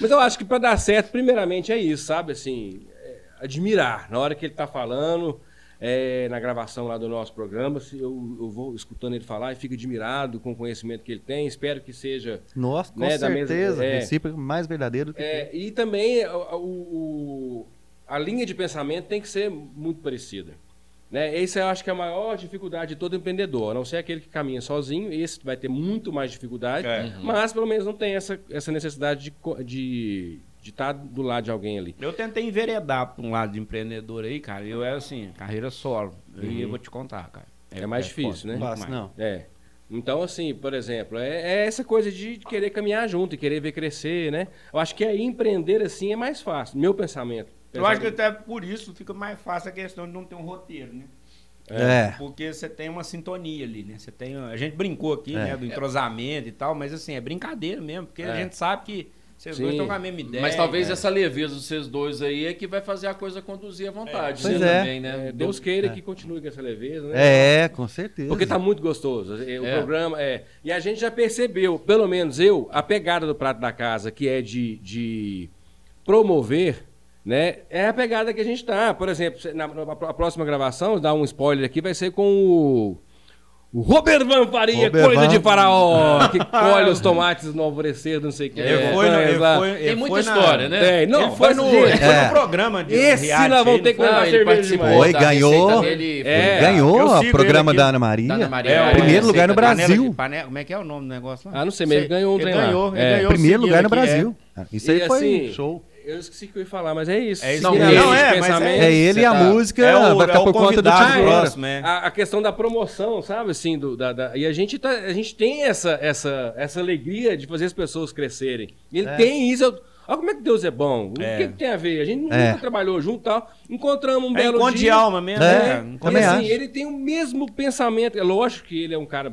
Speaker 4: Mas eu acho que pra dar certo, primeiramente é isso, sabe? Assim, é, admirar. Na hora que ele tá falando, é, na gravação lá do nosso programa, se eu, eu vou escutando ele falar e fico admirado com o conhecimento que ele tem. Espero que seja.
Speaker 3: Nossa, com
Speaker 4: Né, da mesma-
Speaker 3: certeza.
Speaker 4: é.
Speaker 3: Recíproco mais verdadeiro. que-
Speaker 4: É, e também o- o- o- a linha de pensamento tem que ser muito parecida. Né? Essa eu acho que é a maior dificuldade de todo empreendedor, a não ser aquele que caminha sozinho, esse vai ter muito mais dificuldade,
Speaker 2: É.
Speaker 4: mas pelo menos não tem essa, essa necessidade de co- de estar do lado de alguém ali.
Speaker 2: Eu tentei enveredar pra um lado de empreendedor aí, cara. Eu era assim, carreira solo. E eu vou te contar, cara.
Speaker 4: Uhum. É mais difícil, né?
Speaker 3: Não
Speaker 2: muito
Speaker 3: faço,
Speaker 2: mais.
Speaker 3: não.
Speaker 4: É. Então, assim, por exemplo, é, é essa coisa de querer caminhar junto e querer ver crescer, né? Eu acho que aí empreender assim é mais fácil, meu pensamento.
Speaker 2: Eu acho que até por isso fica mais fácil a questão de não ter um roteiro, né?
Speaker 3: É.
Speaker 2: Porque você tem uma sintonia ali, né? Você tem, a gente brincou aqui,
Speaker 3: É.
Speaker 2: né, do entrosamento e tal, mas assim, é brincadeira mesmo, porque a
Speaker 4: É.
Speaker 2: gente sabe que vocês
Speaker 4: Sim.
Speaker 2: dois estão com a mesma ideia.
Speaker 1: Mas talvez
Speaker 2: né?
Speaker 1: essa leveza dos vocês dois aí é que vai fazer a coisa conduzir à vontade.
Speaker 3: Pois
Speaker 1: né,
Speaker 3: é.
Speaker 1: Também, né?
Speaker 4: É, Deus queira que continue com essa leveza, né?
Speaker 3: É, com certeza.
Speaker 4: Porque tá muito gostoso. É, O
Speaker 1: É.
Speaker 4: programa é. E a gente já percebeu, pelo menos eu, a pegada do prato da casa, que é de, de promover, né? É a pegada que a gente tá. Por exemplo, cê- na, na- a próxima gravação, dar um spoiler aqui, vai ser com o. O Robert Van Faria,
Speaker 3: Robert
Speaker 4: coisa
Speaker 3: Van-
Speaker 4: de faraó, que colhe os tomates no alvorecer, não sei o que.
Speaker 1: Ele
Speaker 4: né?
Speaker 2: foi, no- ele
Speaker 4: Lá.
Speaker 2: foi- ele
Speaker 1: Tem muita
Speaker 2: foi na-
Speaker 1: história, né?
Speaker 4: É, não,
Speaker 2: ele foi
Speaker 4: mas,
Speaker 2: no,
Speaker 4: gente,
Speaker 2: ele foi no
Speaker 3: é.
Speaker 2: programa de
Speaker 4: Esse
Speaker 2: reality
Speaker 4: nós vamos
Speaker 2: aí,
Speaker 4: ter que-
Speaker 2: não foi?
Speaker 1: Não,
Speaker 4: Uma
Speaker 1: né? ele
Speaker 4: Ah, cerveja
Speaker 1: participou.
Speaker 4: demais.
Speaker 3: Oi,
Speaker 1: da
Speaker 3: ganhou.
Speaker 1: receita dele, foi-
Speaker 4: É.
Speaker 3: Ganhou
Speaker 2: eu
Speaker 3: o
Speaker 2: sigo
Speaker 3: programa
Speaker 2: ele aqui.
Speaker 3: da Ana Maria.
Speaker 1: Da Ana Maria.
Speaker 2: É,
Speaker 3: Primeiro
Speaker 1: a
Speaker 3: lugar no
Speaker 1: receita
Speaker 2: Panela de-
Speaker 3: Brasil.
Speaker 2: panela- como é que é o nome do negócio lá?
Speaker 4: Ah, não sei, mas ele ganhou um
Speaker 2: ele
Speaker 4: trem lá.
Speaker 2: ganhou, ele
Speaker 4: É.
Speaker 2: ganhou.
Speaker 3: Primeiro
Speaker 2: seguiu
Speaker 3: lugar no
Speaker 2: aqui, é.
Speaker 3: Brasil. Isso aí
Speaker 4: E,
Speaker 3: foi
Speaker 4: assim,
Speaker 3: show.
Speaker 4: Eu esqueci o que eu ia falar, mas é isso.
Speaker 2: É isso
Speaker 4: Não,
Speaker 1: mesmo.
Speaker 4: é
Speaker 1: Não,
Speaker 2: é, mas
Speaker 4: pensamento,
Speaker 3: É ele e a
Speaker 4: você tá-
Speaker 3: música
Speaker 2: É o-
Speaker 3: vai ficar
Speaker 2: é o
Speaker 3: por conta do
Speaker 2: convidado
Speaker 3: Thiago
Speaker 4: é.
Speaker 3: Flora.
Speaker 2: próximo, é.
Speaker 4: A, a questão da promoção, sabe, assim, do, da, da- e a gente, tá, a gente tem essa, essa, essa alegria de fazer as pessoas crescerem. E Ele tem isso. eu- Olha como é que Deus é bom. O
Speaker 2: É.
Speaker 4: que, que tem a ver? A gente nunca
Speaker 3: É.
Speaker 4: trabalhou junto e tal. Encontramos um
Speaker 2: É
Speaker 4: belo
Speaker 2: encontro de
Speaker 4: dia.
Speaker 2: alma mesmo,
Speaker 3: É,
Speaker 2: né?
Speaker 4: E,
Speaker 3: Também
Speaker 4: assim,
Speaker 3: acho.
Speaker 4: ele tem o mesmo pensamento. É lógico que ele é um cara,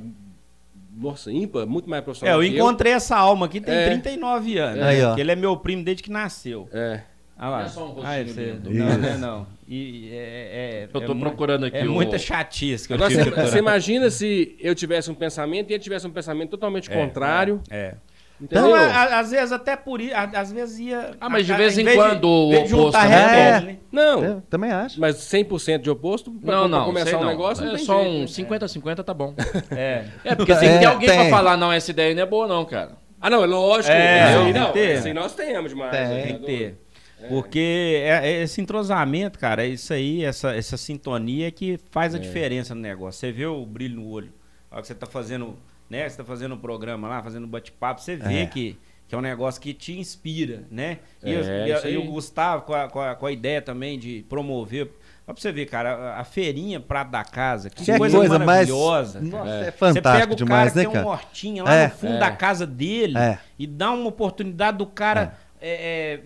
Speaker 4: nossa, ímpar, muito
Speaker 2: É,
Speaker 4: mais profissional.
Speaker 2: eu
Speaker 4: que
Speaker 2: encontrei essa alma aqui tem
Speaker 4: É.
Speaker 2: 39 anos.
Speaker 3: Aí, ó.
Speaker 2: que ele é meu primo desde que nasceu.
Speaker 4: É.
Speaker 2: Ah lá.
Speaker 1: Não é só um rostinho
Speaker 2: ah, esse-
Speaker 1: lindo.
Speaker 2: Não, não, é não. E, é, é,
Speaker 1: Eu tô
Speaker 2: é mu-
Speaker 1: procurando aqui
Speaker 2: É
Speaker 1: o-
Speaker 2: muita chatice que eu
Speaker 4: Agora,
Speaker 2: tive.
Speaker 4: você,
Speaker 2: que aturar.
Speaker 4: você imagina se eu tivesse um pensamento e ele tivesse um pensamento totalmente
Speaker 2: É,
Speaker 4: contrário.
Speaker 2: É.
Speaker 4: Entendeu?
Speaker 2: Então, a- a- às vezes até por isso, a- às vezes ia...
Speaker 1: Ah, mas de
Speaker 2: a- a-
Speaker 1: vez em
Speaker 2: vez
Speaker 1: quando o
Speaker 2: vez de
Speaker 1: oposto
Speaker 2: juntar
Speaker 1: também
Speaker 2: redondo,
Speaker 3: é bom.
Speaker 2: né?
Speaker 4: Não,
Speaker 3: Eu também acho.
Speaker 4: mas 100% de oposto pra,
Speaker 1: Não,
Speaker 4: pra
Speaker 1: não,
Speaker 4: começar
Speaker 1: sei
Speaker 4: um
Speaker 1: não.
Speaker 4: negócio não
Speaker 1: é
Speaker 4: tem
Speaker 1: só
Speaker 4: jeito,
Speaker 1: um
Speaker 4: né?
Speaker 1: 50-50 tá
Speaker 4: [laughs]
Speaker 1: bom.
Speaker 2: É.
Speaker 1: É, porque assim,
Speaker 3: É,
Speaker 1: tem alguém
Speaker 3: tem.
Speaker 1: pra falar, não, essa ideia não é boa não, cara.
Speaker 4: Ah, não, é lógico.
Speaker 2: É,
Speaker 4: isso aí
Speaker 2: tem
Speaker 4: não.
Speaker 2: que ter.
Speaker 4: Isso aí nós temos demais.
Speaker 3: Tem.
Speaker 4: né?
Speaker 2: Tem que ter. Porque é- é esse entrosamento, cara, é isso aí, essa, essa sintonia é que faz
Speaker 3: É.
Speaker 2: a diferença no negócio. Você vê o brilho no olho. A hora que você tá fazendo, né? Você tá fazendo um programa lá, fazendo um bate-papo, você vê
Speaker 3: É.
Speaker 2: que, que é um negócio que te inspira, né? E,
Speaker 4: É,
Speaker 2: eu- e
Speaker 4: isso
Speaker 2: eu- e o
Speaker 4: aí.
Speaker 2: Gustavo com a, com, a, com a ideia também de promover. Olha pra você ver, cara, a, a feirinha Prata da Casa, que
Speaker 3: Que é
Speaker 2: coisa,
Speaker 3: coisa mais.
Speaker 2: maravilhosa. cara.
Speaker 3: Nossa, é
Speaker 2: Você pega
Speaker 3: fantástico
Speaker 2: o
Speaker 3: demais,
Speaker 2: cara
Speaker 3: né,
Speaker 2: que tem uma
Speaker 3: cara?
Speaker 2: hortinha lá
Speaker 3: É.
Speaker 2: no fundo
Speaker 4: É.
Speaker 2: um da casa dele
Speaker 3: É.
Speaker 2: e dá uma oportunidade do cara é,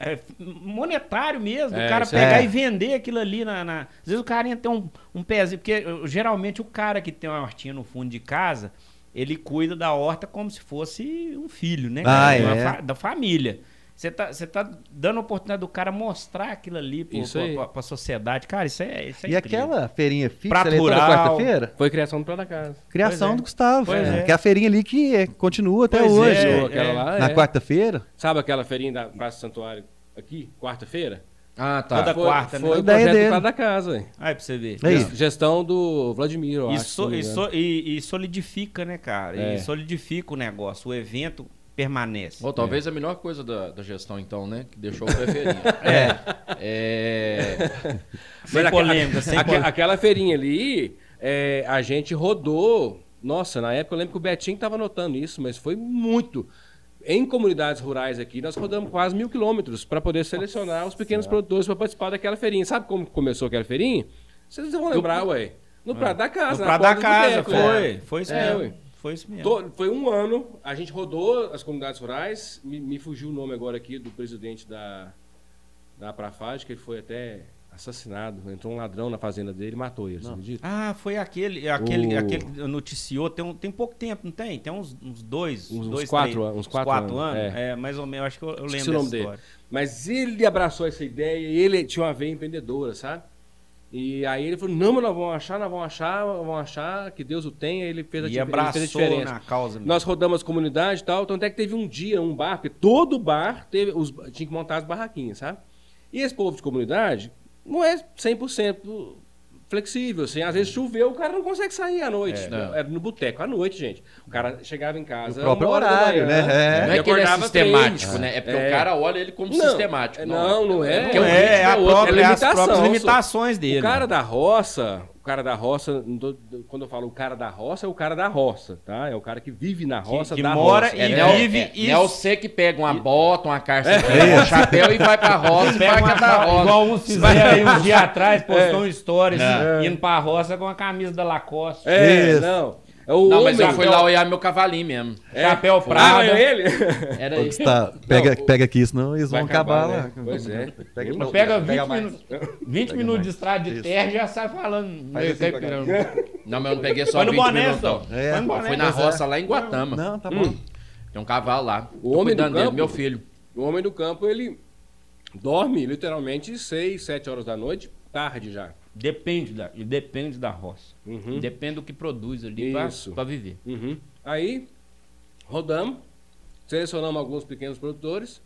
Speaker 2: é, é, monetário mesmo,
Speaker 4: É,
Speaker 2: do cara
Speaker 4: isso aí.
Speaker 2: pegar
Speaker 3: É.
Speaker 2: e vender aquilo ali. Na, na- Às vezes o carinha tem um, um pezinho, porque eh, geralmente o cara que tem uma hortinha no fundo de casa, ele cuida da horta como se fosse um filho, né?
Speaker 3: Ah,
Speaker 2: cara? Uma
Speaker 3: é.
Speaker 2: fa- da família. Você tá, você tá dando a oportunidade do cara mostrar aquilo ali pro,
Speaker 4: Isso
Speaker 2: pra,
Speaker 4: aí.
Speaker 2: pra- pra sociedade. Cara, isso é. Isso é
Speaker 3: E
Speaker 2: incrível.
Speaker 3: aquela feirinha fixa
Speaker 2: Prato
Speaker 3: ali toda
Speaker 2: rural.
Speaker 3: quarta-feira?
Speaker 4: Foi criação do Prata Casa.
Speaker 3: Criação
Speaker 2: Pois é.
Speaker 3: do Gustavo.
Speaker 2: Pois
Speaker 3: né?
Speaker 2: é.
Speaker 3: Que é a feirinha ali que é, continua até
Speaker 2: Pois é,
Speaker 3: hoje.
Speaker 2: é.
Speaker 4: aquela lá,
Speaker 3: Na
Speaker 4: é.
Speaker 3: quarta-feira.
Speaker 4: Sabe aquela feirinha da Praça do Santuário aqui, quarta-feira?
Speaker 1: Ah, tá.
Speaker 2: Toda- Da
Speaker 4: foi,
Speaker 2: quarta, né?
Speaker 4: Foi
Speaker 3: A
Speaker 4: o
Speaker 3: ideia
Speaker 4: projeto
Speaker 3: dele.
Speaker 4: do Prata da Casa, velho.
Speaker 2: Aí pra você ver.
Speaker 3: É isso.
Speaker 4: Ges- Gestão do Vladimir, eu
Speaker 2: E,
Speaker 4: acho. se
Speaker 2: so-
Speaker 4: não me
Speaker 2: e
Speaker 4: engano.
Speaker 2: so- e- e solidifica, né, cara?
Speaker 4: É.
Speaker 2: E solidifica o negócio. O evento permanece.
Speaker 1: Ou talvez a melhor coisa da, da gestão, então, né? Que deixou o
Speaker 4: [laughs]
Speaker 1: preferido. É.
Speaker 2: Sem
Speaker 4: Mas aque-
Speaker 2: polêmica,
Speaker 4: aque-
Speaker 2: sem
Speaker 4: aque-
Speaker 2: polêmica.
Speaker 4: Aquela feirinha ali, é, a gente rodou. Nossa, na época eu lembro que o Betinho estava notando isso, mas foi muito. Em comunidades rurais aqui, nós rodamos quase mil quilômetros para poder selecionar os pequenos produtores para participar daquela feirinha. Sabe como começou aquela feirinha? Vocês vão lembrar, ué.
Speaker 2: Ah.
Speaker 4: No Prato da Casa.
Speaker 2: Pra
Speaker 4: na
Speaker 2: dar
Speaker 4: porta do
Speaker 2: casa,
Speaker 4: boteco,
Speaker 2: foi.
Speaker 4: né?
Speaker 2: Foi isso
Speaker 4: É,
Speaker 2: mesmo.
Speaker 4: ué.
Speaker 2: Foi isso mesmo.
Speaker 4: To- foi um ano, a gente rodou as comunidades rurais, me, me fugiu o nome agora aqui do presidente da, da Prafage, que ele foi até assassinado. Entrou um ladrão na fazenda dele e matou ele, você acredita?
Speaker 2: Ah, foi aquele, aquele,
Speaker 4: O-
Speaker 2: aquele que noticiou, tem, um, tem pouco tempo, não tem? Tem uns, uns dois,
Speaker 4: Uns- uns
Speaker 2: dois,
Speaker 4: quatro
Speaker 2: três-
Speaker 4: an- uns quatro anos,
Speaker 2: anos. É. mais ou menos, acho que eu, eu lembro
Speaker 4: Esqueci o nome
Speaker 2: dessa
Speaker 4: dele.
Speaker 2: história.
Speaker 4: Mas ele abraçou essa ideia e ele tinha uma veia empreendedora, sabe? E aí ele falou: não, mas nós vamos achar, nós vamos achar, nós vamos achar, que Deus o tenha. Ele fez a,
Speaker 2: E
Speaker 4: dif- ele fez a
Speaker 2: abraçou
Speaker 4: diferença.
Speaker 2: na causa. mesmo.
Speaker 4: Nós rodamos a comunidade e tal. Tanto é que teve um dia, um bar, porque todo bar teve, os, tinha que montar as barraquinhas, sabe? E esse povo de comunidade não é 100% flexível. Assim, às vezes choveu, o cara não consegue sair à noite.
Speaker 2: É.
Speaker 1: não.
Speaker 4: Era no boteco, à noite, gente. O cara chegava em casa.
Speaker 3: No próprio
Speaker 4: uma hora da
Speaker 3: horário,
Speaker 4: manhã,
Speaker 3: né? É.
Speaker 1: Não
Speaker 4: e
Speaker 1: é que ele é
Speaker 4: acordava
Speaker 1: sistemático,
Speaker 4: três.
Speaker 1: né? É porque o cara olha ele como
Speaker 4: Não,
Speaker 1: sistemático.
Speaker 4: Não, não é.
Speaker 1: porque o
Speaker 4: Não
Speaker 1: ritmo
Speaker 2: é, é a
Speaker 1: outro.
Speaker 2: própria-
Speaker 4: é
Speaker 2: as
Speaker 4: limitação,
Speaker 2: próprias
Speaker 4: sou-
Speaker 2: limitações dele.
Speaker 4: O cara da roça, o cara da roça, não tô- quando eu falo o cara da roça, é o cara da roça, tá? É o cara que vive na roça,
Speaker 2: que
Speaker 4: da
Speaker 2: mora
Speaker 4: roça.
Speaker 1: É,
Speaker 2: e
Speaker 1: não,
Speaker 2: vive
Speaker 1: é,
Speaker 2: e-
Speaker 1: não é você que pega uma bota, uma carça, um chapéu e vai pra roça,
Speaker 2: Pega
Speaker 1: vai
Speaker 2: uma
Speaker 1: pra da
Speaker 2: ca-
Speaker 1: roça.
Speaker 2: Igual uns fizeram aí um [laughs] dia atrás, postou um stories indo pra roça com a camisa da Lacoste.
Speaker 4: É,
Speaker 3: Isso.
Speaker 4: não. É o
Speaker 1: Não,
Speaker 4: homem.
Speaker 1: mas eu fui lá olhar meu cavalinho mesmo.
Speaker 2: Chapéu
Speaker 4: Ah,
Speaker 2: Prada.
Speaker 1: né?
Speaker 4: é ele?
Speaker 1: Era
Speaker 3: Ô,
Speaker 1: isso.
Speaker 3: Gustavo, pega,
Speaker 4: o-
Speaker 3: pega aqui, senão eles
Speaker 4: Vai
Speaker 3: vão acabar,
Speaker 4: né?
Speaker 3: lá.
Speaker 4: Pois é.
Speaker 3: Pega,
Speaker 2: Mas pega 20
Speaker 3: mais.
Speaker 2: minutos, 20
Speaker 3: Pega
Speaker 2: minutos
Speaker 3: mais.
Speaker 2: de estrada de
Speaker 3: Isso.
Speaker 2: terra e já sai falando.
Speaker 3: Faz assim pra
Speaker 2: pirando.
Speaker 1: Não, mas eu não peguei só
Speaker 2: Foi no
Speaker 1: 20
Speaker 2: boné,
Speaker 1: minutos,
Speaker 2: só.
Speaker 1: não.
Speaker 3: É.
Speaker 2: Foi no
Speaker 1: Eu
Speaker 2: boné.
Speaker 1: fui na
Speaker 3: Pois é.
Speaker 1: roça lá em Guatama.
Speaker 3: Não,
Speaker 2: Hum.
Speaker 3: tá bom.
Speaker 1: Tem um cavalo lá. O
Speaker 4: O homem
Speaker 1: homem
Speaker 4: do
Speaker 1: dele,
Speaker 4: campo?
Speaker 1: meu filho.
Speaker 4: O homem do campo, ele dorme literalmente 6, 7 horas da noite, tarde já.
Speaker 2: Depende da, depende da roça.
Speaker 4: Uhum.
Speaker 2: Depende do que produz ali pra,
Speaker 4: Isso.
Speaker 2: pra viver.
Speaker 4: Uhum. Aí, rodamos, selecionamos alguns pequenos produtores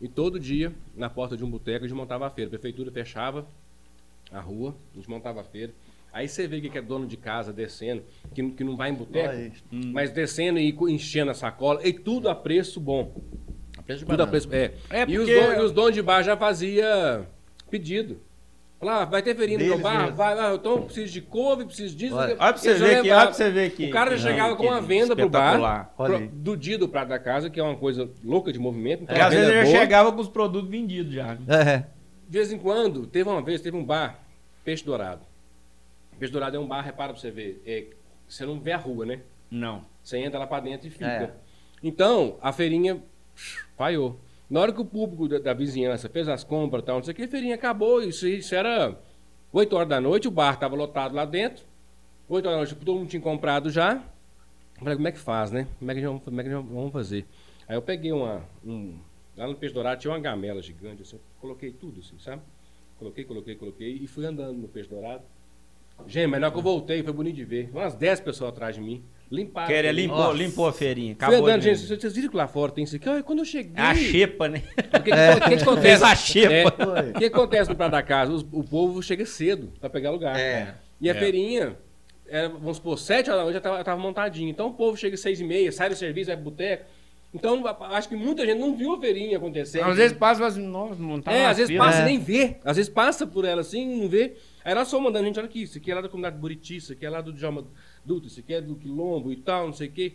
Speaker 4: e todo dia, na porta de um boteco, a gente montava a feira. A prefeitura fechava a rua, a gente montava a feira. Aí você vê que que é dono de casa descendo, que, que não vai em
Speaker 3: Aí.
Speaker 4: boteco, mas descendo e co- enchendo a sacola, e tudo a preço bom.
Speaker 1: A preço de
Speaker 4: Tudo a
Speaker 1: banana.
Speaker 4: preço, é.
Speaker 2: É
Speaker 4: e, os
Speaker 2: porque-
Speaker 4: donos, e os donos de bar já fazia pedido. Lá, vai ter feirinha no meu
Speaker 3: Deles
Speaker 4: bar?
Speaker 3: mesmo.
Speaker 4: Vai lá, eu tô, preciso de couve, preciso disso.
Speaker 3: Olha,
Speaker 4: eu-
Speaker 2: Olha pra você
Speaker 4: eles já
Speaker 2: ver que,
Speaker 4: levavam.
Speaker 2: olha pra você ver que.
Speaker 4: O cara já chegava com a venda pro bar
Speaker 2: Espetacular.
Speaker 4: pro-
Speaker 3: Olha aí.
Speaker 4: do dia do prato da casa, que é uma coisa louca de movimento. então
Speaker 2: E
Speaker 4: a
Speaker 2: às vezes
Speaker 4: venda é
Speaker 2: ele já
Speaker 4: boa.
Speaker 2: chegava com os produtos vendidos já. né?
Speaker 3: É, é.
Speaker 4: De vez em quando, teve uma vez, teve um bar, Peixe Dourado. Peixe Dourado é um bar, repara pra você ver, é, você não vê a rua, né?
Speaker 2: Não.
Speaker 4: Você entra lá pra dentro e fica.
Speaker 3: É.
Speaker 4: Então, a feirinha falhou. Na hora que o público da, da vizinhança fez as compras e tal, não sei o que, a feirinha acabou. Isso, isso era 8 horas da noite, o bar tava lotado lá dentro. 8 horas da noite, todo mundo tinha comprado já. Eu falei, como é que faz, né? Como é que nós vamos, como é que nós vamos fazer? Aí eu peguei uma. um- lá no Peixe Dourado tinha uma gamela gigante, assim, eu coloquei tudo, assim, sabe? Coloquei, coloquei, coloquei e fui andando no Peixe Dourado. Gente, mas na hora que eu voltei, foi bonito de ver. Umas 10 pessoas atrás de mim. Limparam.
Speaker 2: Queria
Speaker 4: tudo.
Speaker 2: limpou, limpou a feirinha.
Speaker 4: Fui
Speaker 2: Acabou né?
Speaker 4: andando,
Speaker 2: de-
Speaker 4: gente, vocês vocês viram que lá fora tem isso aqui? Olha, quando eu cheguei.
Speaker 2: A xepa, né?
Speaker 4: O que, que, o que que
Speaker 2: [laughs] Fez
Speaker 4: acontece?
Speaker 2: a xepa.
Speaker 4: É, o que que acontece no Praia da Casa? Os- o povo chega cedo pra pegar lugar.
Speaker 3: É.
Speaker 4: E a feirinha, era, vamos supor, 7 horas da noite já tava, tava montadinha. Então o povo chega às 6 e meia, sai do serviço, vai pro boteco. Então a- acho que muita gente não viu a feirinha acontecer.
Speaker 2: Às vezes passa e fala assim, nossa, não tá
Speaker 4: é,
Speaker 2: na
Speaker 4: às vezes
Speaker 2: feira.
Speaker 4: passa e
Speaker 3: É.
Speaker 4: nem vê. Às vezes passa por ela assim e não vê. Aí nós só mandando, gente, olha aqui, isso aqui é lá da comunidade Buriti, isso aqui é lá do Djalma Dutra, isso aqui é do Quilombo e tal, não sei o quê.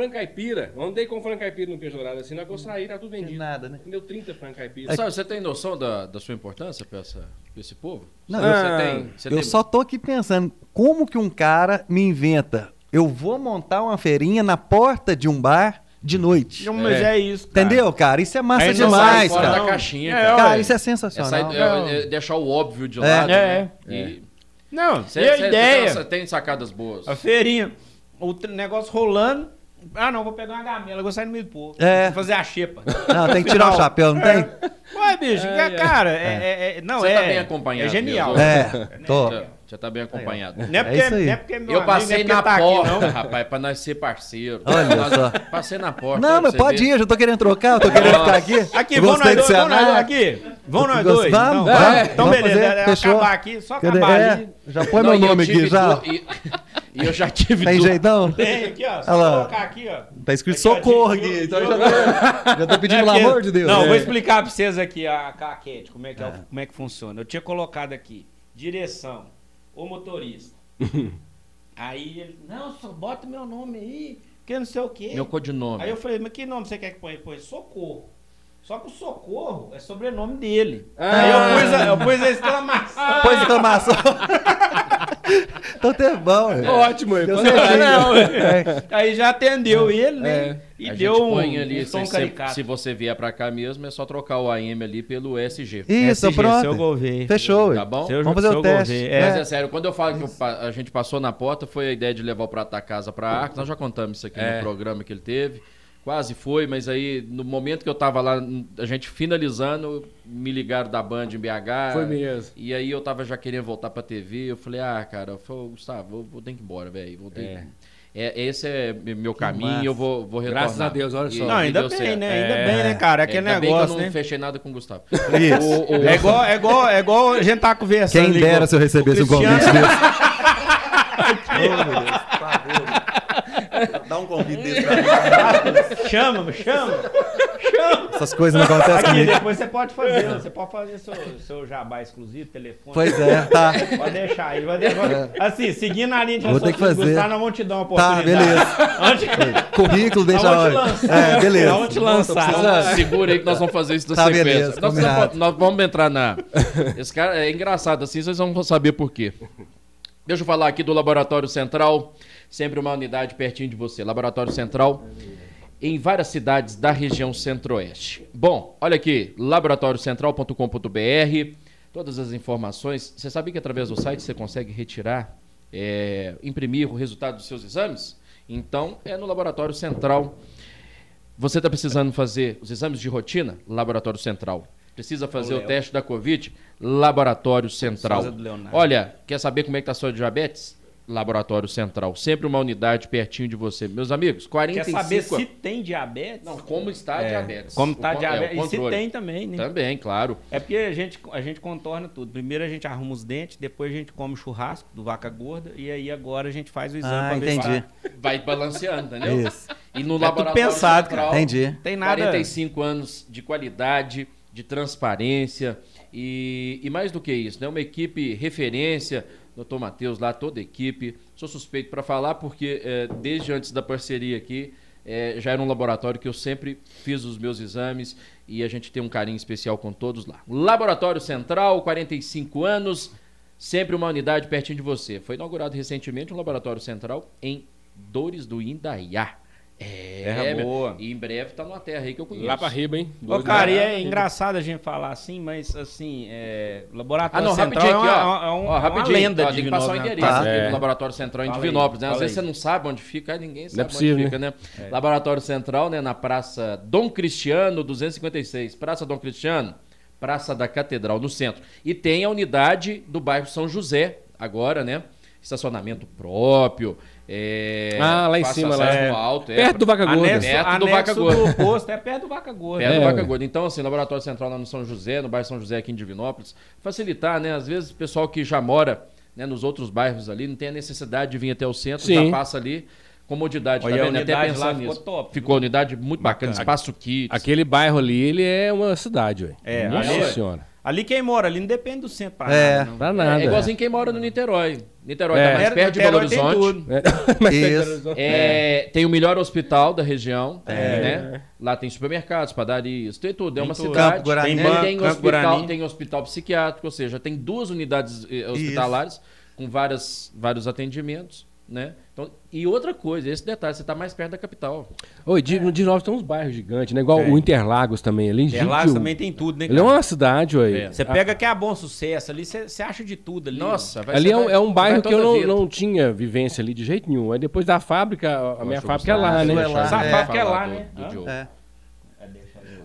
Speaker 4: Francaipira, eu andei com francaipira no peixe dourado assim, na hora que eu saí, tá tudo vendido.
Speaker 3: nada, né?
Speaker 4: Deu 30
Speaker 2: É
Speaker 4: francaipiras.
Speaker 1: Sabe, você tem noção da, da sua importância pra, essa- pra esse povo?
Speaker 3: Não, Ah,
Speaker 1: você
Speaker 4: eu-
Speaker 1: tem. Você
Speaker 3: Eu
Speaker 1: tem-
Speaker 3: só tô aqui pensando, como que um cara me inventa? Eu vou montar uma feirinha na porta de um bar de noite.
Speaker 2: Não, Mas é, isso, cara.
Speaker 3: Entendeu, cara? Isso é massa
Speaker 2: Aí não sai
Speaker 3: demais,
Speaker 1: fora
Speaker 3: cara.
Speaker 1: da caixinha,
Speaker 2: É,
Speaker 1: cara.
Speaker 2: ó,
Speaker 3: Cara,
Speaker 2: ué.
Speaker 3: isso é
Speaker 1: É sair-
Speaker 3: sensacional.
Speaker 1: é- é deixar o óbvio de lado.
Speaker 2: É,
Speaker 1: né? E
Speaker 2: Não,
Speaker 1: cê-
Speaker 2: e
Speaker 1: cê-
Speaker 2: a
Speaker 1: cê
Speaker 2: ideia?
Speaker 1: tem- tem sacadas boas.
Speaker 2: A feirinha. O tr- negócio rolando. Ah, não, vou pegar uma gamela, vou sair no meio do povo.
Speaker 3: É.
Speaker 2: Vou fazer a xepa.
Speaker 3: Não, tem
Speaker 2: [laughs]
Speaker 3: que tirar o chapéu, não tem?
Speaker 2: Ué, bicho,
Speaker 4: É,
Speaker 2: cara, é, é- é- não
Speaker 1: Você
Speaker 2: é.
Speaker 1: tá bem acompanhado
Speaker 2: É genial.
Speaker 1: mesmo.
Speaker 3: É, tô.
Speaker 1: Já, já tá bem acompanhado.
Speaker 2: Não é porque,
Speaker 3: É isso aí.
Speaker 2: não é porque é meu
Speaker 1: Eu
Speaker 2: amigo,
Speaker 1: passei
Speaker 2: não é
Speaker 1: na
Speaker 2: porque tá
Speaker 1: porta,
Speaker 2: Aqui,
Speaker 1: rapaz, pra nós ser parceiro.
Speaker 3: Olha só.
Speaker 1: Passei na porta.
Speaker 3: Não,
Speaker 1: olha pra
Speaker 3: mas
Speaker 1: você
Speaker 3: pode
Speaker 1: ver.
Speaker 3: ir, eu já tô querendo trocar, eu tô querendo ficar aqui.
Speaker 2: não. aqui
Speaker 3: Eu
Speaker 2: vão
Speaker 3: gostei
Speaker 2: nós
Speaker 3: do
Speaker 2: dois, vão nós dois
Speaker 3: cenário.
Speaker 2: aqui. Vão nós
Speaker 3: Gosto-
Speaker 2: dois.
Speaker 3: Vamos,
Speaker 2: então,
Speaker 3: vamos,
Speaker 2: então
Speaker 3: vamos
Speaker 2: beleza,
Speaker 3: fazer,
Speaker 2: é
Speaker 3: fechou.
Speaker 2: acabar aqui, só
Speaker 3: Cadê?
Speaker 2: acabar
Speaker 3: É,
Speaker 2: ali.
Speaker 3: já põe
Speaker 1: Não,
Speaker 3: meu
Speaker 1: e eu
Speaker 3: nome
Speaker 1: tive
Speaker 3: aqui, já.
Speaker 1: du- E, [laughs] e eu já tive
Speaker 3: Tem
Speaker 1: du-
Speaker 3: jeitão?
Speaker 2: Tem aqui, ó,
Speaker 3: Olha
Speaker 2: só
Speaker 3: lá.
Speaker 2: colocar aqui, ó.
Speaker 3: Tá escrito
Speaker 2: Aqui, ó,
Speaker 3: socorro
Speaker 2: de-
Speaker 3: aqui.
Speaker 2: de-
Speaker 3: Então eu já tô, já tô pedindo, [laughs] pelo
Speaker 2: Não é porque-
Speaker 3: amor de Deus.
Speaker 2: Não,
Speaker 3: É.
Speaker 2: vou explicar pra vocês aqui a caquete, como é que, é, o- como é que funciona. Eu tinha colocado aqui, direção, o
Speaker 3: [laughs]
Speaker 2: motorista. aí ele, não, só bota meu nome aí, que não sei o quê.
Speaker 1: meu codinome.
Speaker 2: Aí eu falei, mas que nome você quer que põe? Põe Socorro. Só que o Socorro é sobrenome dele. Aí eu pus, a, eu pus a
Speaker 3: [laughs]
Speaker 2: exclamação.
Speaker 3: Põe exclamação. então tá bom.
Speaker 2: é.
Speaker 3: velho.
Speaker 4: Ótimo,
Speaker 3: Deu
Speaker 4: quando-
Speaker 3: certinho.
Speaker 2: Não,
Speaker 3: É.
Speaker 2: Aí já atendeu ele, né?
Speaker 4: É.
Speaker 2: E
Speaker 1: A gente
Speaker 2: deu um,
Speaker 1: põe ali,
Speaker 2: um
Speaker 1: se,
Speaker 2: tom
Speaker 1: se-
Speaker 2: caricato.
Speaker 1: se você vier pra cá mesmo, é só trocar o AM ali pelo SG.
Speaker 3: Isso,
Speaker 2: SG, seu
Speaker 3: pronto.
Speaker 2: Gouveia.
Speaker 3: Fechou,
Speaker 1: Tá
Speaker 3: velho.
Speaker 1: bom?
Speaker 2: Seu-
Speaker 3: Vamos fazer o
Speaker 2: seu
Speaker 3: teste.
Speaker 2: Gouveia,
Speaker 1: Mas
Speaker 3: É.
Speaker 1: é sério, quando eu falo que eu pa- a
Speaker 4: É.
Speaker 1: gente passou na porta, foi a ideia de levar o prato da casa pra Arcos. Nós já contamos isso aqui no programa que ele teve. Quase foi, mas aí no momento que eu tava lá, a gente finalizando, me ligaram da Band em BH.
Speaker 4: Foi mesmo.
Speaker 1: E aí eu tava já querendo voltar pra TV. Eu falei, ah, cara, eu falei, Gustavo, eu vou ter que ir embora, velho. Vou ter
Speaker 4: É.
Speaker 1: que- É, esse é meu caminho,
Speaker 2: massa.
Speaker 1: eu vou, vou retornar.
Speaker 4: Graças a Deus, olha só. É.
Speaker 1: E-
Speaker 2: Não,
Speaker 1: e
Speaker 2: ainda
Speaker 1: deu
Speaker 2: bem,
Speaker 1: certo.
Speaker 2: né? Ainda bem, né, cara? Aquele
Speaker 1: Ainda bem que
Speaker 2: negócio,
Speaker 1: eu não
Speaker 2: né?
Speaker 1: fechei nada com o Gustavo.
Speaker 3: Isso.
Speaker 2: É igual, é, igual, é igual a gente tá conversando.
Speaker 3: Quem
Speaker 2: ali,
Speaker 3: dera
Speaker 2: igual-
Speaker 3: se eu recebesse
Speaker 2: o
Speaker 3: um convite
Speaker 2: Cristiano-
Speaker 3: desse.
Speaker 6: Dá um convite desse pra mim.
Speaker 2: Chama, me chama.
Speaker 3: Essas coisas não acontecem
Speaker 2: Aqui,
Speaker 3: comigo.
Speaker 2: depois você pode fazer. ó. Você pode fazer seu, seu jabá exclusivo, telefone.
Speaker 3: Pois é, tá.
Speaker 2: Pode deixar aí, vai deixar. Assim, seguindo a linha de
Speaker 3: Vou ter que
Speaker 2: raciocínio do
Speaker 3: fazer.
Speaker 2: Gustavo, nós vamos te dar uma
Speaker 3: Tá,
Speaker 2: oportunidade.
Speaker 3: beleza.
Speaker 2: Antes,
Speaker 3: Currículo, deixa a
Speaker 2: Vamos te
Speaker 3: hora.
Speaker 2: lançar.
Speaker 3: É, beleza.
Speaker 2: Vamos te lançar.
Speaker 3: Precisa-
Speaker 1: Segura aí que nós vamos fazer isso na
Speaker 3: Tá,
Speaker 1: sequência.
Speaker 3: beleza,
Speaker 1: nós,
Speaker 3: combinado.
Speaker 1: precisamos- nós vamos entrar na. Esse cara é engraçado, assim vocês vão saber por quê. Deixa eu falar aqui do Laboratório Central, sempre uma unidade pertinho de você. Laboratório Central em várias cidades da região centro-oeste. Bom, olha aqui, laboratóriocentral.com.br, todas as informações. Você sabia que através do site você consegue retirar, é, imprimir o resultado dos seus exames? Então, é no Laboratório Central. Você está precisando fazer os exames de rotina? Laboratório Central. Precisa fazer o teste da Covid? Laboratório Central.
Speaker 2: Precisa do Leonardo.
Speaker 1: Olha, quer saber como é que está a sua diabetes? Laboratório Central. Sempre uma unidade pertinho de você. Meus amigos,
Speaker 2: quer
Speaker 1: 45...
Speaker 2: saber se tem diabetes?
Speaker 1: Não, como está a
Speaker 2: É,
Speaker 1: diabetes.
Speaker 2: Como
Speaker 1: O
Speaker 2: tá
Speaker 1: con-
Speaker 2: diabetes?
Speaker 1: É, o
Speaker 2: e se
Speaker 1: controle.
Speaker 2: tem também, né?
Speaker 1: Também, claro.
Speaker 2: É porque a gente, a gente contorna tudo. Primeiro a gente arruma os dentes, depois a gente come churrasco do vaca gorda e aí agora a gente faz o exame
Speaker 6: Ah,
Speaker 2: pra ver se-
Speaker 6: entendi.
Speaker 1: Vai balanceando, entendeu?
Speaker 6: Isso.
Speaker 1: E no
Speaker 2: É tudo
Speaker 1: laboratório
Speaker 2: pensado, cara.
Speaker 1: central,
Speaker 6: Entendi.
Speaker 2: Tem nada.
Speaker 1: 45 anos de qualidade, de transparência e, e mais do que isso, né? Uma equipe referência, doutor Matheus lá, toda a equipe. Sou suspeito para falar porque eh, desde antes da parceria aqui, eh, já era um laboratório que eu sempre fiz os meus exames e a gente tem um carinho especial com todos lá. Laboratório Central, 45 anos, sempre uma unidade pertinho de você. Foi inaugurado recentemente um laboratório central em Dores do Indaiá. É,
Speaker 2: Terra
Speaker 1: meu-
Speaker 2: boa.
Speaker 1: e em breve tá numa terra aí que eu conheço.
Speaker 4: Lá pra riba, hein?
Speaker 2: Ô,
Speaker 4: Dois
Speaker 2: cara,
Speaker 4: lá.
Speaker 2: e é engraçado a gente falar assim, mas assim, é...
Speaker 1: Ah,
Speaker 2: laboratório
Speaker 1: não,
Speaker 2: central
Speaker 1: rapidinho aqui,
Speaker 2: é
Speaker 1: ó.
Speaker 2: uma, é um-
Speaker 1: Ó,
Speaker 2: uma
Speaker 1: rapidinho,
Speaker 2: lenda
Speaker 1: ó,
Speaker 2: de
Speaker 1: tem que passar o
Speaker 2: Divinópolis, né?
Speaker 1: endereço
Speaker 6: Tá.
Speaker 1: aqui
Speaker 4: É.
Speaker 1: do Laboratório Central em
Speaker 2: Fala aí,
Speaker 1: Divinópolis, né? Às
Speaker 2: fala
Speaker 1: vezes
Speaker 2: aí.
Speaker 1: você não sabe onde fica, aí ninguém sabe
Speaker 4: possível,
Speaker 1: onde fica, né? Laboratório Central, né? Na Praça Dom Cristiano, 256. Praça Dom Cristiano, Praça da Catedral, no centro. E tem a unidade do bairro São José, agora, né? Estacionamento próprio. é,
Speaker 4: Ah, lá em
Speaker 1: fácil
Speaker 4: cima, lá.
Speaker 1: acesso alto, é,
Speaker 4: Perto do Vaca Gorda.
Speaker 2: Anexo,
Speaker 1: Neto do
Speaker 2: anexo
Speaker 1: Vaca Gorda.
Speaker 2: do posto, é perto do vaca gorda.
Speaker 1: Pedra
Speaker 4: É,
Speaker 1: do Vaca
Speaker 4: ué.
Speaker 1: Gorda. Então, assim, Laboratório Central lá no São José, no bairro São José aqui em Divinópolis, facilitar, né? Às vezes o pessoal que já mora né, nos outros bairros ali não tem a necessidade de vir até o centro,
Speaker 4: Sim.
Speaker 1: já passa ali. Comodidade,
Speaker 2: Olha,
Speaker 1: tá
Speaker 2: a
Speaker 1: vendo? Até
Speaker 2: unidade
Speaker 1: pensar
Speaker 2: lá
Speaker 1: nisso.
Speaker 2: ficou top.
Speaker 1: Ficou a unidade muito bacana, espaço kits.
Speaker 4: Aquele bairro ali, ele é uma cidade, velho.
Speaker 2: É,
Speaker 4: Nossa
Speaker 2: ali-
Speaker 4: senhora.
Speaker 2: Ali quem mora, ali não depende do centro pra
Speaker 3: É.
Speaker 2: nada, não.
Speaker 4: Pra
Speaker 1: É,
Speaker 4: nada.
Speaker 1: é igualzinho quem mora no Niterói. Niterói
Speaker 4: É.
Speaker 1: tá mais perto de Belo
Speaker 2: Niterói tem
Speaker 1: Horizonte.
Speaker 2: tudo.
Speaker 4: É. [laughs] Mas tá
Speaker 3: Isso.
Speaker 4: interessante.
Speaker 1: É, Tem o melhor hospital da região, né? Lá tem supermercados, padarias, tem tudo. É uma
Speaker 3: tudo.
Speaker 1: cidade.
Speaker 3: Campo Guarani.
Speaker 1: tem, banco,
Speaker 2: Tem
Speaker 1: tem,
Speaker 2: Campo
Speaker 1: hospital,
Speaker 2: Guarani.
Speaker 1: tem hospital psiquiátrico, ou seja, tem duas unidades eh, hospitalares com várias, vários atendimentos, né? Então, e outra coisa, esse detalhe, você está mais perto da capital.
Speaker 4: Oi, de, no Divinópolis tem uns bairros gigantes, né? Igual o Interlagos também ali.
Speaker 2: Interlagos
Speaker 4: gente,
Speaker 2: também tem tudo, né?
Speaker 4: Ele é
Speaker 2: cara?
Speaker 4: uma cidade, ué.
Speaker 2: Você pega que é a bom sucesso ali, você você acha de tudo ali.
Speaker 1: Nossa, vai
Speaker 4: Ali
Speaker 1: você
Speaker 4: é um,
Speaker 1: vai-
Speaker 4: é
Speaker 1: você
Speaker 4: um bairro
Speaker 1: vai
Speaker 4: que eu
Speaker 1: toda
Speaker 4: não,
Speaker 1: vida.
Speaker 4: não tinha vivência ali de jeito nenhum. Aí depois da fábrica, a- a minha
Speaker 1: Poxa,
Speaker 4: fábrica é lá,
Speaker 1: Gustavo,
Speaker 4: né?
Speaker 1: deixa eu
Speaker 3: lá,
Speaker 1: falar
Speaker 2: né? Fábrica é lá,
Speaker 1: do-
Speaker 2: né?
Speaker 1: do
Speaker 2: Hã?
Speaker 1: Diogo.
Speaker 3: É,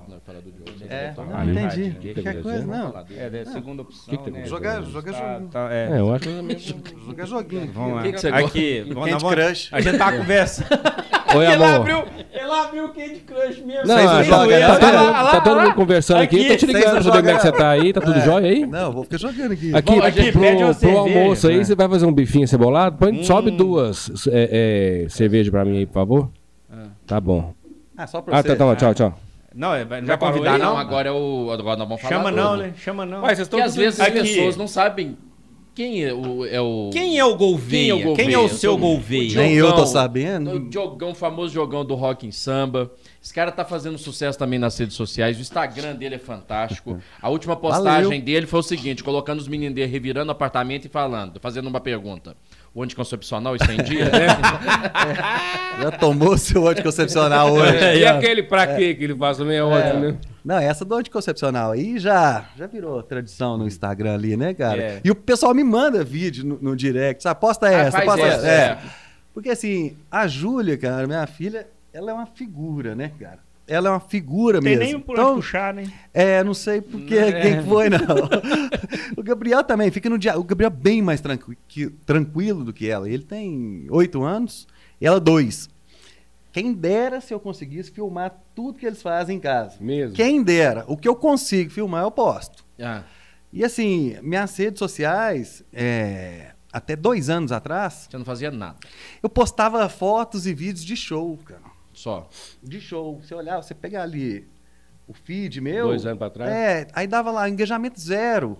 Speaker 1: Não, falar do Diogo.
Speaker 3: é.
Speaker 4: Ah,
Speaker 3: Não,
Speaker 4: verdade,
Speaker 3: entendi.
Speaker 4: que
Speaker 3: Qualquer
Speaker 4: beleza,
Speaker 3: coisa,
Speaker 4: né?
Speaker 3: não.
Speaker 2: É, da segunda opção.
Speaker 4: Que que tem?
Speaker 2: né?
Speaker 3: Joga- joga
Speaker 2: Tá-
Speaker 3: jogo.
Speaker 2: tá- é.
Speaker 4: É, eu acho que eu também.
Speaker 3: Jogar joguinho.
Speaker 2: Vamos lá.
Speaker 1: que que você
Speaker 2: Aqui, vamos-
Speaker 3: Candy
Speaker 2: nós vamos-
Speaker 3: Crush.
Speaker 2: A gente tá conversando.
Speaker 4: Oi,
Speaker 2: ele,
Speaker 4: amor.
Speaker 2: abriu, ele abriu o Candy Crush mesmo.
Speaker 4: Não,
Speaker 3: Vocês
Speaker 4: tá,
Speaker 3: não jogam,
Speaker 4: tá
Speaker 3: não?
Speaker 4: todo
Speaker 3: Olha
Speaker 4: mundo,
Speaker 2: lá,
Speaker 4: tá todo
Speaker 2: né? olha
Speaker 4: mundo
Speaker 2: lá.
Speaker 4: conversando aqui.
Speaker 2: Aqui,
Speaker 4: Tô te
Speaker 3: vocês
Speaker 4: ligando
Speaker 3: não
Speaker 4: pra saber como é que você
Speaker 3: jogam,
Speaker 4: tá aí. Tá tudo jóia aí?
Speaker 3: Não, vou ficar jogando aqui.
Speaker 4: Aqui,
Speaker 2: Bom, aqui,
Speaker 4: pro,
Speaker 2: pede uma
Speaker 4: pro
Speaker 2: cerveja.
Speaker 4: almoço aí, você vai fazer um bifinho cebolado? Põe, Sobe duas é, é, cerveja pra mim aí, por favor. Tá bom.
Speaker 3: Ah, só pra
Speaker 4: Ah,
Speaker 3: você.
Speaker 4: tá, tá, bom, tchau, tagora.
Speaker 2: Não, é, vai- não
Speaker 1: Já
Speaker 2: vai
Speaker 1: parou
Speaker 2: convidar,
Speaker 1: aí? não,
Speaker 2: não?
Speaker 1: agora é o. Agora nós vamos falar.
Speaker 2: Chama não,
Speaker 1: tudo.
Speaker 2: né? Chama não.
Speaker 4: assim,
Speaker 1: Porque às vezes as
Speaker 2: Aqui.
Speaker 1: pessoas não sabem quem é o. É o...
Speaker 2: Quem é o Golveia?
Speaker 1: Quem é o
Speaker 2: Quem é
Speaker 1: Gouveia?
Speaker 2: o seu
Speaker 1: Eu tô-
Speaker 2: Golveia?
Speaker 3: Nem eu tô
Speaker 2: Jogão.
Speaker 1: O
Speaker 3: sabendo.
Speaker 1: Diogão, o famoso jogão do rock em samba. Esse cara tá fazendo sucesso também nas redes sociais. O Instagram dele é
Speaker 3: [laughs]
Speaker 1: fantástico. A última postagem
Speaker 3: Valeu.
Speaker 1: dele foi o seguinte: colocando os meninos dele revirando o apartamento e falando, fazendo uma pergunta. O anticoncepcional está em
Speaker 3: [laughs]
Speaker 1: dia?
Speaker 3: É. Já tomou seu anticoncepcional hoje.
Speaker 4: [laughs] E aquele pra quê que ele faz também é ótimo, né?
Speaker 3: Não, essa do anticoncepcional aí já, já virou tradição no Instagram ali, né, cara?
Speaker 2: É.
Speaker 3: E o pessoal me manda vídeo no, no direct, sabe? Posta essa,
Speaker 1: faz
Speaker 3: posta
Speaker 1: essa,
Speaker 3: essa.
Speaker 1: é.
Speaker 3: É. Porque assim, a Júlia, cara, minha filha, Ela é uma figura, né, cara? Ela é uma figura
Speaker 6: Tem
Speaker 3: mesmo.
Speaker 6: nem um por onde
Speaker 3: então,
Speaker 6: puxar, né?
Speaker 3: é, não sei porque
Speaker 2: Não, é.
Speaker 3: quem foi, não. [laughs] o Gabriel também fica no dia. O Gabriel é bem mais tranqui- que- tranquilo do que ela. Ele tem oito anos e ela dois. Quem dera se eu conseguisse filmar tudo que eles fazem em casa.
Speaker 4: Mesmo.
Speaker 3: Quem dera. O que eu consigo filmar, eu posto.
Speaker 1: [laughs] Ah,
Speaker 3: E assim, minhas redes sociais, é, até dois anos atrás,
Speaker 1: você não fazia nada.
Speaker 3: eu postava fotos e vídeos de show, cara.
Speaker 1: Só.
Speaker 3: De show. Você olhar, você pegar ali o feed meu.
Speaker 4: Dois anos pra trás?
Speaker 3: É, aí dava lá engajamento zero.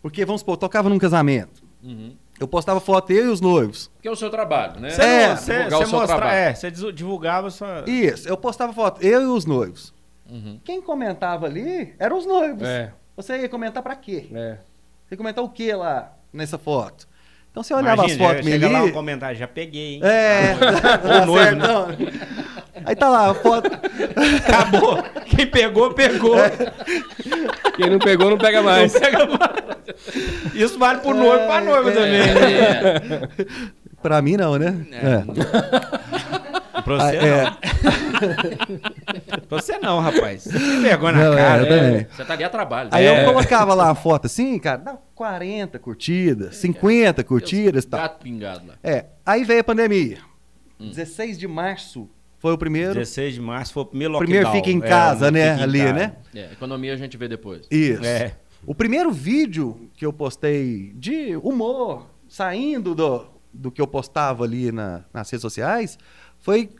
Speaker 3: Porque, vamos supor, eu tocava num casamento.
Speaker 4: Uhum.
Speaker 3: Eu postava foto eu e os noivos.
Speaker 1: Porque é o seu trabalho, né?
Speaker 3: Cê- É,
Speaker 2: não- cê-
Speaker 1: divulgar o
Speaker 2: cê
Speaker 1: seu
Speaker 2: mostra-
Speaker 1: trabalho.
Speaker 2: é, você dizu- divulgava sua.
Speaker 3: Isso, eu postava foto eu e os noivos. Quem comentava ali eram os noivos.
Speaker 4: Uhum. É.
Speaker 3: Você ia comentar pra quê?
Speaker 4: É.
Speaker 3: Você ia comentar o que lá nessa foto? Então você olhava as fotos
Speaker 2: já, chega lá um
Speaker 3: minhas ali,
Speaker 2: comentário, já peguei, hein? [laughs]
Speaker 3: É, [laughs]
Speaker 2: Ou noivo, né?
Speaker 3: Acertão. Aí tá lá, a foto.
Speaker 2: Acabou. Quem pegou, pegou.
Speaker 3: É.
Speaker 4: Quem não pegou, não pega mais.
Speaker 2: Isso vale pro noivo, pra
Speaker 3: é.
Speaker 2: noiva também. né?
Speaker 1: É,
Speaker 3: Pra mim não, né? É.
Speaker 2: Pra você
Speaker 3: Ah,
Speaker 2: não. Pra
Speaker 3: é.
Speaker 2: você não, rapaz. Você tem vergonha
Speaker 3: Não,
Speaker 2: na
Speaker 3: é,
Speaker 2: cara. né?
Speaker 3: eu também.
Speaker 1: você tá ali a trabalho.
Speaker 3: Aí
Speaker 1: É.
Speaker 3: eu colocava lá a foto assim, cara, dá 40 curtidas, 50 curtidas e tal.
Speaker 1: Gato pingado lá.
Speaker 3: É, aí veio a pandemia. Hum. 16 de março foi o primeiro.
Speaker 2: 16 de março foi o primeiro lockdown.
Speaker 3: Primeiro fica em
Speaker 2: É,
Speaker 3: casa, né?
Speaker 2: fica em
Speaker 3: Ali,
Speaker 2: casa.
Speaker 3: né?
Speaker 1: É, economia a gente vê depois.
Speaker 3: Isso.
Speaker 2: É.
Speaker 3: O primeiro vídeo que eu postei de humor, saindo do, do que eu postava ali na- nas redes sociais, foi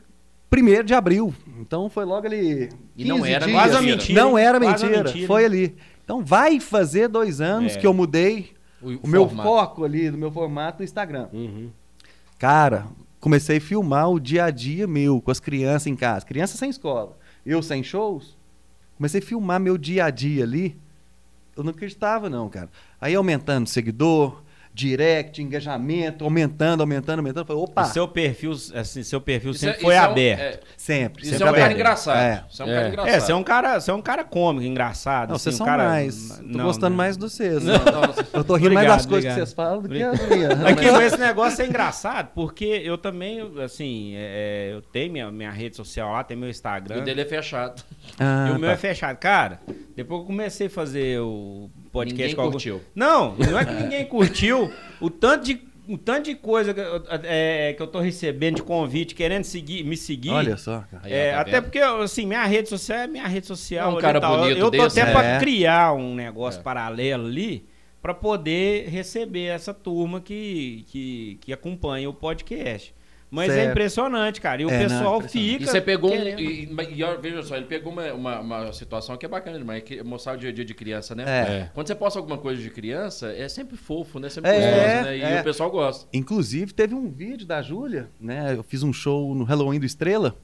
Speaker 3: 1 de abril. Então foi logo ali.
Speaker 1: E não
Speaker 3: 15
Speaker 1: era
Speaker 3: dias.
Speaker 1: quase a
Speaker 2: mentira,
Speaker 3: Não
Speaker 2: hein?
Speaker 3: era
Speaker 2: Quase a
Speaker 3: mentira,
Speaker 2: mentira.
Speaker 3: Foi ali. Então vai fazer dois anos
Speaker 2: É.
Speaker 3: que eu mudei
Speaker 1: O,
Speaker 3: o meu
Speaker 1: formato.
Speaker 3: foco ali, do meu formato no Instagram.
Speaker 2: Uhum.
Speaker 3: Cara, comecei a filmar o dia a dia meu com as crianças em casa. Crianças sem escola, eu sem shows. Comecei a filmar meu dia a dia ali. Eu não acreditava, não, cara. Aí aumentando seguidor, direct, engajamento, aumentando, aumentando, aumentando. Eu Falei, opa,
Speaker 2: O seu perfil, assim, seu perfil
Speaker 1: Isso
Speaker 2: sempre
Speaker 1: é-
Speaker 2: foi
Speaker 1: isso é um-
Speaker 2: aberto.
Speaker 1: é,
Speaker 3: sempre.
Speaker 1: Isso
Speaker 3: sempre
Speaker 1: é um cara
Speaker 3: aberto.
Speaker 1: engraçado.
Speaker 3: É.
Speaker 1: Isso é um cara
Speaker 4: É.
Speaker 1: engraçado.
Speaker 2: É, você é um cara, você é um cara cômico, engraçado.
Speaker 3: Não,
Speaker 2: assim,
Speaker 3: vocês
Speaker 2: um
Speaker 3: são
Speaker 2: cara...
Speaker 3: mais. Tô
Speaker 2: Não, né?
Speaker 3: gostando
Speaker 2: não.
Speaker 3: mais de vocês.
Speaker 1: Não, não, não.
Speaker 3: Eu tô rindo mais
Speaker 2: Obrigado,
Speaker 3: das coisas que
Speaker 2: obrigado.
Speaker 3: vocês falam do que né? as minhas.
Speaker 2: Aqui, mas esse negócio é engraçado, porque eu também, assim, é, eu tenho minha, minha rede social lá, tem meu
Speaker 3: um-
Speaker 1: E o
Speaker 2: Instagram.
Speaker 1: dele é fechado.
Speaker 3: Ah,
Speaker 2: e o meu
Speaker 3: tá.
Speaker 2: é fechado. Cara, depois que eu comecei a fazer o podcast
Speaker 1: Ninguém
Speaker 2: com algum-
Speaker 1: curtiu.
Speaker 2: Não, não
Speaker 3: [laughs]
Speaker 2: é que ninguém curtiu. O tanto de, o tanto de coisa que eu, é, que eu tô recebendo de convite, querendo seguir, me seguir.
Speaker 3: Olha só, cara.
Speaker 1: Aí, ó,
Speaker 2: É,
Speaker 1: tá
Speaker 2: até
Speaker 1: vendo?
Speaker 2: porque, assim, minha rede social é minha rede social.
Speaker 1: É um
Speaker 2: ali
Speaker 1: cara
Speaker 2: e tal.
Speaker 1: bonito
Speaker 2: Eu, eu tô
Speaker 1: desse,
Speaker 2: até
Speaker 1: né?
Speaker 2: pra
Speaker 3: É.
Speaker 2: criar um negócio
Speaker 1: É.
Speaker 2: paralelo ali pra poder receber essa turma que, que, que acompanha o podcast. Mas
Speaker 3: Certo.
Speaker 2: é impressionante, cara. E o
Speaker 3: É, não, é
Speaker 2: pessoal
Speaker 3: impressionante.
Speaker 2: fica.
Speaker 1: E você pegou um.
Speaker 2: querendo.
Speaker 1: E, e- e, ó, veja só, ele pegou uma, uma, uma situação que é bacana demais, que é mostrar o dia a dia de criança, né?
Speaker 3: É.
Speaker 4: É.
Speaker 1: Quando você posta alguma coisa de criança, é sempre fofo, né? Sempre
Speaker 3: É,
Speaker 1: gostoso, né? E
Speaker 3: é.
Speaker 1: o pessoal gosta.
Speaker 3: Inclusive, teve um vídeo da Júlia, né? Eu fiz um show no Halloween do Estrela.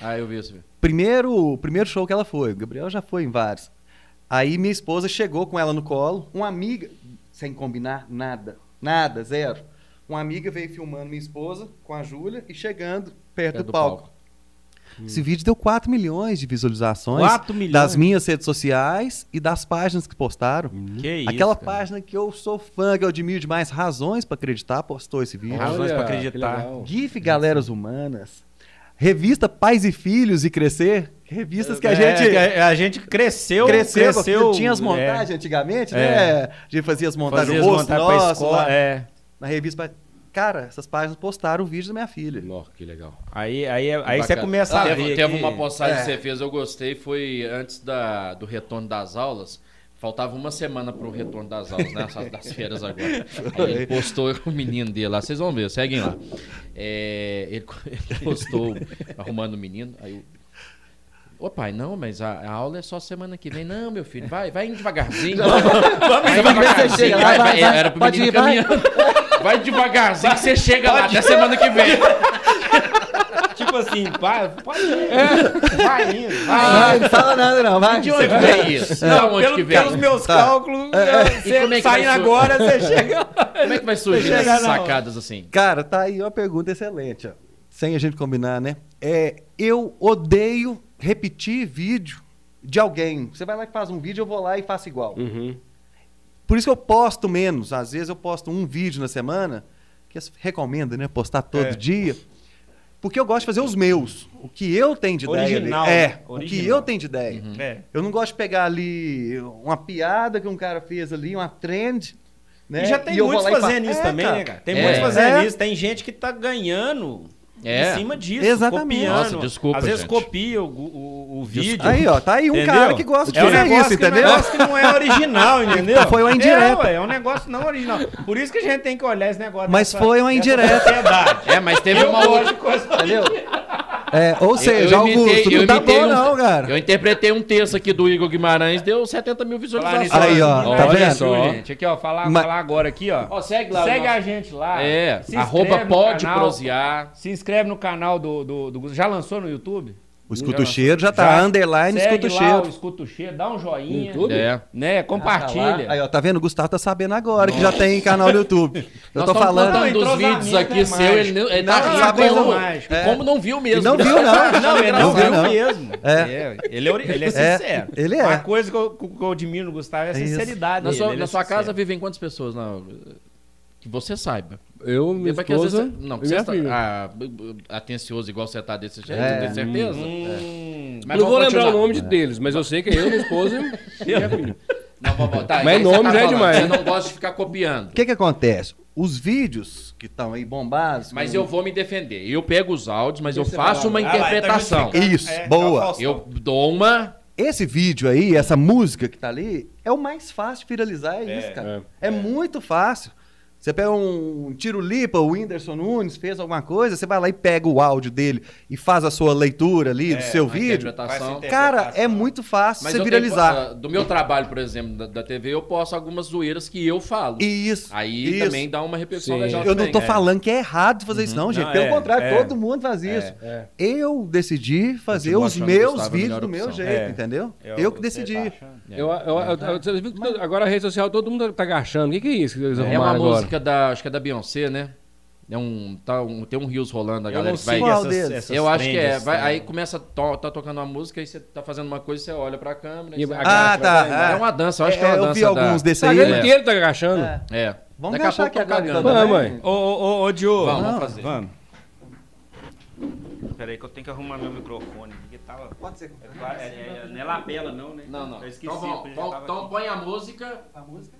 Speaker 1: Ah, eu vi isso.
Speaker 3: Primeiro, o primeiro show que ela foi. O Gabriel já foi em vários. Aí minha esposa chegou com ela no colo, uma amiga, sem combinar nada, nada, zero. Uma amiga veio filmando minha esposa com a Júlia e chegando
Speaker 1: É
Speaker 3: perto É do, palco. Esse vídeo deu 4 milhões de visualizações
Speaker 2: 4 milhões?
Speaker 3: das minhas redes sociais e das páginas que postaram.
Speaker 2: Que isso,
Speaker 3: Aquela
Speaker 2: cara.
Speaker 3: página que eu sou fã, que eu admiro demais, Razões pra Acreditar, postou esse vídeo.
Speaker 2: Razões pra
Speaker 4: que
Speaker 2: acreditar.
Speaker 4: legal.
Speaker 3: GIF Galeras Humanas, revista Pais e Filhos e Crescer, revistas que a
Speaker 2: É,
Speaker 3: gente
Speaker 2: que a, a gente cresceu.
Speaker 3: cresceu, aquilo tinha as
Speaker 2: é,
Speaker 3: montagens antigamente,
Speaker 2: É.
Speaker 3: né? A gente fazia as montagens,
Speaker 2: fazia
Speaker 3: o
Speaker 2: as
Speaker 3: rosto
Speaker 2: montagens
Speaker 3: nosso,
Speaker 2: pra escola.
Speaker 3: lá,
Speaker 2: É.
Speaker 3: na revista. pra- Cara, essas páginas postaram o vídeo da minha filha.
Speaker 4: Nossa, que legal.
Speaker 2: Aí, aí, aí, você
Speaker 1: Bacana. Ah,
Speaker 2: começa a
Speaker 1: teve,
Speaker 2: ver.
Speaker 1: Teve
Speaker 2: que-
Speaker 1: uma postagem
Speaker 3: É.
Speaker 1: que você fez, eu gostei, foi antes da, do retorno das aulas. Faltava uma semana pro retorno das aulas, né? Essas- Das férias agora. Aí ele postou o menino dele lá. Vocês vão ver, seguem lá. É, ele, [laughs] ele postou arrumando o menino. Aí eu, Ô pai, não, mas a, a aula é só semana que vem. Não, meu filho, vai, vai indo devagarzinho. Vai, vai devagarzinho.
Speaker 3: chega lá,
Speaker 1: Vai,
Speaker 3: vai,
Speaker 1: vai,
Speaker 3: vai.
Speaker 1: era pro
Speaker 3: Pode
Speaker 1: menino
Speaker 3: ir, vai.
Speaker 1: caminhando. Vai devagarzinho que você chega lá até semana que vem.
Speaker 2: Tipo assim, vai, pode ir.
Speaker 4: É.
Speaker 2: Vai indo, vai indo.
Speaker 3: Vai, não [laughs] fala nada, não, vai.
Speaker 1: De onde vem
Speaker 3: É
Speaker 1: isso? Da
Speaker 2: Não,
Speaker 1: onde
Speaker 2: pelo-
Speaker 1: que vem?
Speaker 2: pelos meus
Speaker 3: Tá.
Speaker 2: cálculos,
Speaker 1: E como é
Speaker 2: você
Speaker 1: que
Speaker 2: saindo
Speaker 1: vai su-
Speaker 2: agora, você chega.
Speaker 1: Como é que vai surgir
Speaker 2: Não chega,
Speaker 1: essas
Speaker 2: não.
Speaker 1: sacadas assim?
Speaker 3: Cara, tá aí uma pergunta excelente, ó. Sem a gente combinar, né? É, eu odeio repetir vídeo de alguém. Você vai lá e faz um vídeo, eu vou lá e faço igual.
Speaker 4: Uhum.
Speaker 3: Por isso que eu posto menos.
Speaker 2: É.
Speaker 3: Às vezes eu posto um vídeo na semana, que as- recomenda, né? Postar todo dia. Porque eu gosto de fazer os meus. O que eu tenho de ideia. ali.
Speaker 2: Original.
Speaker 3: É, o que
Speaker 2: Original.
Speaker 3: eu tenho de ideia.
Speaker 2: É.
Speaker 3: Eu não gosto de pegar ali uma piada que um cara fez ali, uma trend. Né?
Speaker 2: E já tem
Speaker 3: eu vou
Speaker 2: muitos
Speaker 3: lá e fa-
Speaker 2: fazendo isso
Speaker 3: É,
Speaker 2: também, né, cara? Tem
Speaker 1: É.
Speaker 2: muitos fazendo
Speaker 3: É.
Speaker 2: isso. Tem gente que tá ganhando
Speaker 1: É.
Speaker 2: em cima disso.
Speaker 3: Exatamente.
Speaker 2: Copiando.
Speaker 1: Nossa, desculpa,
Speaker 2: Às vezes
Speaker 1: gente.
Speaker 2: copia o, o, o vídeo.
Speaker 3: Aí, ó, tá aí um
Speaker 2: entendeu?
Speaker 3: cara que gosta de
Speaker 2: É um
Speaker 3: fazer
Speaker 2: negócio
Speaker 3: isso,
Speaker 2: que-
Speaker 3: entendeu?
Speaker 2: É um negócio que não é
Speaker 3: [laughs]
Speaker 2: original, entendeu?
Speaker 3: Foi uma indireta.
Speaker 2: É, ué, é um negócio não original. Por isso que a gente tem que olhar esse negócio.
Speaker 3: Mas foi uma
Speaker 2: dessa
Speaker 3: indireta.
Speaker 2: sociedade.
Speaker 1: É, mas teve uma outra.
Speaker 3: Entendeu? É, ou
Speaker 1: Eu-
Speaker 3: seja,
Speaker 1: eu
Speaker 3: Augusto,
Speaker 1: imitei-
Speaker 3: não
Speaker 1: eu
Speaker 3: tá
Speaker 1: imitei
Speaker 3: bom
Speaker 1: um-
Speaker 3: não, cara.
Speaker 1: Eu interpretei um texto aqui do Igor Guimarães, deu 70 mil visualizações.
Speaker 3: Falar nisso, Aí,
Speaker 2: né?
Speaker 3: ó, tá
Speaker 1: Olha
Speaker 3: vendo?
Speaker 1: só.
Speaker 2: gente. Aqui, ó, falar,
Speaker 3: Mas-
Speaker 2: falar agora aqui, ó.
Speaker 1: Ó, segue lá o
Speaker 2: Segue
Speaker 1: nosso-
Speaker 2: a gente lá.
Speaker 1: É,
Speaker 2: se
Speaker 1: arroba
Speaker 2: inscreve no
Speaker 1: pode
Speaker 2: canal.
Speaker 1: prosear.
Speaker 2: Se inscreve no canal do, do, do- Já lançou no YouTube?
Speaker 3: O Escuta o Cheiro já tá, underline
Speaker 2: Segue
Speaker 3: Escuta o
Speaker 2: lá
Speaker 3: Cheiro.
Speaker 2: o Escuta o Cheiro, dá um joinha.
Speaker 4: No YouTube?
Speaker 1: É.
Speaker 2: Né? Compartilha.
Speaker 3: Aí, ó, tá vendo? O Gustavo tá sabendo agora que já tem canal no YouTube. Eu
Speaker 1: Nós
Speaker 3: tô
Speaker 1: estamos
Speaker 3: falando.
Speaker 1: contando dos
Speaker 2: Entrosamento
Speaker 1: vídeos aqui
Speaker 2: é
Speaker 1: seu,
Speaker 2: mágico.
Speaker 1: ele, não- ele
Speaker 3: Não,
Speaker 1: tá rindo
Speaker 3: sabe,
Speaker 1: como,
Speaker 3: é
Speaker 2: mágico.
Speaker 1: É. como não viu mesmo.
Speaker 3: Não viu, não.
Speaker 2: Não, ele
Speaker 3: Não
Speaker 2: não,
Speaker 3: viu,
Speaker 2: viu
Speaker 3: não.
Speaker 2: mesmo.
Speaker 3: É.
Speaker 2: Ele, é, ori- ele é
Speaker 3: É,
Speaker 2: sincero.
Speaker 3: ele é.
Speaker 2: Uma coisa que eu, que eu admiro no Gustavo é a
Speaker 3: É isso.
Speaker 2: sinceridade.
Speaker 1: Na
Speaker 2: dele,
Speaker 1: sua,
Speaker 2: ele
Speaker 1: na
Speaker 2: é
Speaker 1: sua
Speaker 2: sincero.
Speaker 1: casa vivem quantas pessoas? Não, que você saiba.
Speaker 4: Ah, Eu, minha
Speaker 1: Porque às vezes
Speaker 4: esposa
Speaker 1: você- não, é
Speaker 4: e
Speaker 1: que você
Speaker 4: minha
Speaker 1: está
Speaker 4: filha.
Speaker 1: ah, b- b- atencioso igual você tá desse jeito,
Speaker 3: É.
Speaker 1: eu tenho certeza.
Speaker 2: Hum,
Speaker 1: Mas
Speaker 4: não vou
Speaker 1: vamos
Speaker 4: lembrar o
Speaker 1: continuar. É.
Speaker 4: nome de deles, mas eu sei que é eu, minha esposa e
Speaker 1: [laughs]
Speaker 4: minha filha.
Speaker 1: Não, tá, vou botar.
Speaker 4: Mas
Speaker 1: aí você
Speaker 4: nome já é
Speaker 1: falando,
Speaker 4: demais.
Speaker 1: Você não gosta de ficar copiando.
Speaker 3: O que que acontece? Os vídeos que estão aí bombados.
Speaker 1: Mas
Speaker 3: com-
Speaker 1: eu vou me defender. Eu pego os áudios, mas eu
Speaker 2: você
Speaker 1: faço
Speaker 2: vai
Speaker 1: uma
Speaker 2: lá. Ah, lá, tá
Speaker 1: interpretação.
Speaker 2: justificando.
Speaker 3: Isso, boa.
Speaker 2: o Faustão.
Speaker 1: eu dou uma.
Speaker 3: Esse vídeo aí, essa música que tá ali, é o mais fácil de viralizar, é, isso, cara. É, muito fácil. Você pega um tiro lipa, o Whindersson Nunes fez alguma coisa, você vai lá e pega o áudio dele e faz a sua leitura ali do seu
Speaker 1: uma
Speaker 3: vídeo.
Speaker 1: É, interpretação.
Speaker 2: Faz
Speaker 3: Cara, é muito fácil
Speaker 1: Mas
Speaker 3: você
Speaker 1: eu
Speaker 3: viralizar.
Speaker 1: tenho, ah, do meu trabalho, por exemplo, da, da TV, eu posso algumas zoeiras que eu falo.
Speaker 3: Isso.
Speaker 1: Aí
Speaker 3: isso.
Speaker 1: também dá uma repercussão
Speaker 4: Sim.
Speaker 1: legal.
Speaker 3: Eu não
Speaker 1: também. né?
Speaker 3: tô falando que é errado fazer isso, não, gente.
Speaker 2: Não,
Speaker 3: Pelo
Speaker 2: é,
Speaker 3: contrário,
Speaker 2: é.
Speaker 3: todo mundo faz isso. Eu decidi fazer
Speaker 1: Continuo
Speaker 3: os
Speaker 1: achando o
Speaker 3: meus
Speaker 1: Gustavo a
Speaker 3: vídeos
Speaker 1: melhor
Speaker 3: do meu
Speaker 1: opção.
Speaker 3: jeito,
Speaker 2: É.
Speaker 3: entendeu? Eu, que
Speaker 2: você
Speaker 3: decidi.
Speaker 2: tá achando?
Speaker 4: Eu, eu, eu- eu- você viu que todo- agora a rede social todo mundo tá agachando. O que, que é isso que eles
Speaker 1: É uma
Speaker 4: arrumaram agora?
Speaker 1: música da. Acho que é da Beyoncé, né? É um, tá um- tem um rios rolando, a
Speaker 2: Eu
Speaker 1: galera
Speaker 2: não
Speaker 1: que vai.
Speaker 2: sei
Speaker 3: Qual
Speaker 2: essas,
Speaker 3: deles?
Speaker 2: essas
Speaker 1: Eu acho que é.
Speaker 2: trends,
Speaker 1: vai-
Speaker 2: né?
Speaker 1: aí começa, a to, tá tocando uma música, aí você tá fazendo uma coisa, você olha pra câmera. aí
Speaker 4: E
Speaker 1: você-
Speaker 4: a
Speaker 3: Ah,
Speaker 4: galera
Speaker 3: tá.
Speaker 4: vai
Speaker 1: É
Speaker 3: ah.
Speaker 1: uma dança, eu acho
Speaker 3: É,
Speaker 1: que é uma
Speaker 3: eu
Speaker 1: dança
Speaker 3: vi alguns
Speaker 1: da-
Speaker 3: desses
Speaker 4: A
Speaker 3: aí,
Speaker 4: galera
Speaker 3: né?
Speaker 4: inteira tá agachando.
Speaker 3: É.
Speaker 1: É.
Speaker 3: Vamos
Speaker 1: Daqui a pouco
Speaker 3: agachar aqui
Speaker 1: tá
Speaker 3: agora,
Speaker 1: cagando.
Speaker 3: então, também.
Speaker 4: Vai, mãe.
Speaker 2: Ô, ô, ô, ô, Diogo.
Speaker 1: Vamos,
Speaker 2: Não,
Speaker 1: vamos fazer.
Speaker 2: Vamos. Peraí que eu tenho que arrumar meu microfone. Porque tava... Pode ser. É, é, não é lapela não, né?
Speaker 1: Não, não.
Speaker 2: Eu esqueci.
Speaker 1: então, bom,
Speaker 2: porque já
Speaker 1: então,
Speaker 2: tava
Speaker 1: então
Speaker 2: aqui.
Speaker 1: põe a música. A música?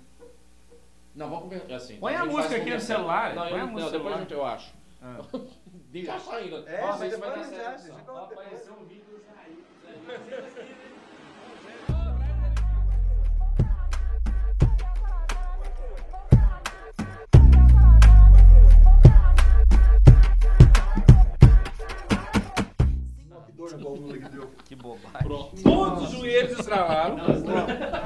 Speaker 1: Não, vamos conversar assim.
Speaker 2: Põe a
Speaker 1: gente
Speaker 2: música
Speaker 1: faz
Speaker 2: aqui no
Speaker 1: conversando.
Speaker 2: celular,
Speaker 1: Não,
Speaker 2: põe
Speaker 1: eu,
Speaker 2: a
Speaker 1: não
Speaker 2: música
Speaker 1: depois
Speaker 2: no
Speaker 1: a
Speaker 2: celular.
Speaker 1: gente, eu acho. [laughs] Já saindo.
Speaker 3: Ah. É,
Speaker 1: Nossa,
Speaker 3: mas
Speaker 1: isso vai dar
Speaker 3: depois já,
Speaker 1: certo.
Speaker 3: gente.
Speaker 1: Vai aparecer um-
Speaker 2: Que bobagem.
Speaker 4: Todos os joelhos estralaram.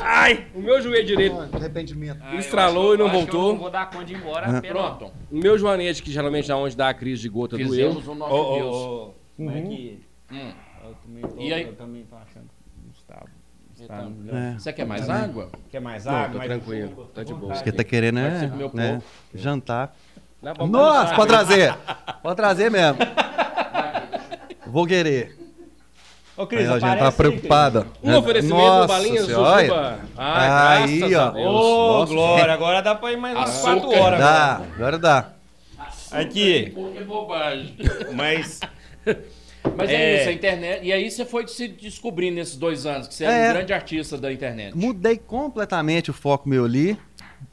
Speaker 2: Ai!
Speaker 4: O meu joelho direito
Speaker 3: Arrependimento.
Speaker 4: estralou e não
Speaker 2: Eu
Speaker 4: voltou.
Speaker 2: não vou dar conta de ir embora.
Speaker 1: Pronto.
Speaker 4: O meu joanete, que geralmente é onde dá a crise de gota, doeu.
Speaker 1: Fizemos o nosso Deus.
Speaker 2: Como é que...
Speaker 1: Hum.
Speaker 2: Eu também tô,
Speaker 1: E aí?
Speaker 2: eu também tô achando que Gustavo. Gustavo
Speaker 1: Então,
Speaker 2: melhor.
Speaker 1: Você quer mais água?
Speaker 2: Quer mais
Speaker 4: Não,
Speaker 2: água?
Speaker 4: tô
Speaker 2: mais
Speaker 4: tranquilo.
Speaker 2: suco?
Speaker 4: Tá de boa.
Speaker 3: Acho que tá querendo,
Speaker 1: Pode
Speaker 3: né?
Speaker 1: ser com meu
Speaker 3: né?
Speaker 1: povo.
Speaker 3: Jantar.
Speaker 4: Dá pra
Speaker 3: Nossa,
Speaker 4: balançar.
Speaker 3: pode trazer. Pode trazer mesmo. Vou querer.
Speaker 2: Ô, Cris,
Speaker 3: Aí, ó, gente,
Speaker 2: aparece
Speaker 3: tá
Speaker 2: aí, Cris.
Speaker 3: preocupada.
Speaker 4: Um oferecimento do
Speaker 3: Nossa
Speaker 4: Balinhas do
Speaker 3: senhora.
Speaker 4: Juba. Ai,
Speaker 3: Aí,
Speaker 4: graças
Speaker 3: ó.
Speaker 4: a Deus.
Speaker 2: Ô,
Speaker 3: Nossa,
Speaker 2: Glória, agora dá pra ir mais umas
Speaker 1: Açúcar.
Speaker 2: 4 horas.
Speaker 3: Dá, agora dá.
Speaker 2: Aqui,
Speaker 1: Que bobagem.
Speaker 2: [laughs] mas
Speaker 1: Mas é,
Speaker 2: É.
Speaker 1: isso, a internet. E aí você foi se descobrindo nesses dois anos, que você
Speaker 3: É.
Speaker 1: é um grande artista da internet.
Speaker 3: Mudei completamente o foco meu ali.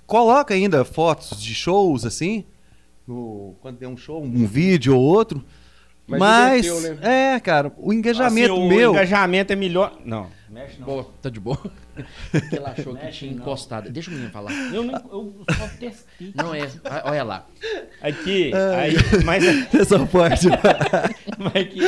Speaker 3: Coloca ainda fotos de shows, assim. no- quando tem um show, um vídeo ou outro.
Speaker 4: Mas
Speaker 3: Mas,
Speaker 4: inverteu,
Speaker 3: é, cara, o engajamento
Speaker 2: assim, o
Speaker 3: meu. [laughs]
Speaker 2: engajamento é melhor. Não.
Speaker 1: Mexe não. Boa. Tá de boa? Porque ela achou que tinha encostado. Deixa o menino falar.
Speaker 2: Eu, não, eu só [laughs] testei.
Speaker 1: Não é. Olha lá.
Speaker 2: Aqui, aí, mas, é-
Speaker 3: Essa parte. né?
Speaker 2: mas aqui.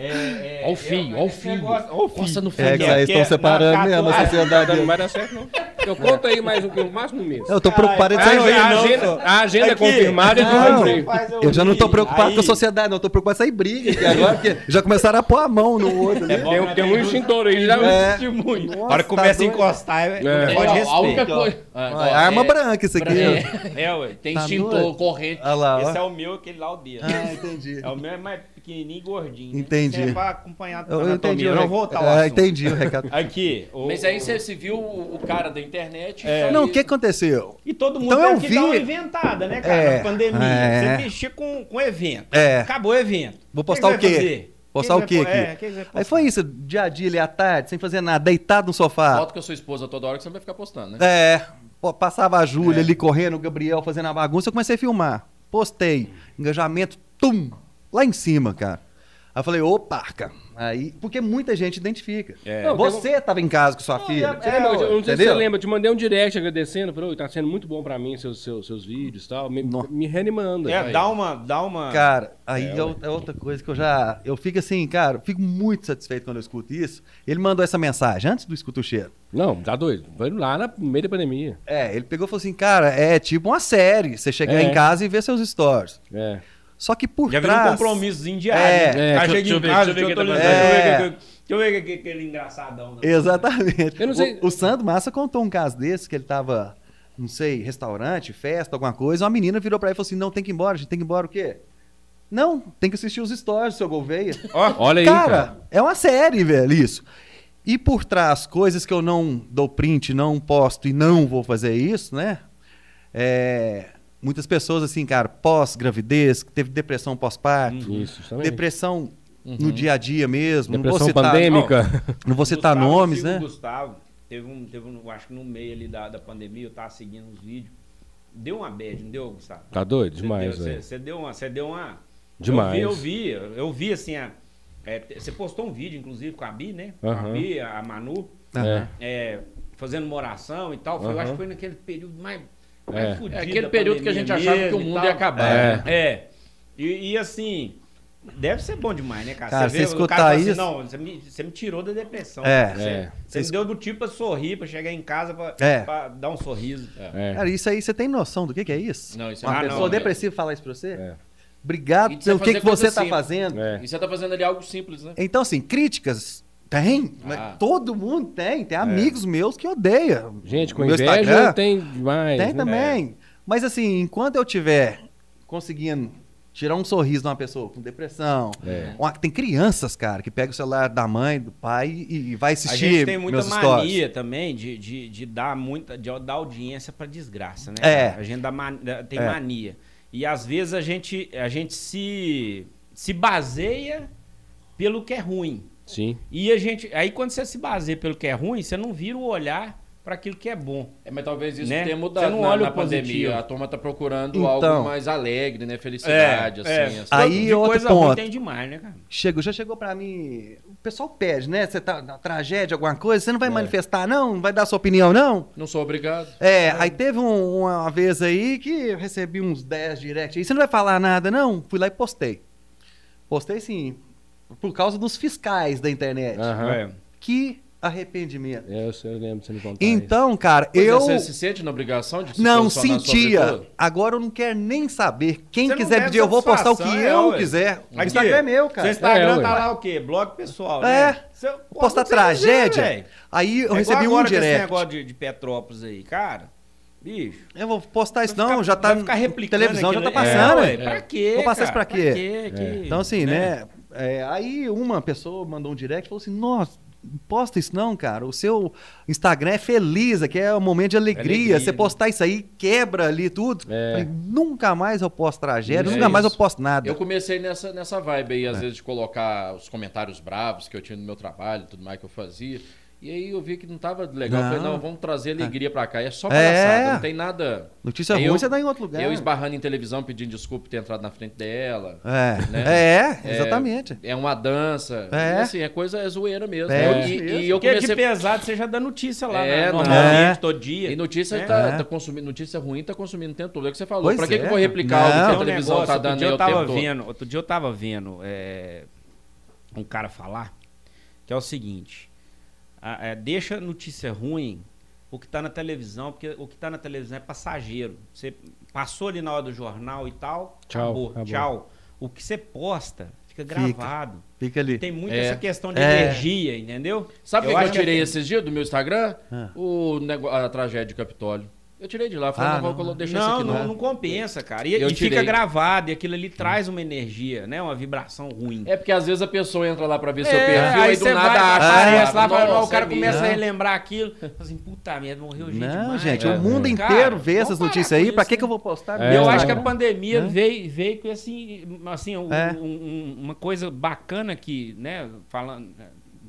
Speaker 2: É, é,
Speaker 1: Olha o fio,
Speaker 2: é-
Speaker 1: olha o
Speaker 2: esse
Speaker 1: fio.
Speaker 2: negócio- Olha o fio.
Speaker 1: Costa no fio.
Speaker 3: É que aí estão
Speaker 2: Quer-
Speaker 3: separando
Speaker 2: não,
Speaker 3: mesmo assim, a
Speaker 2: catou-
Speaker 3: sociedade.
Speaker 4: Não vai dar certo, não. Eu conto aí mais um, no máximo um mês.
Speaker 3: Eu tô preocupado em
Speaker 2: Ai,
Speaker 3: sair.
Speaker 2: não,
Speaker 4: a,
Speaker 2: eu não,
Speaker 4: agenda,
Speaker 2: pô.
Speaker 4: a agenda
Speaker 2: Aqui.
Speaker 4: confirmada é de
Speaker 3: Não.
Speaker 4: um emprego.
Speaker 2: Faz
Speaker 3: Eu já não tô preocupado
Speaker 2: aí-
Speaker 3: com a sociedade, não. Eu tô preocupado em sair briga aqui agora, porque já começaram a pôr a mão no outro ali.
Speaker 2: É bom.
Speaker 4: Tem, tem um extintor aí já.
Speaker 3: É.
Speaker 2: testemunho.
Speaker 3: Nossa,
Speaker 2: a hora que Ah, começa
Speaker 3: tá
Speaker 2: a
Speaker 3: doido.
Speaker 2: encostar, é,
Speaker 4: É.
Speaker 2: é. pode
Speaker 1: Ó, a única
Speaker 2: respeito.
Speaker 1: coisa. Ah,
Speaker 3: Ó,
Speaker 1: ó,
Speaker 3: é arma
Speaker 1: é-
Speaker 3: branca isso aqui. ó.
Speaker 1: É.
Speaker 3: [laughs]
Speaker 2: É, ué.
Speaker 1: Tem
Speaker 3: Tá
Speaker 1: extintor,
Speaker 3: doido?
Speaker 1: corrente.
Speaker 3: Olha lá, Ah, ó.
Speaker 2: Esse é o meu, aquele lá o dele.
Speaker 3: Ah, entendi.
Speaker 2: É o meu, é mais pequenininho e gordinho. né?
Speaker 3: Entendi.
Speaker 2: Isso é pra acompanhar a
Speaker 3: Eu, eu
Speaker 2: anatomia.
Speaker 3: entendi.
Speaker 2: Eu
Speaker 3: o
Speaker 2: não
Speaker 3: rec-
Speaker 2: vou voltar ao
Speaker 3: É,
Speaker 2: assunto.
Speaker 3: entendi o recado.
Speaker 2: Aqui. o-
Speaker 1: Mas aí você se viu o o cara da internet.
Speaker 2: [laughs] É.
Speaker 1: e-
Speaker 3: Não, o que aconteceu?
Speaker 2: E todo mundo
Speaker 3: Então
Speaker 2: teve
Speaker 3: eu
Speaker 2: que
Speaker 3: vi-
Speaker 2: dar uma inventada, né, cara?
Speaker 3: É,
Speaker 2: na pandemia.
Speaker 3: é.
Speaker 2: Você mexer com, com evento.
Speaker 3: É.
Speaker 2: Acabou o evento.
Speaker 3: Vou
Speaker 2: que
Speaker 3: postar o
Speaker 2: que você vai
Speaker 3: quê?
Speaker 2: fazer?
Speaker 3: Postar
Speaker 2: Que
Speaker 3: o quê
Speaker 2: que vai-
Speaker 3: aqui?
Speaker 2: é, que que você vai postar?
Speaker 3: Aí foi isso, dia a dia ali à tarde, sem fazer nada, deitado no sofá.
Speaker 1: Foto com a sua esposa toda hora que você não vai ficar postando, né?
Speaker 3: É. Pô, passava a Júlia ali correndo, o Gabriel fazendo a bagunça. Eu comecei a filmar. Postei. Engajamento, tum! Lá em cima, cara. Aí eu falei, ô, parca. Aí, porque muita gente identifica.
Speaker 4: Não,
Speaker 3: Você
Speaker 2: um-
Speaker 3: estava em casa com sua filha.
Speaker 2: é-
Speaker 4: Você lembra? Eu- eu É, não sei se você
Speaker 3: entendeu?
Speaker 4: lembra, eu te mandei um direct agradecendo, falou, "Oi, tá sendo muito bom pra mim seus, seus, seus vídeos e tal, me,
Speaker 3: Nó.
Speaker 4: me reanimando. tá
Speaker 2: É,
Speaker 4: Aí.
Speaker 2: dá uma. Dá uma...
Speaker 3: Cara, aí é, outra- é outra coisa que eu já. Eu fico assim, cara, eu fico muito satisfeito quando eu escuto isso. Ele mandou essa mensagem antes do Escuta o Cheiro.
Speaker 4: Não, tá doido. Foi lá na- no meio da pandemia.
Speaker 3: É, ele pegou e falou assim, cara, é tipo uma série. Você chegar
Speaker 4: É.
Speaker 3: em casa e ver seus stories.
Speaker 4: É.
Speaker 3: Só que por
Speaker 2: Já virou um
Speaker 3: trás.
Speaker 2: compromissozinho
Speaker 3: É,
Speaker 2: diário. né?
Speaker 4: é,
Speaker 2: Aí
Speaker 4: deixa-
Speaker 2: chega em
Speaker 4: deixa eu ver-
Speaker 2: casa,
Speaker 4: deixa eu ver
Speaker 2: tô
Speaker 4: quem tá
Speaker 2: olhando,
Speaker 3: fazendo.
Speaker 2: deixa eu ver que- Deixa eu ver que- que- aquele engraçadão. né?
Speaker 3: Exatamente.
Speaker 4: Eu não sei-
Speaker 3: O, o Sandro Massa contou um caso desse, que ele tava, não sei, restaurante, festa, alguma coisa, uma menina virou pra ele e falou assim, não, tem que ir embora, a gente tem que ir embora o quê? Não, tem que assistir os stories, seu Gouveia.
Speaker 4: Olha aí,
Speaker 3: cara,
Speaker 4: cara.
Speaker 3: é uma série, velho, isso. E por trás, coisas que eu não dou print, não posto e não vou fazer isso, né? É, muitas pessoas, assim, cara, pós-gravidez, que teve depressão pós-parto,
Speaker 4: Uhum. Isso, também.
Speaker 3: depressão no dia a dia mesmo, não vou
Speaker 4: Depressão
Speaker 3: citar, [laughs]
Speaker 4: pandêmica.
Speaker 3: Não vou citar
Speaker 2: Gustavo,
Speaker 3: nomes,
Speaker 2: sigo o
Speaker 3: né?
Speaker 2: Gustavo, teve um, teve um, acho que no meio ali da, da pandemia, eu tava seguindo os vídeos. Deu uma bad, não deu, Gustavo?
Speaker 4: Tá doido
Speaker 2: Você
Speaker 4: demais,
Speaker 2: deu- Você
Speaker 4: velho.
Speaker 2: você deu uma, você deu uma.
Speaker 4: Demais.
Speaker 2: Eu vi, eu vi, eu vi assim, a- é, te- você postou um vídeo, inclusive, com a Bi, né? Com
Speaker 4: Aham.
Speaker 2: A Bi, a a Manu,
Speaker 4: É.
Speaker 2: é, fazendo uma oração e tal. Foi- Eu
Speaker 4: Aham.
Speaker 2: acho que foi naquele período mais,
Speaker 4: É.
Speaker 2: mais fudido
Speaker 1: É aquele
Speaker 2: da
Speaker 1: período que a
Speaker 2: pandemia
Speaker 1: gente achava
Speaker 2: mesmo
Speaker 1: que o
Speaker 2: e
Speaker 1: mundo
Speaker 2: tal.
Speaker 1: ia acabar.
Speaker 4: É.
Speaker 1: né?
Speaker 2: É. E, e, assim, deve ser bom demais, né, cara?
Speaker 3: Cara, você
Speaker 2: o
Speaker 3: escutar
Speaker 2: fala assim,
Speaker 3: isso-
Speaker 2: não, você me, você me tirou da depressão.
Speaker 3: É.
Speaker 2: Você,
Speaker 4: É.
Speaker 2: você me deu do tipo pra sorrir, pra chegar em casa, pra,
Speaker 3: É.
Speaker 2: pra dar um sorriso.
Speaker 4: É.
Speaker 3: Cara, isso aí, você tem noção do que, que é isso?
Speaker 1: Não, isso é
Speaker 3: Uma
Speaker 1: uma
Speaker 3: pessoa
Speaker 1: pessoa, né?
Speaker 3: depressiva falar isso pra você?
Speaker 4: É.
Speaker 1: E
Speaker 3: Obrigado
Speaker 1: de você
Speaker 3: pelo que,
Speaker 1: fazer
Speaker 3: que você
Speaker 1: coisa
Speaker 3: tá
Speaker 1: simples.
Speaker 3: fazendo.
Speaker 4: É.
Speaker 1: E você tá fazendo ali algo simples, né?
Speaker 3: Então, assim, críticas tem. mas
Speaker 1: Ah.
Speaker 3: Todo mundo tem. Tem amigos meus que odeiam.
Speaker 4: Gente, com
Speaker 3: Meu
Speaker 4: inveja
Speaker 3: Instagram
Speaker 4: tem demais.
Speaker 3: Tem
Speaker 4: né?
Speaker 3: também. Mas, assim, enquanto eu tiver conseguindo tirar um sorriso de uma pessoa com depressão,
Speaker 4: É.
Speaker 3: uma- tem crianças, cara, que pega o celular da mãe, do pai e, e
Speaker 2: A
Speaker 3: vai assistir
Speaker 2: gente tem muita
Speaker 3: meus
Speaker 2: mania
Speaker 3: stories.
Speaker 2: também de, de, de dar muita de dar audiência pra desgraça, né?
Speaker 3: É.
Speaker 2: cara? A gente dá man- da- tem
Speaker 3: É.
Speaker 2: mania. E às vezes a gente, a gente se, se baseia pelo que é ruim.
Speaker 4: Sim.
Speaker 2: E a gente, aí quando você se baseia pelo que é ruim, você não vira o olhar pra aquilo que é bom.
Speaker 1: É, mas talvez isso
Speaker 2: Né?
Speaker 1: tenha
Speaker 2: Você
Speaker 1: mudado
Speaker 2: não
Speaker 1: na,
Speaker 2: olha
Speaker 1: na
Speaker 2: o positivo.
Speaker 1: pandemia. A turma tá procurando
Speaker 3: Então.
Speaker 1: algo mais alegre, né? Felicidade, assim. assim.
Speaker 3: É. Aí
Speaker 2: de
Speaker 3: outro
Speaker 2: coisa
Speaker 3: ponto.
Speaker 2: ruim tem demais, né, cara?
Speaker 3: Chegou, já chegou pra mim. O pessoal pede, né? Você tá na tragédia, alguma coisa, você não vai manifestar, não? Não vai dar sua opinião, não?
Speaker 1: Não sou obrigado.
Speaker 3: É, aí teve um- uma vez aí que eu recebi uns 10 direct. Aí você não vai falar nada, não? Fui lá e postei. Postei sim, por causa dos fiscais da internet. né?
Speaker 4: Aham.
Speaker 2: É.
Speaker 3: Que arrependimento.
Speaker 4: É, Eu, sei, eu lembro de você me contar.
Speaker 3: Então, cara,
Speaker 1: Pois é,
Speaker 3: eu
Speaker 1: Você se sente na obrigação de se
Speaker 3: não
Speaker 1: posicionar sobre
Speaker 3: sentia.
Speaker 1: tudo?
Speaker 3: Agora eu não quero nem saber. Quem
Speaker 2: Você não
Speaker 3: quiser
Speaker 2: quer
Speaker 3: pedir, eu vou postar o que
Speaker 2: satisfação, é,
Speaker 3: eu
Speaker 2: ué.
Speaker 3: quiser. O
Speaker 2: Aqui,
Speaker 3: Instagram é meu, cara.
Speaker 2: Seu Instagram
Speaker 4: É,
Speaker 2: tá
Speaker 4: ué.
Speaker 2: lá o quê? Blog pessoal,
Speaker 3: É.
Speaker 2: né? Você posta o
Speaker 3: Postar
Speaker 2: que você quiser,
Speaker 3: tragédia.
Speaker 2: velho.
Speaker 3: aí eu
Speaker 2: É igual
Speaker 3: recebi um
Speaker 2: agora com Esse
Speaker 3: direct.
Speaker 2: negócio de, de Petrópolis aí, cara. Bicho.
Speaker 3: Eu vou postar isso,
Speaker 2: vai
Speaker 3: não,
Speaker 2: ficar-
Speaker 3: já tá
Speaker 2: vai ficar replicando
Speaker 3: televisão, já
Speaker 2: aquilo
Speaker 3: tá
Speaker 2: aí.
Speaker 3: passando.
Speaker 2: É, ué, Pra quê?
Speaker 3: Vou passar isso
Speaker 2: cara?
Speaker 3: pra quê?
Speaker 2: Que-
Speaker 3: Então, assim, né? é, aí uma pessoa mandou um direct e falou assim: Nossa, não posta isso não, cara. O seu Instagram é feliz, aqui é um momento de alegria.
Speaker 2: Alegria,
Speaker 3: Você
Speaker 2: né?
Speaker 3: postar isso aí, quebra ali tudo.
Speaker 4: É.
Speaker 3: Falei, nunca mais eu posto tragédia,
Speaker 1: É
Speaker 3: nunca mais eu
Speaker 1: isso.
Speaker 3: posto nada. É.
Speaker 1: Eu comecei nessa, nessa vibe aí, às vezes, de colocar os comentários bravos que eu tinha no meu trabalho, tudo mais que eu fazia. E aí eu vi que não tava legal. Eu
Speaker 3: Não.
Speaker 1: falei, não, vamos trazer alegria pra cá. E é só
Speaker 3: É.
Speaker 1: palhaçada, não tem nada. É,
Speaker 3: Notícia
Speaker 1: Eu-
Speaker 3: ruim você dá em outro lugar.
Speaker 1: Eu esbarrando em televisão, pedindo desculpa por ter entrado na frente dela.
Speaker 3: É,
Speaker 1: né?
Speaker 3: é, exatamente.
Speaker 1: É uma dança.
Speaker 3: É.
Speaker 1: E, assim, é coisa é zoeira mesmo.
Speaker 3: É.
Speaker 1: E, e
Speaker 2: E
Speaker 1: eu
Speaker 2: eu Porque
Speaker 1: comecei.
Speaker 2: de pesado você já dá notícia lá,
Speaker 1: É,
Speaker 2: né?
Speaker 1: não.
Speaker 2: Normalmente,
Speaker 3: É.
Speaker 2: todo dia.
Speaker 1: E notícia,
Speaker 2: É.
Speaker 1: tá,
Speaker 3: É.
Speaker 1: tá consumindo, notícia ruim tá consumindo o tempo todo. É o que você falou.
Speaker 3: Pois
Speaker 1: pra que,
Speaker 3: é.
Speaker 1: que eu vou replicar
Speaker 3: Não.
Speaker 1: algo que
Speaker 2: Tem
Speaker 1: a
Speaker 2: um
Speaker 1: televisão
Speaker 2: negócio,
Speaker 1: tá
Speaker 2: outro
Speaker 1: dando
Speaker 2: dia
Speaker 1: aí
Speaker 2: eu
Speaker 1: o tempo
Speaker 2: tava
Speaker 1: todo?
Speaker 2: vendo, outro dia eu tava vendo é, um cara falar que é o seguinte, a- é, deixa notícia ruim o que tá na televisão, porque o que tá na televisão é passageiro. Você passou ali na hora do jornal e tal,
Speaker 4: Tchau,
Speaker 2: acabou,
Speaker 4: acabou.
Speaker 2: tchau. O que você posta fica
Speaker 3: Fica.
Speaker 2: gravado.
Speaker 3: Fica ali.
Speaker 2: Tem muito
Speaker 1: É.
Speaker 2: essa questão de
Speaker 3: É.
Speaker 2: energia, entendeu?
Speaker 1: Sabe o que, que
Speaker 2: acho assim. é
Speaker 1: eu tirei esses dias do meu Instagram?
Speaker 3: Ah.
Speaker 1: O nego... A tragédia do Capitólio. Eu tirei de lá, falei,
Speaker 3: Ah,
Speaker 1: não, vou
Speaker 3: não.
Speaker 1: colo- deixar isso
Speaker 2: Não,
Speaker 1: aqui
Speaker 2: não,
Speaker 1: não.
Speaker 2: não compensa, cara. E,
Speaker 1: Eu
Speaker 2: e fica
Speaker 1: tirei.
Speaker 2: gravado, e aquilo ali traz uma energia, né? Uma vibração ruim.
Speaker 1: É porque às vezes a pessoa entra lá pra ver seu
Speaker 2: É,
Speaker 1: perfil, aí,
Speaker 2: aí
Speaker 1: do
Speaker 2: você
Speaker 1: nada
Speaker 2: vai,
Speaker 1: acha,
Speaker 2: aparece
Speaker 1: sabe?
Speaker 2: lá, fala,
Speaker 1: Nossa,
Speaker 2: ó, o cara
Speaker 1: é
Speaker 2: começa
Speaker 1: mesmo.
Speaker 2: a relembrar aquilo. Fala assim, puta merda, morreu gente
Speaker 3: não,
Speaker 2: demais,
Speaker 3: gente,
Speaker 2: cara.
Speaker 3: o mundo
Speaker 2: Cara,
Speaker 3: inteiro vê
Speaker 2: vamos
Speaker 3: essas
Speaker 2: parar
Speaker 3: notícias
Speaker 2: com
Speaker 3: aí.
Speaker 2: isso,
Speaker 3: Pra que,
Speaker 2: né?
Speaker 3: que eu vou postar?
Speaker 4: É,
Speaker 2: eu acho que a
Speaker 4: né?
Speaker 2: pandemia
Speaker 3: Né?
Speaker 2: veio, veio com esse, assim, um-
Speaker 3: É.
Speaker 2: um- um- uma coisa bacana que, né, falando,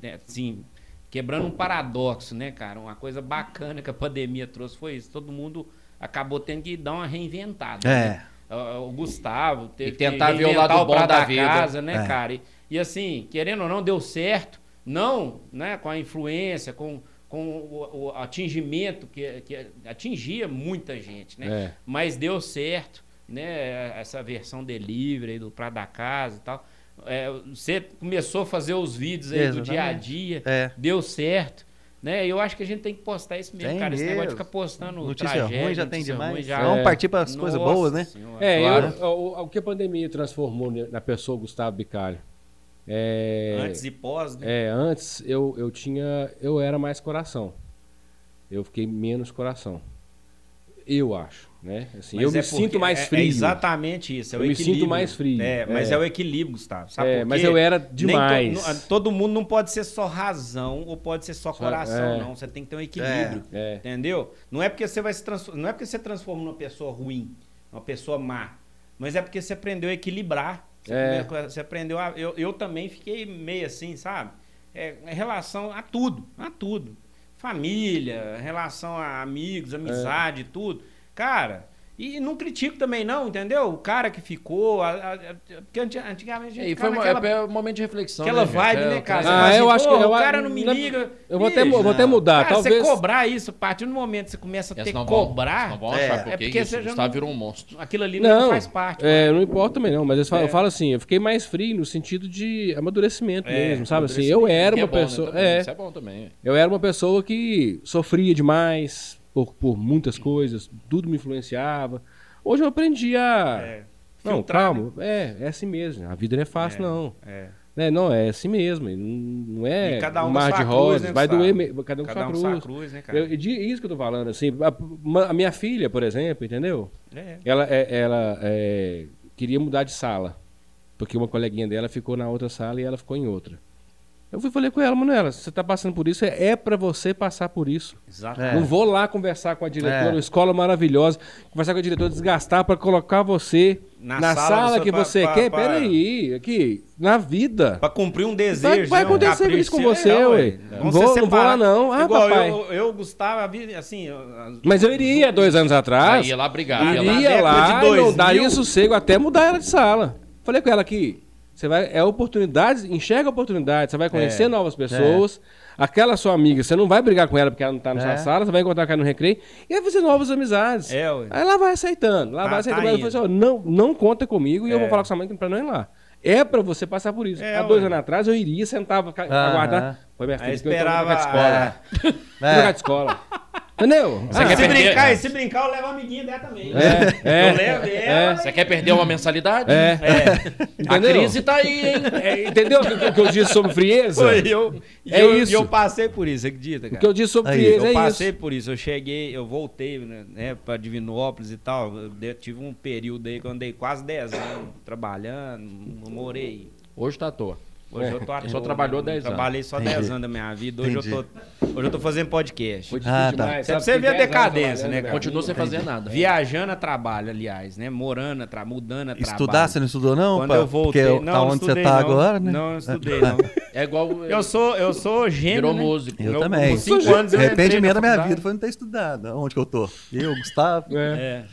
Speaker 2: né, assim, quebrando um paradoxo, né, cara? Uma coisa bacana que a pandemia trouxe foi isso. Todo mundo acabou tendo que dar uma reinventada.
Speaker 3: É.
Speaker 2: né? Ah, O Gustavo teve
Speaker 1: E tentar
Speaker 2: que
Speaker 1: ver o
Speaker 2: reinventar
Speaker 1: lado bom
Speaker 2: prato
Speaker 1: da vida.
Speaker 2: casa, né,
Speaker 3: É.
Speaker 2: cara? E, e assim, querendo ou não, deu certo. Não, né, com a influência, com, com o, o atingimento que, que atingia muita gente, né?
Speaker 4: É.
Speaker 2: Mas deu certo, né? Essa versão delivery aí do Pra da Casa e tal. É, você começou a fazer os vídeos aí do
Speaker 3: Exatamente.
Speaker 2: dia a dia,
Speaker 3: É.
Speaker 2: deu certo. Né? Eu acho que a gente tem que postar isso mesmo,
Speaker 3: Tem
Speaker 2: cara. Esse negócio de
Speaker 3: mesmo.
Speaker 2: ficar postando
Speaker 3: Notícia
Speaker 2: tragédia,
Speaker 3: ruim já tem
Speaker 2: notícia
Speaker 3: demais.
Speaker 2: ruim já- é.
Speaker 3: Vamos partir para as coisas
Speaker 2: Nossa
Speaker 3: boas, né?
Speaker 2: Senhora.
Speaker 4: É,
Speaker 3: Claro.
Speaker 4: eu- o, o que a pandemia transformou ne- na pessoa Gustavo Bicalho? É,
Speaker 2: Antes e pós, né?
Speaker 4: É, antes eu, eu tinha. Eu era mais coração. Eu fiquei menos coração. Eu acho, né? Assim,
Speaker 2: Mas
Speaker 4: eu me
Speaker 2: é porque-
Speaker 4: sinto mais
Speaker 2: é-
Speaker 4: frio.
Speaker 2: É exatamente isso. É o
Speaker 4: Eu me sinto
Speaker 2: equilíbrio.
Speaker 4: mais frio,
Speaker 2: É, mas
Speaker 4: é.
Speaker 2: é, o equilíbrio, Gustavo. Sabe
Speaker 4: É,
Speaker 2: por quê?
Speaker 4: mas eu era
Speaker 2: Nem to-
Speaker 4: demais.
Speaker 2: no- a- todo mundo não pode ser só razão ou pode ser só coração,
Speaker 4: é.
Speaker 2: não. Você tem que ter um equilíbrio.
Speaker 4: É, é.
Speaker 2: Entendeu? Não é porque você vai se transformar. Não é porque você transforma numa pessoa ruim, uma pessoa má. Mas é porque você aprendeu a equilibrar. Você,
Speaker 4: É.
Speaker 2: primeiro- você aprendeu a. Eu, eu também fiquei meio assim, sabe? É, em relação a tudo, a tudo. Família, relação a amigos, amizade,
Speaker 4: É.
Speaker 2: tudo. Cara, e não critico também, não, entendeu? O cara que ficou. a- a- a- porque anti- antigamente a gente
Speaker 1: E foi
Speaker 2: ficava
Speaker 1: uma-
Speaker 2: naquela-
Speaker 1: é um momento de reflexão.
Speaker 2: Aquela
Speaker 1: gente?
Speaker 2: vibe,
Speaker 1: É,
Speaker 2: né, cara? Você
Speaker 4: Ah,
Speaker 2: fala
Speaker 4: eu acho que-
Speaker 2: "Pô,
Speaker 4: eu
Speaker 2: o
Speaker 4: a-
Speaker 2: cara não me
Speaker 4: na-
Speaker 2: liga.
Speaker 4: eu vou até
Speaker 2: Bicho,
Speaker 4: mu- vou até mudar,
Speaker 2: cara,
Speaker 4: talvez-
Speaker 2: Você cobrar isso, a partir do momento que você começa a
Speaker 1: Elas
Speaker 2: ter que
Speaker 1: não vão-
Speaker 2: cobrar,
Speaker 1: Não vão
Speaker 3: É.
Speaker 1: achar,
Speaker 3: É
Speaker 1: porque,
Speaker 2: porque
Speaker 1: isso,
Speaker 2: você
Speaker 1: o
Speaker 2: já
Speaker 1: Gustavo
Speaker 2: não-
Speaker 1: virou um monstro.
Speaker 2: aquilo ali não,
Speaker 4: Não,
Speaker 2: faz parte. né?
Speaker 4: é, não importa também não, mas eu falo,
Speaker 2: É.
Speaker 4: eu falo assim, eu fiquei mais frio no sentido de amadurecimento
Speaker 2: É,
Speaker 4: mesmo, sabe? Assim, eu era
Speaker 1: Que
Speaker 4: uma
Speaker 1: é bom, né,
Speaker 4: pessoa,
Speaker 1: também.
Speaker 4: é,
Speaker 1: Isso é bom também.
Speaker 4: eu era uma pessoa que sofria demais por, por muitas coisas, tudo me influenciava. Hoje eu aprendi a
Speaker 2: É.
Speaker 4: não,
Speaker 2: Filtrar, né?
Speaker 4: calma, é, é assim mesmo. A vida não é fácil não.
Speaker 2: É.
Speaker 4: É, não, é assim mesmo, e não não é
Speaker 2: E cada um com
Speaker 4: mar
Speaker 2: sua
Speaker 4: de
Speaker 2: cruz,
Speaker 4: rosas,
Speaker 2: né,
Speaker 4: vai
Speaker 2: Gustavo?
Speaker 4: doer, me- cada um com
Speaker 2: Cada
Speaker 4: sua
Speaker 2: um com
Speaker 4: cruz.
Speaker 2: sua cruz, né, cara?
Speaker 4: Eu- de- isso que eu tô falando, assim, a- uma- a minha filha, por exemplo, entendeu?
Speaker 2: É.
Speaker 4: Ela, é- ela é, queria mudar de sala. Porque uma coleguinha dela ficou na outra sala e ela ficou em outra. Eu fui e falei com ela, Manuela, você tá passando por isso, é, é para você passar por isso.
Speaker 2: Exatamente.
Speaker 4: Não vou lá conversar com a diretora,
Speaker 3: É.
Speaker 4: uma escola maravilhosa, conversar com a diretora, desgastar para colocar você
Speaker 2: Na
Speaker 4: na,
Speaker 2: sala
Speaker 4: sala,
Speaker 2: você
Speaker 4: que
Speaker 2: pa-
Speaker 4: você
Speaker 2: pa-
Speaker 4: quer.
Speaker 2: pa-
Speaker 4: Peraí, aqui, na vida.
Speaker 2: Pra cumprir um
Speaker 4: Vai-
Speaker 2: desejo.
Speaker 4: vai
Speaker 2: né, um
Speaker 4: acontecer
Speaker 2: capricho
Speaker 4: isso com
Speaker 2: seu.
Speaker 4: você,
Speaker 2: É,
Speaker 4: ué.
Speaker 2: ué.
Speaker 4: Não
Speaker 2: Vamos
Speaker 4: vou-
Speaker 2: ser
Speaker 4: não vou lá,
Speaker 2: separados.
Speaker 4: não. Ah,
Speaker 2: Igual
Speaker 4: papai.
Speaker 2: Eu, eu, Gustavo, a vida- assim... eu- as-
Speaker 4: Mas eu iria dois anos
Speaker 2: Ah,
Speaker 4: atrás.
Speaker 1: Aí ia lá brigar. ia lá-
Speaker 4: Iria
Speaker 2: na década
Speaker 4: lá,
Speaker 2: de
Speaker 4: e não
Speaker 2: 2000.
Speaker 4: daria sossego até mudar ela de sala. Falei com ela aqui, você vai, é oportunidade, enxerga a oportunidade, você vai conhecer
Speaker 2: É,
Speaker 4: novas pessoas. Aquela sua amiga, você não vai brigar com ela porque ela não tá na sua
Speaker 3: É.
Speaker 4: sala, você vai encontrar com ela no recreio e vai fazer novas amizades.
Speaker 2: É, ué.
Speaker 4: Aí ela vai aceitando, lá
Speaker 2: Tá-
Speaker 4: vai aceitando,
Speaker 2: tá
Speaker 4: mas eu falei assim, ó, não, não conta comigo e eu
Speaker 2: É.
Speaker 4: vou falar com sua mãe que pra não ir lá. É pra você passar por isso.
Speaker 2: É,
Speaker 4: Há dois
Speaker 2: ué.
Speaker 4: anos atrás eu iria, sentava, ca-
Speaker 3: Aham.
Speaker 4: aguardar. Foi minha
Speaker 2: Aí
Speaker 4: filha,
Speaker 2: esperava...
Speaker 4: que eu tô com a escola.
Speaker 3: É.
Speaker 4: Trocar de
Speaker 2: [laughs]
Speaker 4: escola. Entendeu?
Speaker 1: Você
Speaker 2: Ah,
Speaker 1: quer
Speaker 2: se,
Speaker 1: perder?
Speaker 2: brincar, e se brincar, eu levo a amiguinha dela também.
Speaker 4: É,
Speaker 2: Eu
Speaker 4: é.
Speaker 2: levo ela.
Speaker 1: Você quer perder uma mensalidade?
Speaker 4: É.
Speaker 1: A
Speaker 4: Entendeu?
Speaker 1: crise tá aí,
Speaker 2: [laughs]
Speaker 1: hein?
Speaker 4: É, entendeu o que, o que eu disse sobre frieza?
Speaker 2: Foi, eu, e
Speaker 4: É
Speaker 2: eu, e
Speaker 4: isso.
Speaker 2: eu passei por isso, acredita,
Speaker 4: O que
Speaker 2: cara?
Speaker 4: eu disse sobre
Speaker 3: Aí,
Speaker 4: frieza
Speaker 2: Eu
Speaker 4: é
Speaker 2: passei
Speaker 4: isso.
Speaker 2: por isso, eu cheguei, eu voltei, né, né pra Divinópolis e tal. Eu de- tive um período aí que eu andei quase 10 anos trabalhando, não morei.
Speaker 1: Hoje tá à toa.
Speaker 2: Hoje eu tô à
Speaker 1: Só
Speaker 2: toa,
Speaker 1: trabalhou
Speaker 2: né?
Speaker 1: 10 anos.
Speaker 2: Trabalhei só
Speaker 3: Entendi.
Speaker 2: 10 anos da minha vida. Hoje eu, tô,
Speaker 3: Entendi.
Speaker 2: hoje eu tô fazendo podcast.
Speaker 3: Ah,
Speaker 4: Foi difícil
Speaker 3: tá.
Speaker 4: demais,
Speaker 2: Pra
Speaker 4: sabe? é
Speaker 2: você ver a
Speaker 4: Fiquei 10 anos
Speaker 2: decadência, né,
Speaker 4: trabalhando,
Speaker 2: cara?
Speaker 1: Continua sem fazer nada.
Speaker 2: Viajando a trabalho, aliás, né? Morando a trabalho, mudando a trabalho.
Speaker 3: Estudar, você não estudou, não?
Speaker 2: Quando
Speaker 3: pra-
Speaker 2: eu voltei,
Speaker 3: Porque
Speaker 2: não, não
Speaker 3: aonde você
Speaker 2: estudei,
Speaker 3: tá
Speaker 2: não.
Speaker 3: agora, né?
Speaker 2: Não, eu não estudei, não.
Speaker 1: É igual.
Speaker 2: [laughs] Eu sou, eu sou gêmeo,
Speaker 1: Virou
Speaker 2: né?
Speaker 1: músico.
Speaker 3: Eu
Speaker 2: Eu-
Speaker 3: também.
Speaker 2: com cinco anos eu entrei
Speaker 3: Arrependimento
Speaker 2: na
Speaker 3: da minha
Speaker 2: faculdade.
Speaker 3: vida foi não ter estudado. Onde que eu tô? Eu, Gustavo,
Speaker 4: É.
Speaker 2: É.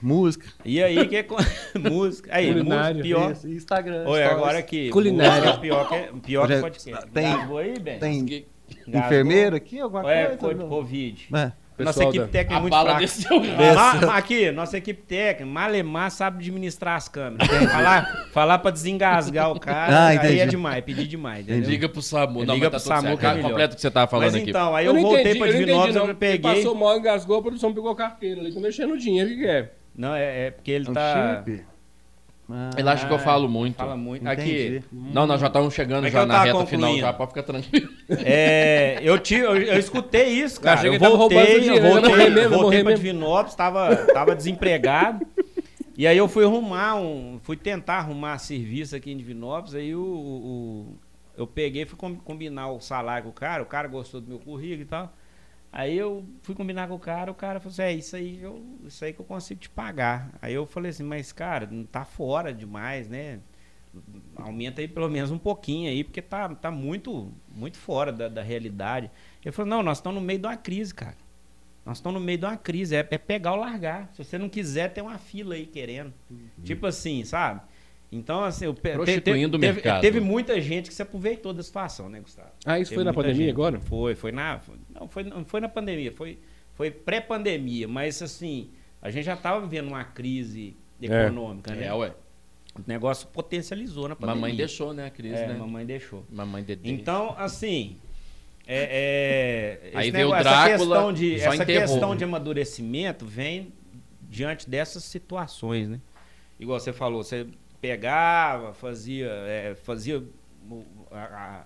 Speaker 3: música,
Speaker 2: E aí, que é co- [laughs] música. Aí,
Speaker 4: Culinária.
Speaker 2: música, pior.
Speaker 3: isso,
Speaker 2: Oi,
Speaker 3: Instagram. stories.
Speaker 2: agora que.
Speaker 4: Culinária.
Speaker 2: música é Pior que, pior que
Speaker 3: Já-
Speaker 2: podcast.
Speaker 3: tem-
Speaker 2: Gasgou aí, Ben?
Speaker 3: Tem
Speaker 1: Que-
Speaker 2: Gasgou?
Speaker 3: enfermeiro aqui, alguma
Speaker 2: É, foi
Speaker 3: coisa?
Speaker 2: de
Speaker 3: não?
Speaker 2: Covid.
Speaker 3: É.
Speaker 2: Nossa
Speaker 4: Pessoal
Speaker 2: equipe
Speaker 4: da-
Speaker 2: técnica
Speaker 1: A
Speaker 2: é muito
Speaker 1: bala
Speaker 2: fraca.
Speaker 1: desceu.
Speaker 2: Ma- ma- aqui, nossa equipe técnica, Malemar sabe administrar as câmeras. Falar, falar pra desengasgar o cara,
Speaker 3: Ah,
Speaker 2: aí é
Speaker 3: entendi.
Speaker 2: demais, pedir demais, entendeu?
Speaker 1: Liga pro SAMU. tá
Speaker 2: Liga pro SAMU que é
Speaker 1: cara,
Speaker 2: melhor.
Speaker 1: completo o que você tava falando
Speaker 2: Mas
Speaker 1: aqui.
Speaker 2: então, aí eu, voltei pra Divinópolis, eu
Speaker 4: Ele
Speaker 2: peguei...
Speaker 4: passou mal, engasgou, a produção pegou a carteira. Ele tá mexendo no dinheiro, o que que é?
Speaker 2: Não, é, é porque ele
Speaker 3: Um
Speaker 2: tá...
Speaker 3: chip?
Speaker 1: Ele acha que eu falo muito.
Speaker 2: é. fala muito.
Speaker 1: Aqui.
Speaker 3: Entendi.
Speaker 1: Não, nós já estamos chegando
Speaker 2: É que
Speaker 1: já
Speaker 2: eu
Speaker 1: na
Speaker 2: tava
Speaker 1: reta
Speaker 2: concluindo.
Speaker 1: final, já pode ficar tranquilo.
Speaker 2: É, eu, te, eu, eu escutei isso, cara.
Speaker 4: achei
Speaker 2: Eu,
Speaker 4: que ele tava roubando
Speaker 2: voltei,
Speaker 4: seu
Speaker 2: eu
Speaker 4: dinheiro,
Speaker 2: voltei,
Speaker 4: eu morri mesmo, eu
Speaker 2: voltei
Speaker 4: morri
Speaker 2: pra
Speaker 4: mesmo.
Speaker 2: Divinópolis, tava, tava desempregado. E aí eu fui arrumar um. Fui tentar arrumar serviço aqui em Divinópolis. Aí o, o- eu peguei, fui com- combinar o salário com o cara, o cara gostou do meu currículo e tal. Aí eu fui combinar com o cara, o cara falou assim, é isso aí, eu, isso aí que eu consigo te pagar. Aí eu falei assim, mas cara, não tá fora demais, né? aumenta aí pelo menos um pouquinho aí, porque tá, tá muito, muito fora da, da realidade. Ele falou, não, nós estamos no meio de uma crise, cara. Nós estamos no meio de uma crise, é, é pegar ou largar. Se você não quiser, tem uma fila aí querendo. Tipo assim, sabe? Então, assim, eu pe-
Speaker 1: Prostituindo o
Speaker 2: teve,
Speaker 1: mercado.
Speaker 2: teve muita gente que se aproveitou da situação, né, Gustavo?
Speaker 4: Ah, isso
Speaker 2: Teve
Speaker 4: foi na
Speaker 2: muita
Speaker 4: pandemia
Speaker 2: gente.
Speaker 4: agora?
Speaker 2: Foi, foi na. foi- não, foi, não foi na pandemia, foi, foi pré-pandemia, mas assim, a gente já estava vivendo uma crise econômica, né?
Speaker 1: É, ué.
Speaker 2: O negócio potencializou na pandemia.
Speaker 1: Mamãe deixou, né, a crise,
Speaker 2: É,
Speaker 1: né?
Speaker 2: mamãe deixou.
Speaker 1: Mamãe Dedê.
Speaker 2: Então, assim. É, é,
Speaker 1: Aí
Speaker 2: esse
Speaker 1: veio o
Speaker 2: negócio-
Speaker 1: Drácula,
Speaker 2: essa questão, de,
Speaker 1: só
Speaker 2: essa
Speaker 1: enterrou.
Speaker 2: questão de amadurecimento vem diante dessas situações, né? Igual você falou, você pegava, fazia, é, fazia o- a- a-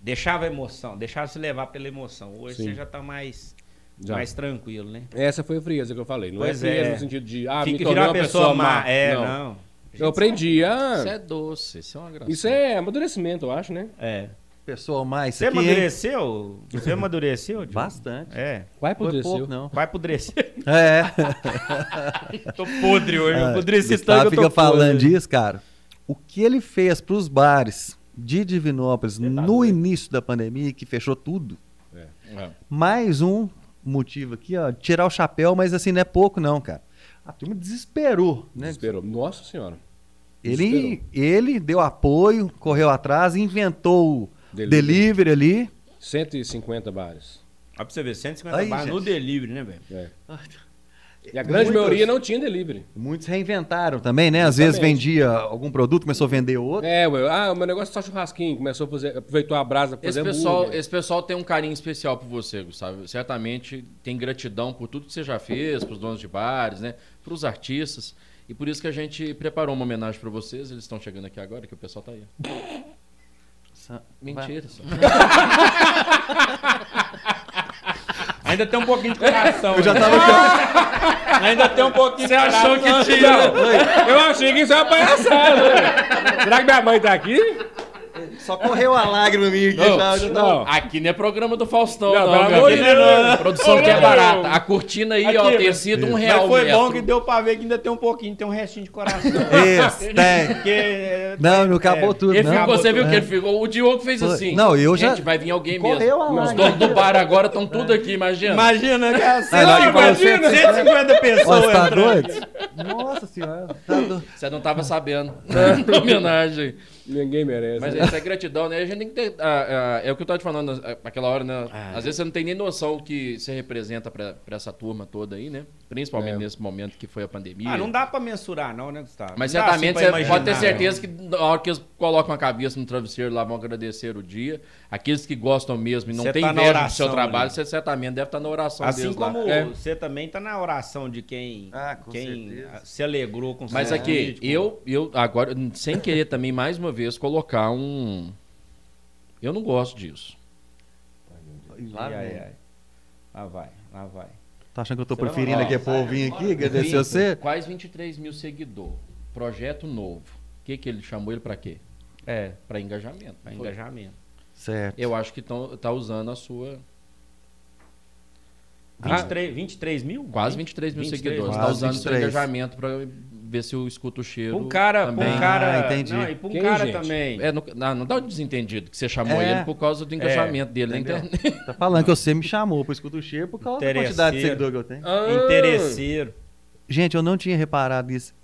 Speaker 2: deixava a emoção, deixava se levar pela emoção. Hoje
Speaker 4: Sim.
Speaker 2: você já está mais,
Speaker 4: Já.
Speaker 2: mais tranquilo, né?
Speaker 4: Essa foi a frieza que eu falei. Não
Speaker 2: Pois
Speaker 4: é frieza
Speaker 2: é.
Speaker 4: no sentido de, ah, me
Speaker 2: Fica
Speaker 4: tornei
Speaker 2: virar
Speaker 4: uma pessoa má.
Speaker 2: É,
Speaker 4: não.
Speaker 2: não.
Speaker 4: Eu aprendi,
Speaker 1: Isso
Speaker 4: ah,
Speaker 1: é doce, isso é uma graça.
Speaker 4: isso é amadurecimento, eu acho, né?
Speaker 2: É.
Speaker 3: Pessoal, mais
Speaker 2: Você
Speaker 3: aqui,
Speaker 2: [laughs]
Speaker 3: hein?
Speaker 2: amadureceu? Você amadureceu? Diogo?
Speaker 3: Bastante.
Speaker 2: É.
Speaker 4: Vai
Speaker 3: Não foi
Speaker 4: pro
Speaker 3: pouco, não.
Speaker 2: Vai apodrecer.
Speaker 3: É.
Speaker 2: tô [laughs] podre hoje.
Speaker 3: Ah,
Speaker 2: Apodreci tanto
Speaker 3: Gustavo
Speaker 2: que eu
Speaker 3: fica
Speaker 2: tô
Speaker 3: falando
Speaker 2: podre.
Speaker 3: disso, cara. O que ele fez pros bares de Divinópolis
Speaker 2: tá
Speaker 3: no início da pandemia, que fechou tudo,
Speaker 4: Ah,
Speaker 1: É.
Speaker 3: mais um motivo aqui, ó, tirar o chapéu, mas assim, não é pouco não, cara. A turma desesperou, né?
Speaker 4: Desesperou. Nossa senhora.
Speaker 3: Ele, ele deu apoio, correu atrás, inventou o delivery ali.
Speaker 4: 150 bares.
Speaker 2: Ó, pra você ver, 150
Speaker 3: Aí,
Speaker 2: bar no
Speaker 3: gente.
Speaker 2: delivery, né, velho?
Speaker 4: É. E a grande
Speaker 3: Muitas.
Speaker 4: maioria não tinha delivery.
Speaker 3: Muitos reinventaram também, né? Às vezes
Speaker 4: Exatamente.
Speaker 3: vendia algum produto, começou a vender outro.
Speaker 4: É, ué, ah, o meu negócio é só churrasquinho. Começou a fazer, aproveitou a brasa pra
Speaker 1: Esse
Speaker 4: fazer
Speaker 1: pessoal,
Speaker 4: hambúrguer.
Speaker 1: esse pessoal tem um carinho especial por você, Gustavo. Certamente tem gratidão por tudo que você já fez, pros donos de bares, né? Pros artistas. E por isso que a gente preparou uma homenagem pra vocês. Eles estão chegando aqui agora, que o pessoal tá aí. Mentira. só.
Speaker 2: Ainda tem um pouquinho de coração.
Speaker 3: [laughs] Eu já
Speaker 2: né?
Speaker 3: tava
Speaker 2: [laughs] Ainda tem um pouquinho Você achou que
Speaker 4: Não, eu achei que isso era uma palhaçada. ué. Será que minha mãe tá aqui?
Speaker 3: Só correu a lágrima minha aqui. já- já tava-
Speaker 4: Não.
Speaker 1: Aqui não é programa do Faustão,
Speaker 4: Não,
Speaker 1: não,
Speaker 4: pelo
Speaker 1: cara.
Speaker 4: amor de
Speaker 2: né,
Speaker 1: Aqui não é-
Speaker 4: Deus.
Speaker 1: Produção que é
Speaker 4: Não.
Speaker 1: barata. A cortina aí, ó,
Speaker 2: Aqui,
Speaker 1: tem
Speaker 2: mas-
Speaker 1: sido um
Speaker 2: Mas
Speaker 1: real.
Speaker 2: foi bom
Speaker 1: metro.
Speaker 2: que deu pra ver que ainda tem um pouquinho, tem um restinho de
Speaker 3: [laughs]
Speaker 2: coração.
Speaker 3: Esse, tem.
Speaker 2: Porque, é,
Speaker 3: Não, não acabou
Speaker 2: É,
Speaker 3: tudo,
Speaker 1: Ele
Speaker 3: não.
Speaker 1: ficou, você viu
Speaker 3: É.
Speaker 1: que ele ficou? O Diogo fez
Speaker 3: Foi.
Speaker 1: assim.
Speaker 3: Não, eu já-
Speaker 1: Gente, vai vir alguém
Speaker 3: Correu né? a
Speaker 1: mesmo. Os
Speaker 3: lágrima.
Speaker 1: donos do bar agora estão tudo aqui, imagina.
Speaker 2: Imagina, né? cara.
Speaker 3: É, na hora que falou
Speaker 2: imagina,
Speaker 3: 150.
Speaker 2: 150
Speaker 3: Ó,
Speaker 2: pessoas.
Speaker 3: você tá
Speaker 2: entrando.
Speaker 3: doido? Nossa senhora, tá doido.
Speaker 1: Você não tava
Speaker 2: [laughs]
Speaker 1: sabendo.
Speaker 2: É.
Speaker 1: [laughs] Da homenagem.
Speaker 4: Ninguém merece.
Speaker 1: Mas
Speaker 4: né?
Speaker 1: essa é gratidão, né? A gente tem que ter. ah, ah, é o que eu tava te falando ah, naquela hora, né? Às vezes você não tem nem noção o que você representa pra, pra essa turma toda aí, né? Principalmente nesse momento que foi a pandemia.
Speaker 2: É. Ah, não dá pra mensurar, não, né, Gustavo?
Speaker 1: Mas
Speaker 2: Não dá, assim,
Speaker 1: certamente
Speaker 2: pra
Speaker 1: você
Speaker 2: imaginar, né?
Speaker 1: pode ter certeza que na hora que eles colocam a cabeça no travesseiro lá, vão agradecer o dia. Aqueles que gostam mesmo e não
Speaker 2: Você
Speaker 1: têm
Speaker 2: tá na
Speaker 1: inveja do
Speaker 2: oração,
Speaker 1: seu trabalho,
Speaker 2: né?
Speaker 1: você certamente deve estar na oração
Speaker 2: Assim
Speaker 1: deles
Speaker 2: como
Speaker 1: lá.
Speaker 4: É.
Speaker 2: você também tá na oração de quem,
Speaker 3: Ah, com
Speaker 2: quem
Speaker 3: certeza.
Speaker 2: se alegrou com o
Speaker 1: Mas
Speaker 2: seu
Speaker 1: aqui,
Speaker 2: vídeo, com-
Speaker 1: eu, eu agora, sem querer também, mais uma vez, colocar um. Eu não gosto disso.
Speaker 3: Lá
Speaker 2: ai, ai,
Speaker 3: vem.
Speaker 2: ai. Lá vai, lá vai.
Speaker 3: Tá achando que eu tô
Speaker 2: Você vai
Speaker 3: preferindo
Speaker 2: lá,
Speaker 3: aqui é povinho aqui, agradecer
Speaker 1: Vinte-
Speaker 3: você?
Speaker 1: Quais 23 mil seguidor? Projeto novo. O que, que ele chamou ele pra quê?
Speaker 2: É,
Speaker 1: Pra engajamento.
Speaker 2: pra
Speaker 1: Foi.
Speaker 2: engajamento.
Speaker 3: Certo.
Speaker 1: Eu acho que tão, tá usando a sua.
Speaker 2: 23, 23 mil?
Speaker 1: Quase 23 mil
Speaker 2: 23,
Speaker 1: seguidores. Tá
Speaker 3: quase
Speaker 1: usando o seu
Speaker 3: 23.
Speaker 1: engajamento pra ver se eu escuto o cheiro.
Speaker 2: Pra um cara, pra
Speaker 1: também.
Speaker 2: um cara.
Speaker 3: Ah, entendi.
Speaker 2: Não, e pra um
Speaker 4: Quem,
Speaker 2: cara
Speaker 4: gente?
Speaker 2: também.
Speaker 1: É, não, não, não dá um desentendido que você chamou
Speaker 3: É.
Speaker 1: ele por causa do
Speaker 2: É,
Speaker 1: engajamento dele na internet.
Speaker 3: Tá falando que você me chamou pro escuto cheiro por causa da quantidade de
Speaker 2: Interesseiro.
Speaker 3: seguidor que eu tenho.
Speaker 4: Ah,
Speaker 2: Interesseiro.
Speaker 3: Gente, eu não tinha reparado isso.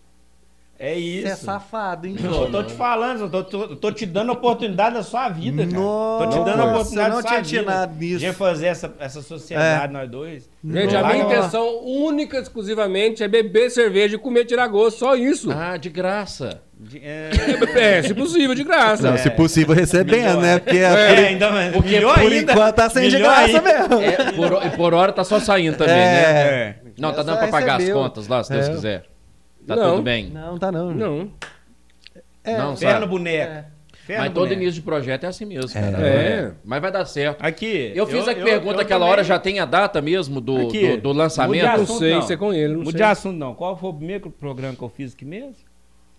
Speaker 2: É
Speaker 3: Você é
Speaker 2: isso.
Speaker 3: safado, hein?
Speaker 2: Eu tô te falando, eu tô, tô, tô te dando a oportunidade da sua vida, cara.
Speaker 3: Nossa,
Speaker 2: tô te dando a oportunidade
Speaker 3: eu não
Speaker 2: da sua
Speaker 3: tinha
Speaker 2: vida.
Speaker 3: tirado É. nisso.
Speaker 2: De fazer essa, essa sociedade, nós dois.
Speaker 4: Gente, a
Speaker 2: Lá
Speaker 4: minha
Speaker 2: no-
Speaker 4: intenção única e exclusivamente é beber cerveja e comer tiragosto, só isso.
Speaker 1: Ah, de graça.
Speaker 2: de- É,
Speaker 4: É, se possível, de graça.
Speaker 3: Não, se possível recebendo,
Speaker 2: Melhor.
Speaker 3: né? Porque
Speaker 2: é,
Speaker 3: é,
Speaker 2: ainda mais.
Speaker 1: Porque
Speaker 2: Melhor
Speaker 3: por, por
Speaker 2: ainda.
Speaker 3: enquanto tá sem de
Speaker 2: Melhor
Speaker 3: graça
Speaker 2: ainda.
Speaker 3: mesmo.
Speaker 1: É, por, e por hora tá só saindo também, né?
Speaker 2: É.
Speaker 1: Não, tá
Speaker 3: Essa
Speaker 1: dando pra pagar as
Speaker 3: recebeu.
Speaker 1: contas lá, se Deus
Speaker 3: É.
Speaker 1: quiser. Tá
Speaker 4: Não.
Speaker 1: tudo bem.
Speaker 3: Não, tá não.
Speaker 4: Não.
Speaker 3: É,
Speaker 1: não,
Speaker 2: Ferro
Speaker 1: sabe?
Speaker 2: no boneco. Ferro
Speaker 1: Mas
Speaker 2: no
Speaker 1: todo
Speaker 2: boneco.
Speaker 1: início de projeto é assim mesmo. cara.
Speaker 4: É.
Speaker 1: Mas vai dar certo.
Speaker 2: Aqui.
Speaker 1: Eu fiz a
Speaker 2: eu-
Speaker 1: pergunta
Speaker 2: eu
Speaker 1: aquela
Speaker 2: também-
Speaker 1: hora, já tem a data mesmo do,
Speaker 2: Aqui,
Speaker 1: do, do
Speaker 2: mude
Speaker 4: Eu
Speaker 1: lançamento?
Speaker 4: não
Speaker 2: assunto,
Speaker 4: sei
Speaker 2: não.
Speaker 4: se é com ele, não
Speaker 2: Mude
Speaker 4: sei.
Speaker 2: de assunto, não. Qual foi o primeiro programa que eu fiz aqui mesmo?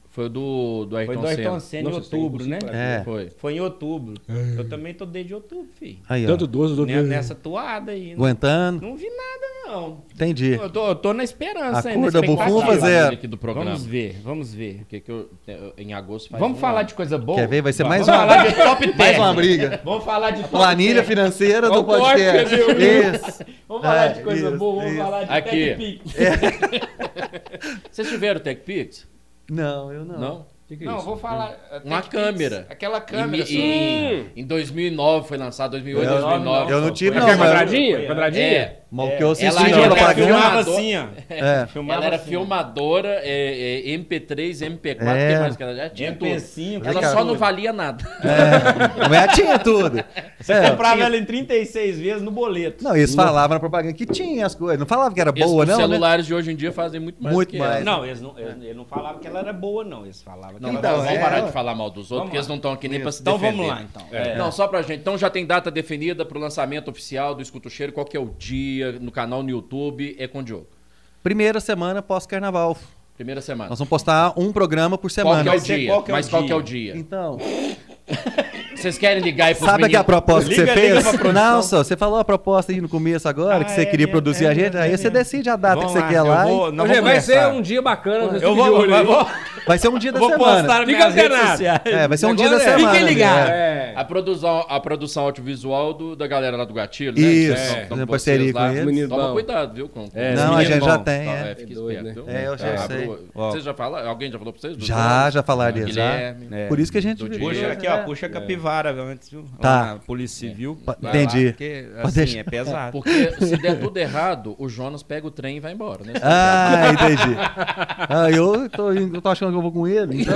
Speaker 1: Foi do, do
Speaker 2: Foi
Speaker 1: Ayrton
Speaker 2: do Ayrton
Speaker 1: Senna.
Speaker 2: Senna em
Speaker 4: Nossa, isso é
Speaker 2: outubro, né?
Speaker 4: impossível.
Speaker 3: É.
Speaker 1: Foi.
Speaker 2: Foi em outubro. Eu também tô desde outubro, filho.
Speaker 3: Aí, ó.
Speaker 4: Tanto doce, do
Speaker 2: Ne- Nessa toada aí. Não,
Speaker 3: Aguentando.
Speaker 2: não vi nada, não.
Speaker 3: Entendi.
Speaker 2: Eu tô, eu tô na esperança ainda.
Speaker 3: Acorda,
Speaker 1: Qual
Speaker 3: Vamos
Speaker 1: que é o
Speaker 3: fazer-
Speaker 1: nome aqui do programa.
Speaker 2: Vamos ver, vamos ver.
Speaker 1: Porque que eu, em agosto faz
Speaker 2: Vamos
Speaker 1: um
Speaker 2: falar
Speaker 1: ano.
Speaker 2: de coisa boa.
Speaker 3: Quer ver? Vai ser mais
Speaker 2: Vamos
Speaker 3: uma,
Speaker 2: falar de top 10.
Speaker 3: mais uma briga.
Speaker 2: Vamos falar de top
Speaker 3: Planilha
Speaker 2: 10.
Speaker 3: financeira
Speaker 2: Ó,
Speaker 3: do
Speaker 2: o corte,
Speaker 3: podcast.
Speaker 2: quer ver?
Speaker 3: Isso.
Speaker 2: Vamos falar de
Speaker 3: É,
Speaker 2: coisa
Speaker 3: isso,
Speaker 2: boa, vamos
Speaker 3: isso.
Speaker 2: falar de
Speaker 1: Aqui.
Speaker 2: TechPix.
Speaker 1: Vocês tiveram TechPix?
Speaker 3: Não, eu não.
Speaker 1: Não?
Speaker 4: Que que é
Speaker 2: Não,
Speaker 4: isso?
Speaker 2: vou falar. eh,
Speaker 1: Hum. Uma
Speaker 2: TechPix,
Speaker 1: câmera.
Speaker 2: Aquela
Speaker 1: Em,
Speaker 2: câmera. só.
Speaker 1: em, em 2009 foi lançado, 2008,
Speaker 3: Eu-
Speaker 1: 2009.
Speaker 3: eu não
Speaker 1: só
Speaker 3: tive,
Speaker 1: foi.
Speaker 3: não, mas-
Speaker 4: Quadradinha? Quadradinha?
Speaker 1: É,
Speaker 3: Mas o que eu assisti
Speaker 1: Ela
Speaker 3: de
Speaker 1: era
Speaker 3: propaganda.
Speaker 1: filmada.
Speaker 2: filmava assim, ó.
Speaker 3: É.
Speaker 2: Filmava
Speaker 1: ela era
Speaker 2: assim.
Speaker 1: filmadora, é, é, MP3, MP4, o
Speaker 3: É.
Speaker 1: que mais que ela já tinha tudo.
Speaker 2: MP5.
Speaker 1: Ela
Speaker 3: Cara,
Speaker 1: só não
Speaker 2: tudo.
Speaker 1: valia
Speaker 3: [laughs]
Speaker 1: nada.
Speaker 3: É. Mas tinha tudo.
Speaker 2: Você tá
Speaker 3: É.
Speaker 2: comprava ela em 36 vezes no boleto.
Speaker 3: Não, eles falavam na propaganda que tinha as coisas. Não falavam que era boa,
Speaker 1: Os
Speaker 3: não. né?
Speaker 1: celulares de hoje em dia fazem muito mais
Speaker 3: Muito
Speaker 1: do que
Speaker 3: mais.
Speaker 1: ela.
Speaker 2: Não, eles não, eles, eles não falavam que ela era boa, não. Eles falavam que
Speaker 1: Não,
Speaker 2: ela
Speaker 3: Então,
Speaker 1: então,
Speaker 2: era
Speaker 1: vamos
Speaker 3: é,
Speaker 1: parar
Speaker 3: ó.
Speaker 1: de falar mal dos outros,
Speaker 2: Vamos
Speaker 1: porque eles
Speaker 2: lá.
Speaker 1: não estão aqui nem pra se
Speaker 2: Então
Speaker 1: defender.
Speaker 2: vamos lá, então. É.
Speaker 1: Não, só pra gente. Então já tem data definida pro lançamento oficial do Escuto Cheiro, qual que é o dia, no canal no YouTube, é com o Diogo.
Speaker 3: Primeira semana pós-carnaval.
Speaker 1: Primeira semana.
Speaker 3: Nós vamos postar um programa
Speaker 1: qual
Speaker 3: por
Speaker 1: que
Speaker 3: semana.
Speaker 1: é o
Speaker 2: Vai ser
Speaker 1: dia?
Speaker 2: qual que é o
Speaker 1: Mas qual
Speaker 2: dia?
Speaker 1: que é o dia?
Speaker 3: Então,
Speaker 1: Vocês querem ligar e pros
Speaker 3: sabe aqui a
Speaker 1: meninos?
Speaker 3: proposta que
Speaker 2: Liga-
Speaker 3: você
Speaker 2: liga pra
Speaker 3: fez?
Speaker 2: produção.
Speaker 3: Não, só, você falou a proposta aí no começo agora, que
Speaker 2: Ah,
Speaker 3: você
Speaker 2: é
Speaker 3: queria
Speaker 2: mesmo,
Speaker 3: produzir
Speaker 2: é
Speaker 3: a gente,
Speaker 2: mesmo, é
Speaker 3: aí você
Speaker 2: mesmo.
Speaker 3: decide a data
Speaker 2: Vamos
Speaker 3: que você
Speaker 2: lá,
Speaker 3: quer
Speaker 2: eu
Speaker 3: lá.
Speaker 2: vou-
Speaker 3: e-
Speaker 2: nós
Speaker 4: Hoje
Speaker 2: vamos
Speaker 4: vai ser
Speaker 2: conversar.
Speaker 4: um dia bacana. vocês
Speaker 2: Eu
Speaker 4: ficam
Speaker 2: vou,
Speaker 4: de olho
Speaker 2: eu
Speaker 4: aí.
Speaker 2: vou,
Speaker 3: Vai ser um dia da
Speaker 2: vou
Speaker 3: semana.
Speaker 2: postar nas
Speaker 4: Fica
Speaker 2: minhas redes
Speaker 4: antenado.
Speaker 2: sociais.
Speaker 3: É, vai ser um
Speaker 4: Agora
Speaker 3: dia da
Speaker 4: é,
Speaker 3: semana.
Speaker 2: fiquem ligados.
Speaker 3: né?
Speaker 4: É.
Speaker 1: A produção, a produção audiovisual do- da galera lá do Gatilho, né?
Speaker 3: Isso,
Speaker 1: Que tão-
Speaker 3: é.
Speaker 1: tão
Speaker 3: Fazendo
Speaker 1: com
Speaker 3: parceria
Speaker 1: vocês lá.
Speaker 3: com eles.
Speaker 4: Menino
Speaker 1: Toma
Speaker 4: bom.
Speaker 1: cuidado, viu, com...
Speaker 4: É,
Speaker 3: Não, a
Speaker 2: menino
Speaker 3: gente já
Speaker 2: bom.
Speaker 3: tem.
Speaker 1: Tá,
Speaker 3: é.
Speaker 1: é, fica
Speaker 4: É doido,
Speaker 1: esperto.
Speaker 4: né?
Speaker 1: viu?
Speaker 3: É, eu já
Speaker 1: Tá,
Speaker 3: sei.
Speaker 1: abriu- Vocês já falaram? Alguém já falou pra vocês? dos
Speaker 3: Já,
Speaker 1: dois?
Speaker 3: já falaram já.
Speaker 1: Guilherme. né?
Speaker 2: É.
Speaker 3: Por isso que a gente.
Speaker 1: Do dia.
Speaker 2: Puxa aqui, ó. Puxa a capivara antes, viu? Lá
Speaker 3: Tá.
Speaker 2: na Polícia Civil.
Speaker 3: Pa-
Speaker 2: Vai lá,
Speaker 3: entendi.
Speaker 2: porque,
Speaker 3: Pode
Speaker 2: assim,
Speaker 3: deixar.
Speaker 2: é pesado.
Speaker 1: Porque se der tudo errado, o Jonas pega o trem e vai embora, né?
Speaker 2: [laughs]
Speaker 3: Ah, entendi. Ah, eu tô, indo- eu tô achando que eu vou com ele. então.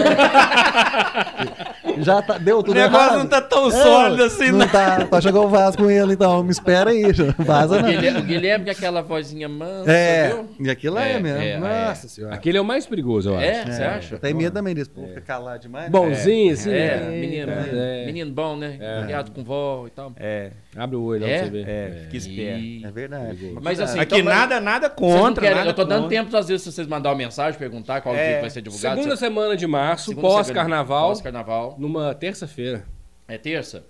Speaker 3: Já tá- deu
Speaker 2: O
Speaker 3: tudo
Speaker 2: negócio
Speaker 3: errado.
Speaker 2: não tá tão
Speaker 3: É,
Speaker 2: sólido assim,
Speaker 3: não.
Speaker 2: não.
Speaker 3: tá. Tô achando que eu vazo com ele, então. Me espera aí. já. Vaza
Speaker 1: O
Speaker 3: não.
Speaker 2: é-
Speaker 1: Guilherme, o Guilherme com aquela vozinha mansa,
Speaker 3: É,
Speaker 1: viu?
Speaker 3: e aquilo é,
Speaker 1: É,
Speaker 3: mesmo.
Speaker 1: é,
Speaker 3: Nossa senhora.
Speaker 4: Aquele é o mais perigoso, eu acho.
Speaker 1: É, você
Speaker 3: Eu
Speaker 1: acha?
Speaker 3: tenho medo também desse
Speaker 2: É.
Speaker 3: povo ficar lá demais. né?
Speaker 4: Bonzinho, assim.
Speaker 1: É,
Speaker 4: né?
Speaker 1: menino,
Speaker 4: É.
Speaker 1: menino, menino bom, né?
Speaker 3: É.
Speaker 1: Criado com vó e tal.
Speaker 2: É,
Speaker 4: Abre o olho, lá
Speaker 1: É?
Speaker 4: pra você ver.
Speaker 2: é, fica esperto.
Speaker 1: E-
Speaker 3: é verdade.
Speaker 1: Mas assim,
Speaker 2: Aqui
Speaker 1: vai-
Speaker 2: nada, nada
Speaker 1: vocês não
Speaker 2: contra.
Speaker 1: querem-
Speaker 2: nada
Speaker 1: eu tô dando
Speaker 2: contra.
Speaker 1: tempo, às vezes, se vocês mandarem uma mensagem, perguntar qual
Speaker 2: É.
Speaker 1: dia que vai ser divulgado.
Speaker 4: Segunda
Speaker 1: você-
Speaker 4: semana de março,
Speaker 1: segunda
Speaker 4: pós-carnaval,
Speaker 1: Pós-carnaval.
Speaker 4: numa terça-feira.
Speaker 1: É terça?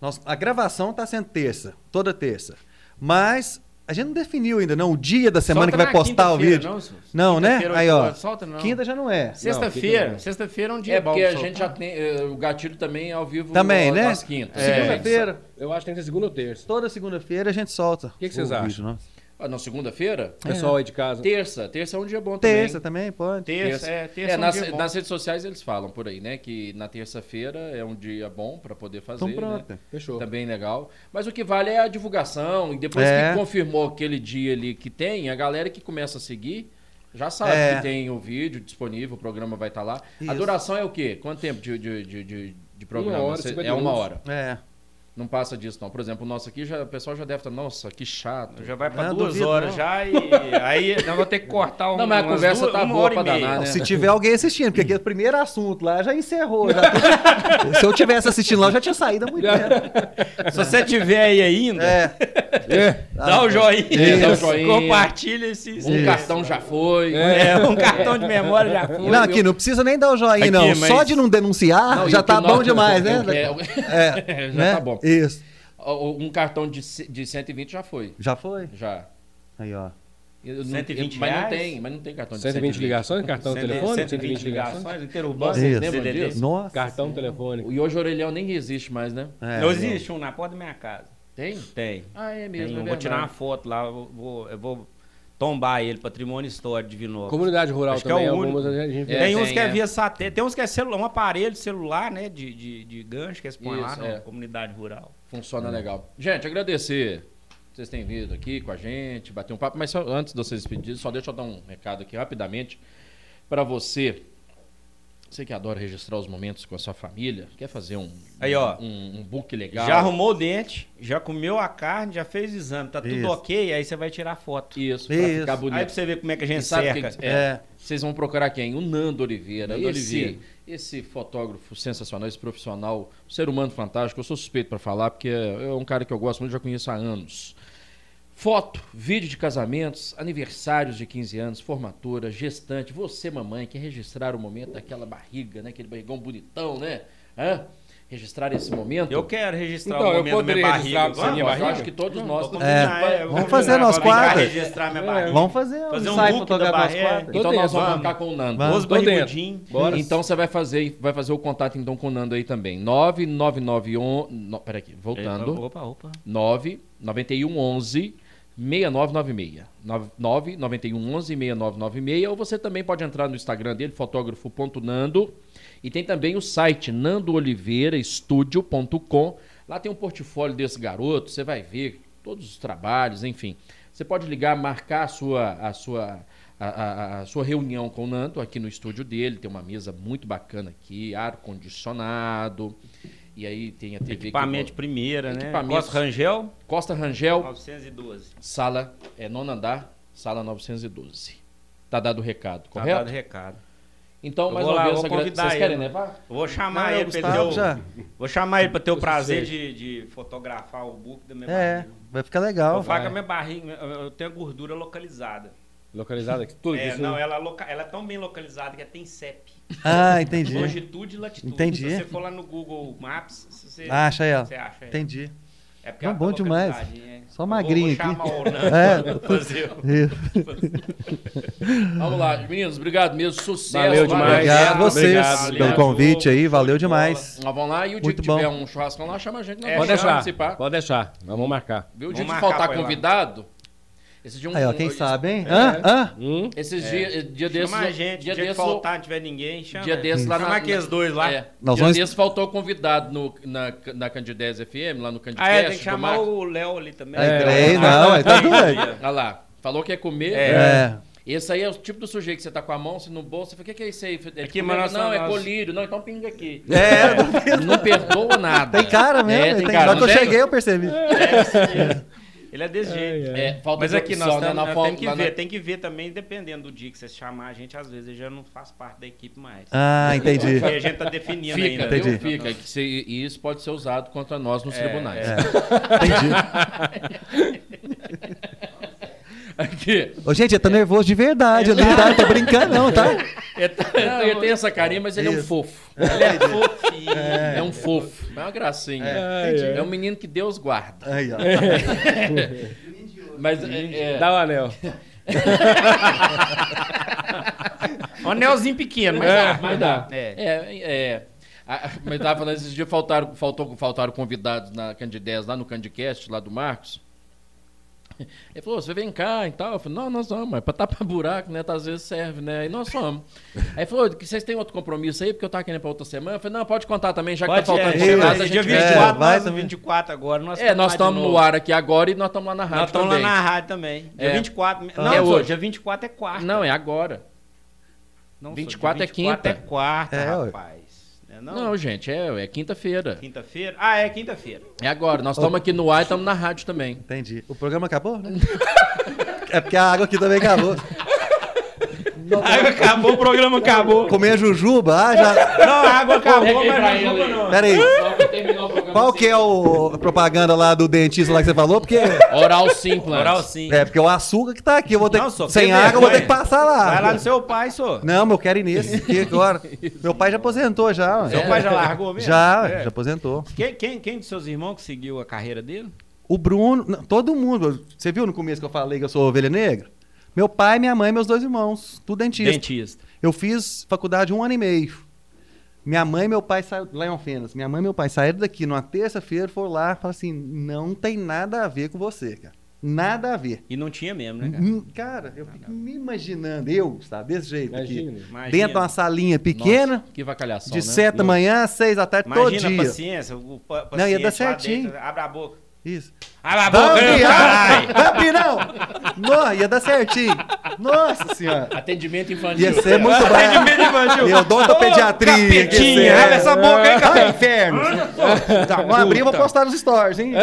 Speaker 3: Nossa, a gravação tá sendo terça, toda terça. Mas a gente não definiu ainda, não, o dia da semana
Speaker 2: Solta
Speaker 3: que vai
Speaker 2: na
Speaker 3: postar o
Speaker 2: quinta-feira,
Speaker 3: vídeo.
Speaker 2: não, senhor?
Speaker 3: Não, né?
Speaker 2: Quinta-feira,
Speaker 3: Aí,
Speaker 2: oito
Speaker 3: ó.
Speaker 2: horas. Solta, não.
Speaker 3: Quinta já não é.
Speaker 2: Sexta-feira. Sexta-feira é um dia
Speaker 1: É,
Speaker 2: bom
Speaker 1: porque a
Speaker 2: pra
Speaker 1: gente já
Speaker 2: soltar.
Speaker 1: tem. eh, O gatilho também é ao vivo
Speaker 3: Também, né?
Speaker 1: às quintas.
Speaker 2: É.
Speaker 3: Segunda-feira,
Speaker 4: Eu acho que tem que ser segunda ou terça.
Speaker 3: toda segunda-feira a gente solta. O
Speaker 4: que que vocês
Speaker 3: vídeo, né?
Speaker 4: acham?
Speaker 3: não?
Speaker 1: Ah, Não, segunda-feira?
Speaker 4: Pessoal aí de casa.
Speaker 1: Terça. Terça é um dia bom também.
Speaker 3: Terça também, pode.
Speaker 2: Terça, é, terça
Speaker 1: É,
Speaker 2: é um
Speaker 1: nas,
Speaker 2: dia bom.
Speaker 1: nas redes sociais eles falam por aí, né? Que na terça-feira é um dia bom pra poder fazer.
Speaker 3: Então pronto.
Speaker 1: né?
Speaker 4: Fechou.
Speaker 1: Também legal. Mas o que vale é a divulgação. E depois
Speaker 3: É.
Speaker 1: que confirmou aquele dia ali que tem, a galera que começa a seguir já sabe
Speaker 3: É.
Speaker 1: que tem o vídeo disponível, o programa vai estar lá. A
Speaker 3: Isso.
Speaker 1: duração é o quê? Quanto tempo de, de, de, de- de programa?
Speaker 4: Uma hora,
Speaker 1: Cê-
Speaker 4: 50
Speaker 2: um
Speaker 1: é uma
Speaker 4: minutos.
Speaker 1: hora.
Speaker 3: É.
Speaker 1: Não passa disso, não. Por exemplo, o nosso aqui, já, o pessoal já deve estar, nossa, que chato.
Speaker 2: Já vai pra
Speaker 3: Não,
Speaker 2: duas
Speaker 3: Ah, duvido,
Speaker 2: horas
Speaker 3: não.
Speaker 2: já e
Speaker 3: [laughs]
Speaker 2: aí nós vamos ter que cortar um,
Speaker 1: Não, mas a
Speaker 2: umas
Speaker 1: conversa
Speaker 2: duas-
Speaker 1: tá
Speaker 2: uma
Speaker 1: boa
Speaker 2: hora e
Speaker 1: pra
Speaker 2: meia.
Speaker 1: danar,
Speaker 3: Não,
Speaker 1: né?
Speaker 3: se tiver alguém assistindo, porque aqui é o primeiro assunto lá já encerrou. já tudo- [laughs] se eu tivesse assistindo lá, eu já tinha saído há muito tempo.
Speaker 2: Se você tiver aí ainda,
Speaker 3: É. Ah,
Speaker 2: dá o joinha,
Speaker 1: Isso. Dá o joinha.
Speaker 2: compartilha esse...
Speaker 1: Um cartão já foi.
Speaker 2: É, um cartão de memória já foi.
Speaker 3: Não, aqui não precisa nem dar o joinha,
Speaker 2: Aqui,
Speaker 3: não.
Speaker 2: mas-
Speaker 3: Só de não denunciar
Speaker 1: Não, e
Speaker 3: já
Speaker 1: o que
Speaker 3: tá
Speaker 1: nós-
Speaker 3: bom demais, né?
Speaker 1: É, já
Speaker 3: né?
Speaker 1: tá bom.
Speaker 3: Isso.
Speaker 1: Ó, Um cartão de, c- de 120 já foi.
Speaker 3: Já foi?
Speaker 1: Já.
Speaker 3: Aí, ó.
Speaker 1: Eu não-
Speaker 2: 120
Speaker 1: mas
Speaker 2: reais?
Speaker 1: Não tem, mas não tem cartão de
Speaker 4: 120 ligações,
Speaker 3: Tá
Speaker 4: cartão
Speaker 2: Cento-
Speaker 4: telefônico,
Speaker 2: 120 ligações, interurbano,
Speaker 1: Vocês
Speaker 3: Isso.
Speaker 1: lembram
Speaker 2: CDD.
Speaker 1: disso?
Speaker 3: Nossa.
Speaker 4: Cartão telefônico.
Speaker 1: E hoje o orelhão nem existe mais, né?
Speaker 3: É,
Speaker 2: Não existe um na porta da minha casa.
Speaker 1: Tem?
Speaker 2: Tem.
Speaker 1: Ah, é
Speaker 2: Tem
Speaker 1: mesmo.
Speaker 2: um,
Speaker 1: é
Speaker 2: vou tirar uma
Speaker 1: verdade.
Speaker 2: foto lá, eu vou, eu vou tombar ele, patrimônio histórico de Vinópolis.
Speaker 4: Comunidade rural
Speaker 2: Acho que é
Speaker 4: também.
Speaker 2: o
Speaker 4: algumas
Speaker 2: único.
Speaker 4: a gente
Speaker 1: É,
Speaker 2: tem uns
Speaker 1: tem,
Speaker 2: que é,
Speaker 1: é.
Speaker 2: via satélite, tem uns que é celular, um aparelho celular, né, de, de, de gancho que eles põem lá
Speaker 1: Isso,
Speaker 2: na
Speaker 1: é.
Speaker 2: comunidade rural.
Speaker 1: Funciona
Speaker 2: É.
Speaker 1: legal. Gente, agradecer. Vocês têm vindo aqui com a gente, bater um papo, mas só, antes de vocês pedirem, só deixa eu dar um recado aqui rapidamente para você Você que adora registrar os momentos com a sua família, quer fazer um,
Speaker 2: Aí, ó.
Speaker 1: um, um book legal.
Speaker 2: Já arrumou o dente, já comeu a carne, já fez o exame, tá tudo
Speaker 3: Isso.
Speaker 2: ok, aí você vai tirar foto.
Speaker 1: Isso, pra
Speaker 3: Isso.
Speaker 1: ficar
Speaker 2: Aí pra
Speaker 1: bonito.
Speaker 2: você ver como é que a gente
Speaker 1: sabe
Speaker 2: cerca.
Speaker 1: quem- é, Vocês vão procurar quem? O Nando Oliveira.
Speaker 2: Nando
Speaker 1: esse,
Speaker 2: Oliveira.
Speaker 1: esse fotógrafo sensacional, esse profissional, um ser humano fantástico. Eu sou suspeito pra falar, porque é é um cara que eu gosto muito, já conheço há anos. Foto, vídeo de casamentos, aniversários de 15 anos, formatura, gestante, você, mamãe, quer registrar o momento daquela barriga, né? Aquele barrigão bonitão, né? Hã? Registrar esse momento.
Speaker 2: Eu quero registrar
Speaker 4: Então,
Speaker 2: o
Speaker 4: eu
Speaker 2: momento da minha
Speaker 4: poderia
Speaker 2: barriga.
Speaker 4: registrar a
Speaker 2: Vamos?
Speaker 4: minha
Speaker 1: Mas eu
Speaker 4: barriga?
Speaker 1: acho que todos nós
Speaker 2: Vamos
Speaker 1: É.
Speaker 2: combinar, é,
Speaker 3: vamos fazer nós
Speaker 2: combinar, vamos
Speaker 3: quatro.
Speaker 2: registrar minha barriga.
Speaker 3: Vamos fazer um,
Speaker 2: Fazer um
Speaker 3: ensaio
Speaker 2: look da
Speaker 3: fotográfico.
Speaker 2: barreira.
Speaker 3: quatro.
Speaker 1: Então nós vamos
Speaker 2: Vamos.
Speaker 1: marcar com o Nando.
Speaker 2: Os
Speaker 4: Tô dentro.
Speaker 2: barrigudinhos.
Speaker 4: Bora.
Speaker 1: Então você vai fazer, vai fazer o contato então com o Nando aí também. 9991, no, peraí, aqui, voltando.
Speaker 2: Opa, opa.
Speaker 1: 99111 6996. 99111 6996 ou você também pode entrar no Instagram dele fotógrafo.nando e tem também o site nandooliveirastudio.com. Lá tem um portfólio desse garoto, você vai ver todos os trabalhos, enfim. Você pode ligar, marcar a sua a sua a, a- a sua reunião com o Nando aqui no estúdio dele, tem uma mesa muito bacana aqui, ar condicionado. E aí tem a TV que-
Speaker 2: Equipamento de primeira, né?
Speaker 1: Equipamentos.
Speaker 2: Costa Rangel,
Speaker 1: Costa Rangel,
Speaker 2: 912.
Speaker 1: sala é nono andar, sala 912. Tá dado o recado,
Speaker 2: Tá
Speaker 1: correto?
Speaker 2: dado o recado.
Speaker 1: Então,
Speaker 2: Eu
Speaker 1: mais
Speaker 2: vou
Speaker 1: uma
Speaker 2: lá,
Speaker 1: vez,
Speaker 2: vou
Speaker 1: agra-
Speaker 2: convidar
Speaker 1: vocês
Speaker 2: ele.
Speaker 1: querem levar?
Speaker 2: Vou chamar
Speaker 3: Não,
Speaker 2: ele pra ele
Speaker 3: Gustavo
Speaker 2: ter o-
Speaker 3: já.
Speaker 2: Vou chamar ele pra ter o
Speaker 4: Eu
Speaker 2: prazer
Speaker 4: sei.
Speaker 2: de, de fotografar o book da minha
Speaker 3: É,
Speaker 2: barriga.
Speaker 3: vai ficar
Speaker 2: Eu
Speaker 3: legal.
Speaker 2: falo que a minha barriga, eu eu tenho a gordura localizada.
Speaker 4: Localizado aqui, tudo aqui.
Speaker 2: É,
Speaker 4: assim.
Speaker 2: não, ela, loca- ela é tão bem localizada que ela tem CEP.
Speaker 3: Ah, entendi.
Speaker 2: Longitude e latitude.
Speaker 3: Entendi.
Speaker 2: Se você for lá no Google Maps, se você,
Speaker 3: Acha ela.
Speaker 2: você acha ela.
Speaker 3: Entendi.
Speaker 2: É
Speaker 3: Não,
Speaker 2: ela
Speaker 3: bom
Speaker 2: tá
Speaker 3: demais.
Speaker 2: localizadinha, é.
Speaker 3: Só
Speaker 2: Eu
Speaker 3: magrinho
Speaker 2: vou, vou
Speaker 3: [laughs] aqui.
Speaker 2: chamar o Nando
Speaker 3: É.
Speaker 2: pra fazer o-
Speaker 1: Vamos lá, meninos, obrigado mesmo, sucesso.
Speaker 4: Valeu demais.
Speaker 3: Obrigado a
Speaker 4: Obrigado,
Speaker 3: vocês pelo
Speaker 2: obrigado.
Speaker 3: convite aí, valeu demais.
Speaker 1: Nós vamos lá e o dia
Speaker 3: Muito
Speaker 1: que tiver
Speaker 3: bom.
Speaker 1: um churrascão lá, chama a gente. nós
Speaker 2: É,
Speaker 1: vamos
Speaker 4: Pode deixar.
Speaker 1: participar.
Speaker 4: Pode deixar. Nós vamos marcar.
Speaker 1: Viu? O
Speaker 2: Vamos
Speaker 1: dia de
Speaker 2: marcar
Speaker 1: faltar
Speaker 2: pra ir lá.
Speaker 1: convidado. Esse dia um-
Speaker 3: Aí, ó, quem
Speaker 1: um-
Speaker 3: sabe, hein? Hã? Hã?
Speaker 4: Hum?
Speaker 1: Esses dias, dia desses,
Speaker 2: É. Chama a gente,
Speaker 1: dia
Speaker 2: dia, que
Speaker 1: desses,
Speaker 2: faltar, não tiver ninguém, chama.
Speaker 1: dia desses lá
Speaker 2: Chama
Speaker 1: na-
Speaker 2: aqueles dois lá.
Speaker 1: É,
Speaker 3: Nós
Speaker 1: dia
Speaker 3: vamos-
Speaker 1: desses faltou convidado no, na, na Candidez FM, lá no Candidez.
Speaker 2: Ah, é, tem que chamar o Léo ali também.
Speaker 3: Aí,
Speaker 2: É,
Speaker 3: peraí,
Speaker 2: o-
Speaker 3: não,
Speaker 2: Ah,
Speaker 3: aí tá
Speaker 2: tem,
Speaker 3: doido.
Speaker 1: Olha lá, falou que ia comer.
Speaker 3: É.
Speaker 1: Esse aí é o tipo do sujeito que você tá com a mão assim, no bolso. Você fala, o que, que é isso aí? É
Speaker 2: Aqui,
Speaker 1: tipo,
Speaker 2: mas nós-
Speaker 1: não, é
Speaker 2: nós-
Speaker 1: colírio. Não, então pinga aqui.
Speaker 3: É,
Speaker 1: Não perdoa nada.
Speaker 3: Tem cara mesmo. né?
Speaker 1: É,
Speaker 3: tem
Speaker 1: tem cara.
Speaker 3: Só que eu
Speaker 1: Não tem-
Speaker 3: cheguei, eu percebi.
Speaker 2: Ele é desse jeito.
Speaker 1: É, falta
Speaker 2: Mas
Speaker 1: de
Speaker 2: aqui nós
Speaker 1: opção, né,
Speaker 2: tamo-
Speaker 1: na
Speaker 2: nós
Speaker 1: fo-
Speaker 2: temos que
Speaker 1: lá na-
Speaker 2: ver, tem que ver também, dependendo do dia que você chamar a gente, às vezes ele já não faz parte da equipe mais.
Speaker 3: Ah, entendi.
Speaker 2: Porque a gente tá definindo
Speaker 1: Fica,
Speaker 2: ainda. É,
Speaker 1: viu?
Speaker 3: Entendi.
Speaker 1: Fica. que se- e isso pode ser usado contra nós nos tribunais.
Speaker 3: Entendi.
Speaker 1: [laughs] Aqui.
Speaker 3: Ô, gente, ele tá nervoso de verdade ali, tá? Não tô brincando, não, tá?
Speaker 1: Não, é, então, ele tem essa carinha, mas ele é um
Speaker 3: Isso.
Speaker 1: fofo.
Speaker 2: Ele é fofinho.
Speaker 1: É, um fofo. É uma gracinha.
Speaker 4: É,
Speaker 1: É,
Speaker 4: é.
Speaker 1: um menino que Deus guarda. [laughs]
Speaker 3: Aí, ó.
Speaker 1: Mas é, é,
Speaker 4: Dá o anel.
Speaker 2: Um anelzinho pequeno, mas
Speaker 4: É,
Speaker 2: dá.
Speaker 4: mas dá.
Speaker 2: É.
Speaker 1: É, é. A- a- Mas tava falando, esses dias faltaram, faltou, faltaram convidados na Candidez, lá no Candicast, lá do Marcos. Ele falou, você vem cá e tal. Eu falei, não, nós vamos, é pra tapar buraco, né? tá, Às vezes serve, né? E nós vamos. Aí falou, que vocês têm outro compromisso aí, porque eu tava querendo pra outra semana. Eu falei, não, pode contar também, já que tá
Speaker 2: Pode,
Speaker 1: faltando
Speaker 2: é,
Speaker 3: chegar,
Speaker 2: dia-
Speaker 3: a
Speaker 1: convidado, a
Speaker 3: gente
Speaker 2: dia
Speaker 1: gente
Speaker 2: 24,
Speaker 1: vê.
Speaker 3: É, vai
Speaker 2: nós
Speaker 3: também.
Speaker 2: 24 agora. Nós
Speaker 1: É, nós
Speaker 2: lá de
Speaker 1: estamos no
Speaker 2: novo.
Speaker 1: ar aqui agora e nós estamos lá na
Speaker 2: Nós
Speaker 1: rádio
Speaker 2: estamos lá
Speaker 1: também.
Speaker 2: na rádio também. Dia
Speaker 1: É.
Speaker 2: 24. Não,
Speaker 1: É
Speaker 2: sou,
Speaker 1: hoje.
Speaker 2: dia 24 é quarta.
Speaker 1: Não, é agora.
Speaker 2: Não, sou,
Speaker 1: 24 é
Speaker 2: dia 24
Speaker 1: quinta.
Speaker 2: é quarta,
Speaker 3: É, ué.
Speaker 2: rapaz. Não é
Speaker 1: Não,
Speaker 2: não?
Speaker 1: gente, é, é quinta-feira.
Speaker 2: Quinta-feira? Ah, é quinta-feira.
Speaker 1: É agora, nós estamos aqui no ar e estamos na rádio também.
Speaker 3: Entendi. O programa acabou, né? É porque a água aqui também acabou.
Speaker 2: A água [laughs] acabou, o programa acabou.
Speaker 3: Comer a jujuba, ah, já.
Speaker 2: Não, a água acabou,
Speaker 1: Peguei pra
Speaker 2: mas não
Speaker 1: ele
Speaker 2: acabou
Speaker 1: aí.
Speaker 2: não.
Speaker 3: Pera aí.
Speaker 1: Terminou o programa
Speaker 3: Qual que é o, a propaganda lá do dentista lá que você falou? Porque.
Speaker 1: Oral simples.
Speaker 2: Oral sim.
Speaker 3: É, porque é o açúcar que tá aqui. Eu vou ter
Speaker 2: Não,
Speaker 3: que-
Speaker 2: só
Speaker 3: Sem
Speaker 2: tem
Speaker 3: água, eu vou ter
Speaker 2: vergonha.
Speaker 3: que passar lá.
Speaker 2: Vai lá no seu pai, só.
Speaker 3: Não, mas eu quero ir nesse
Speaker 2: [laughs]
Speaker 3: aqui agora. Meu pai já aposentou, já. ué.
Speaker 2: Seu pai já largou mesmo?
Speaker 3: Já,
Speaker 2: É.
Speaker 3: já aposentou.
Speaker 2: Quem, quem, quem de seus irmãos que seguiu a carreira dele?
Speaker 3: O Bruno, não, todo mundo. Você viu no começo que eu falei que eu sou ovelha negra? Meu pai, minha mãe, meus dois irmãos, tudo dentista.
Speaker 2: Dentista.
Speaker 3: Eu fiz faculdade um ano e meio. Minha mãe e meu pai saíram lá em Alfenas. Minha mãe e meu pai saíram daqui numa terça-feira, foram lá e falaram assim: não tem nada a ver com você, cara. Nada a ver.
Speaker 2: E não tinha mesmo, né, cara?
Speaker 3: Hum, Cara, eu fico me imaginando, eu, sabe, desse jeito. Aqui.
Speaker 4: Imagina.
Speaker 2: Imagina.
Speaker 3: Dentro de uma salinha pequena,
Speaker 1: Nossa, que vacalhação,
Speaker 3: de
Speaker 1: né?
Speaker 3: sete da manhã às seis da tarde, todo
Speaker 2: Imagina
Speaker 3: dia.
Speaker 2: a paciência. O pa paciente
Speaker 3: Não, ia dar
Speaker 2: lá
Speaker 3: certinho.
Speaker 2: dentro. Abre a boca.
Speaker 3: Isso.
Speaker 2: Abre a boca,
Speaker 3: Vamos,
Speaker 2: meu
Speaker 3: viado!
Speaker 2: caralho!
Speaker 3: Vamos, não! Não, ia dar certinho. Nossa senhora.
Speaker 1: Atendimento infantil.
Speaker 3: Ia ser muito bravo. Eu dou da pediatria. que é.
Speaker 2: Capetinha,
Speaker 3: você-
Speaker 2: abre essa boca aí,
Speaker 3: Ai,
Speaker 2: capeta.
Speaker 3: inferno. Tá, vamos abrir e vou postar nos stories, hein?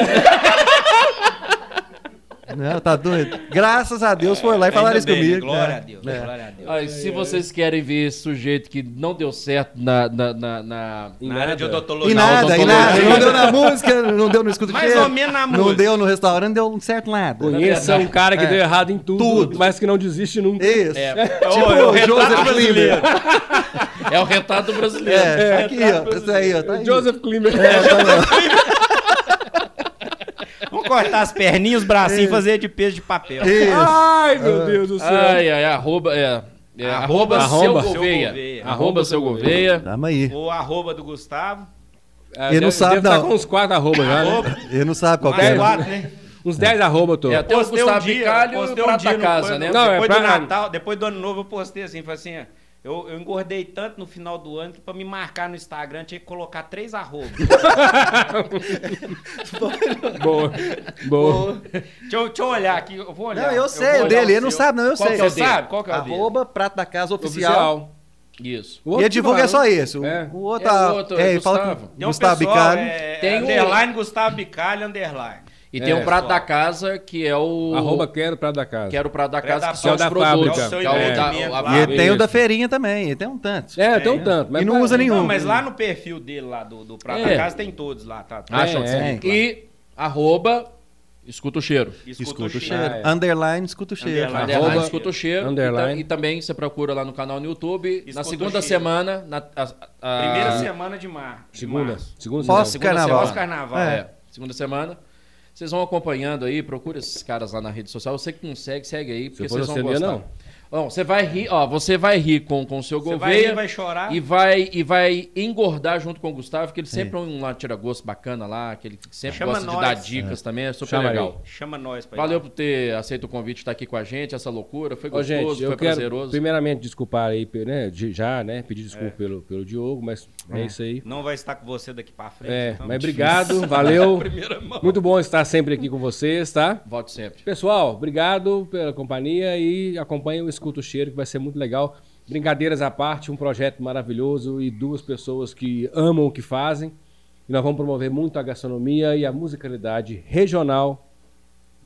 Speaker 3: Não, tá doido. Graças a Deus foi lá e falaram
Speaker 2: É, Ainda
Speaker 3: isso
Speaker 2: bem, né?
Speaker 3: comigo.
Speaker 2: Glória
Speaker 3: É.
Speaker 2: a Deus,
Speaker 3: É.
Speaker 2: glória a Deus.
Speaker 1: Ah, e se vocês querem ver esse sujeito que não deu certo na, na, na, na-
Speaker 2: Na área de
Speaker 3: E
Speaker 2: odontologia.
Speaker 3: nada, e nada. Não deu na música, não deu no escudo
Speaker 2: Mais ou menos na
Speaker 3: Não
Speaker 2: música.
Speaker 3: deu no restaurante, não deu certo nada.
Speaker 4: Conheça um cara que
Speaker 3: É.
Speaker 4: deu errado em tudo,
Speaker 3: Tudo.
Speaker 4: mas que não desiste nunca.
Speaker 3: Isso. Tipo
Speaker 2: Ô, é o retrato brasileiro.
Speaker 1: É o retrato brasileiro.
Speaker 3: É, aqui, ó. Isso aí, ó. Tá aí.
Speaker 4: Joseph Klimer.
Speaker 2: assim, Vamos cortar as perninhas, os bracinhos
Speaker 3: É.
Speaker 2: e fazer de peso de papel.
Speaker 3: Isso.
Speaker 4: Ai, meu Deus do céu.
Speaker 1: Ai, ai, arroba, é, é, arroba, seu
Speaker 4: Arroba.
Speaker 2: Seu
Speaker 1: Gouveia.
Speaker 2: Gouveia.
Speaker 1: Arroba seu Gouveia.
Speaker 3: Tamo aí.
Speaker 2: O arroba do Gustavo.
Speaker 4: Ah,
Speaker 3: Ele não sabe,
Speaker 4: tá
Speaker 3: não.
Speaker 4: com uns 4 arroba já, né?
Speaker 2: Arroba.
Speaker 3: Ele não sabe qual que
Speaker 2: Mais
Speaker 3: é.
Speaker 2: quatro, né?
Speaker 4: Uns 10 arroba, tô.
Speaker 1: É, até o
Speaker 2: Postei um
Speaker 1: Gustavo
Speaker 2: dia,
Speaker 1: Bicalho e o
Speaker 2: postei um
Speaker 1: Prata
Speaker 2: dia no-
Speaker 1: Casa, né?
Speaker 2: Não,
Speaker 4: Não, é
Speaker 2: depois
Speaker 4: pra-
Speaker 2: do Natal, depois do Ano Novo, eu postei assim, falei assim, ó, eu, eu engordei tanto no final do ano que pra me marcar no Instagram tinha que colocar três
Speaker 3: [laughs]
Speaker 2: arrobas.
Speaker 4: Boa. Boa.
Speaker 2: deixa, eu, deixa eu olhar aqui, eu vou olhar.
Speaker 3: Não, eu
Speaker 2: vou
Speaker 3: sei o
Speaker 2: olhar
Speaker 3: dele.
Speaker 2: o
Speaker 3: Ele não
Speaker 2: seu.
Speaker 3: sabe, não. Eu
Speaker 2: Qual
Speaker 3: sei.
Speaker 2: que é o
Speaker 3: Você
Speaker 2: dele?
Speaker 3: sabe?
Speaker 2: Qual que é o dele?
Speaker 3: Arroba Prato da Casa Oficial.
Speaker 4: Oficial.
Speaker 1: Isso.
Speaker 4: O
Speaker 3: E ele
Speaker 4: outro
Speaker 3: divulga
Speaker 4: não.
Speaker 3: só esse. O,
Speaker 4: É.
Speaker 3: o outro.
Speaker 1: É, o
Speaker 3: ah,
Speaker 1: outro,
Speaker 3: é,
Speaker 1: é
Speaker 3: ele fala
Speaker 1: Gustavo.
Speaker 3: que
Speaker 2: Tem um
Speaker 3: Gustavo
Speaker 2: Gustavo
Speaker 3: Bicalho.
Speaker 1: Tem
Speaker 2: Tem
Speaker 1: um-
Speaker 2: underline Gustavo Bicalho, underline.
Speaker 1: E tem
Speaker 4: É,
Speaker 1: o Prato
Speaker 2: pessoal.
Speaker 1: da Casa, que é o...
Speaker 4: Arroba quero pra da casa.
Speaker 1: Quero o Prato da Casa,
Speaker 2: da-
Speaker 1: que são os
Speaker 4: da
Speaker 1: produtos.
Speaker 4: fábrica.
Speaker 1: que
Speaker 4: É o seu
Speaker 1: da-
Speaker 2: empreendimento
Speaker 1: a-
Speaker 2: lá.
Speaker 3: E ele tem o
Speaker 4: Isso.
Speaker 3: da feirinha também. Ele tem um tanto.
Speaker 4: É, tem um tanto.
Speaker 3: E não usa
Speaker 4: nem.
Speaker 3: nenhum.
Speaker 2: Não, mas lá no perfil dele, lá do, do Prata
Speaker 1: É.
Speaker 2: Casa, tem todos lá, tá? tá.
Speaker 1: Acham
Speaker 4: É,
Speaker 1: sim.
Speaker 3: é, claro.
Speaker 1: E arroba... Escuta o cheiro.
Speaker 3: Escuta o
Speaker 4: Ah,
Speaker 3: cheiro.
Speaker 4: é.
Speaker 3: Underline, escuta o cheiro. Tá
Speaker 2: Underline.
Speaker 1: Underline,
Speaker 4: Arroba-
Speaker 1: escuta o cheiro.
Speaker 4: Underline.
Speaker 1: E, ta- e também você procura lá no canal no YouTube. na
Speaker 2: Escuta
Speaker 1: segunda
Speaker 2: o cheiro.
Speaker 1: semana, na a- a-
Speaker 2: Primeira semana de mar. de
Speaker 4: Segunda.
Speaker 2: março.
Speaker 4: Segunda.
Speaker 3: Posso-
Speaker 4: semana.
Speaker 1: Segunda
Speaker 3: Carnaval.
Speaker 1: semana.
Speaker 2: Pós-carnaval.
Speaker 1: É.
Speaker 2: É.
Speaker 1: Segunda semana. Vocês vão acompanhando aí, procura esses caras lá na rede social. Você que não segue, segue aí, porque
Speaker 4: Se for
Speaker 1: vocês vão
Speaker 4: você
Speaker 1: gostar.
Speaker 4: ler,
Speaker 1: Não. Bom, você vai rir, ó, você vai rir com com o seu
Speaker 2: Você
Speaker 1: Gouveia
Speaker 2: vai rir, vai chorar.
Speaker 1: e vai e vai engordar junto com o Gustavo, que ele sempre é um lá tira gosto bacana lá, que ele sempre
Speaker 2: Chama
Speaker 1: gosta de
Speaker 2: nós.
Speaker 1: dar dicas também, é super
Speaker 4: Chama
Speaker 1: legal.
Speaker 2: Chama nós pra ir
Speaker 1: Valeu por ter aceito o convite de estar aqui com a gente, essa loucura, foi
Speaker 4: Ô,
Speaker 1: gostoso,
Speaker 4: gente, eu
Speaker 1: foi
Speaker 4: quero
Speaker 1: prazeroso.
Speaker 4: primeiramente desculpar aí, pe- né, de- já, né, pedir desculpa pelo, pelo Diogo, mas é, isso aí.
Speaker 2: Não vai estar com você daqui pra frente.
Speaker 4: É,
Speaker 2: então,
Speaker 4: mas
Speaker 2: difícil.
Speaker 4: obrigado, valeu.
Speaker 2: Primeira mão.
Speaker 4: Muito bom estar sempre aqui com vocês, tá?
Speaker 1: Volte sempre.
Speaker 4: Pessoal, obrigado pela companhia e acompanha o Escuta o Cheiro, que vai ser muito legal. Brincadeiras à parte, um projeto maravilhoso e duas pessoas que amam o que fazem. E nós vamos promover muito a gastronomia e a musicalidade regional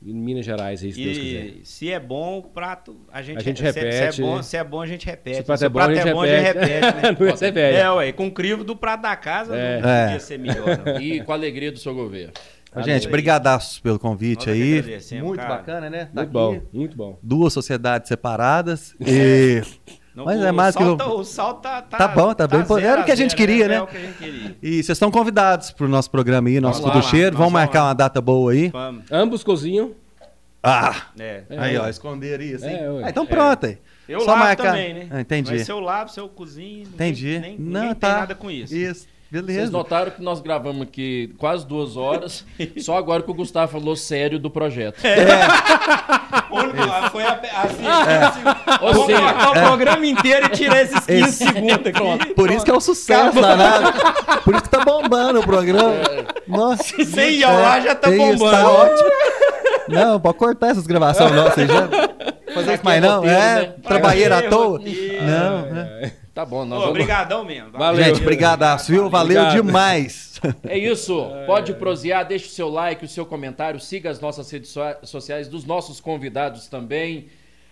Speaker 4: em Minas Gerais, aí, se Deus quiser.
Speaker 2: E se é bom, o prato a gente,
Speaker 4: A gente
Speaker 2: se- se
Speaker 4: repete.
Speaker 2: é bom, se é bom, a gente repete.
Speaker 4: Se o prato é bom, a gente repete.
Speaker 2: né?
Speaker 4: [laughs] Não ia ser velho.
Speaker 2: É, ué, com o crivo do prato da casa
Speaker 4: É.
Speaker 2: não podia
Speaker 3: É.
Speaker 2: ser melhor. Não.
Speaker 1: E com a alegria do seu governo.
Speaker 3: Gente, brigadaços pelo convite
Speaker 2: Nós é que
Speaker 3: aí.
Speaker 2: agradecemos,
Speaker 3: Muito
Speaker 2: cara.
Speaker 3: bacana, né? Tá
Speaker 4: Muito
Speaker 3: aqui.
Speaker 4: bom, muito bom.
Speaker 3: Duas
Speaker 2: [laughs]
Speaker 3: sociedades separadas. E...
Speaker 2: Não,
Speaker 3: Mas
Speaker 2: o
Speaker 3: é mais que
Speaker 2: sal
Speaker 3: eu-
Speaker 2: tá- O sal tá,
Speaker 3: Tá bom, tá bem, pô, era
Speaker 2: zero
Speaker 3: o que a gente queria, né?
Speaker 2: É o que a gente queria.
Speaker 3: E vocês estão convidados pro nosso programa aí, nosso
Speaker 2: Vamos
Speaker 3: Escuta o
Speaker 2: lá,
Speaker 3: Cheiro.
Speaker 2: nós vamos
Speaker 3: Vamos marcar
Speaker 2: lá.
Speaker 3: uma data boa aí.
Speaker 2: Vamos,
Speaker 4: Ambos cozinham.
Speaker 3: Ah!
Speaker 2: é.
Speaker 3: Aí, ó, esconderam isso, hein?
Speaker 4: É, ué.
Speaker 3: Ah, então pronto aí.
Speaker 2: Eu
Speaker 3: Só
Speaker 2: lavo
Speaker 3: marcar.
Speaker 2: também, né?
Speaker 3: Ah, entendi.
Speaker 2: Mas se eu lavo, se eu cozinho, não tem-
Speaker 3: Entendi.
Speaker 2: nem,
Speaker 3: Não,
Speaker 2: ninguém
Speaker 3: tá.
Speaker 2: tem nada com isso.
Speaker 3: Isso. Beleza.
Speaker 1: Vocês notaram que nós gravamos aqui quase duas horas, só agora que o Gustavo falou sério do projeto.
Speaker 2: Ou não, foi a, assim,
Speaker 1: É. Ou
Speaker 2: Vou
Speaker 1: seja,
Speaker 2: cortar o programa inteiro e tirar esses 15
Speaker 3: Esse-
Speaker 2: segundos
Speaker 4: [laughs]
Speaker 2: aqui.
Speaker 3: Por isso que é um sucesso danado. Por isso que tá bombando o programa. Nossa.
Speaker 2: É. Sem ir ao ar já tá
Speaker 3: é isso,
Speaker 2: bombando.
Speaker 3: Tá ótimo. Não, pode cortar essas gravações nossas aí já. Fazer isso
Speaker 1: Aqui
Speaker 3: mais
Speaker 1: é
Speaker 3: não,
Speaker 1: roteiro,
Speaker 3: é.
Speaker 1: né?
Speaker 3: Trabalheira à
Speaker 2: Aqui é
Speaker 3: toa.
Speaker 2: roteiro.
Speaker 3: Não, né?
Speaker 1: tá bom, nós
Speaker 2: Ô,
Speaker 1: vamos.
Speaker 2: Obrigadão mesmo.
Speaker 4: Valeu.
Speaker 3: Gente, brigadaço, viu? Valeu
Speaker 4: Obrigado.
Speaker 3: demais.
Speaker 1: É isso. Pode prosear, deixe o seu like, o seu comentário, siga as nossas redes so- sociais dos nossos convidados também.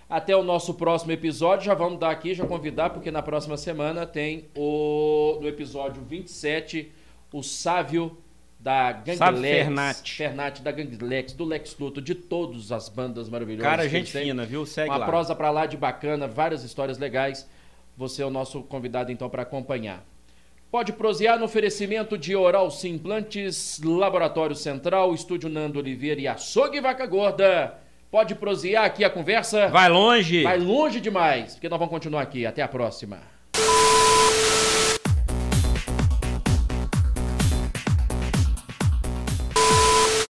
Speaker 1: Até o nosso próximo episódio. Já vamos dar aqui, já convidar, porque na próxima semana tem o no episódio 27 o Sávio da Ganglex,
Speaker 2: Sávio Fernatti.
Speaker 1: Fernatti da Ganglex, do Lex Luthor, de todas as bandas maravilhosas.
Speaker 2: Cara,
Speaker 1: que
Speaker 2: gente
Speaker 1: eles têm.
Speaker 2: fina, viu? Segue
Speaker 1: uma
Speaker 2: lá.
Speaker 1: prosa pra lá de bacana, várias histórias legais. Você é o nosso convidado então para acompanhar. Pode prosear no oferecimento de Oral Sim Implantes, Laboratório Central, Estúdio Nando Oliveira e Açougue Vaca Gorda. Pode prosear aqui a conversa.
Speaker 2: Vai longe.
Speaker 1: Vai longe demais, porque nós vamos continuar aqui. Até a próxima.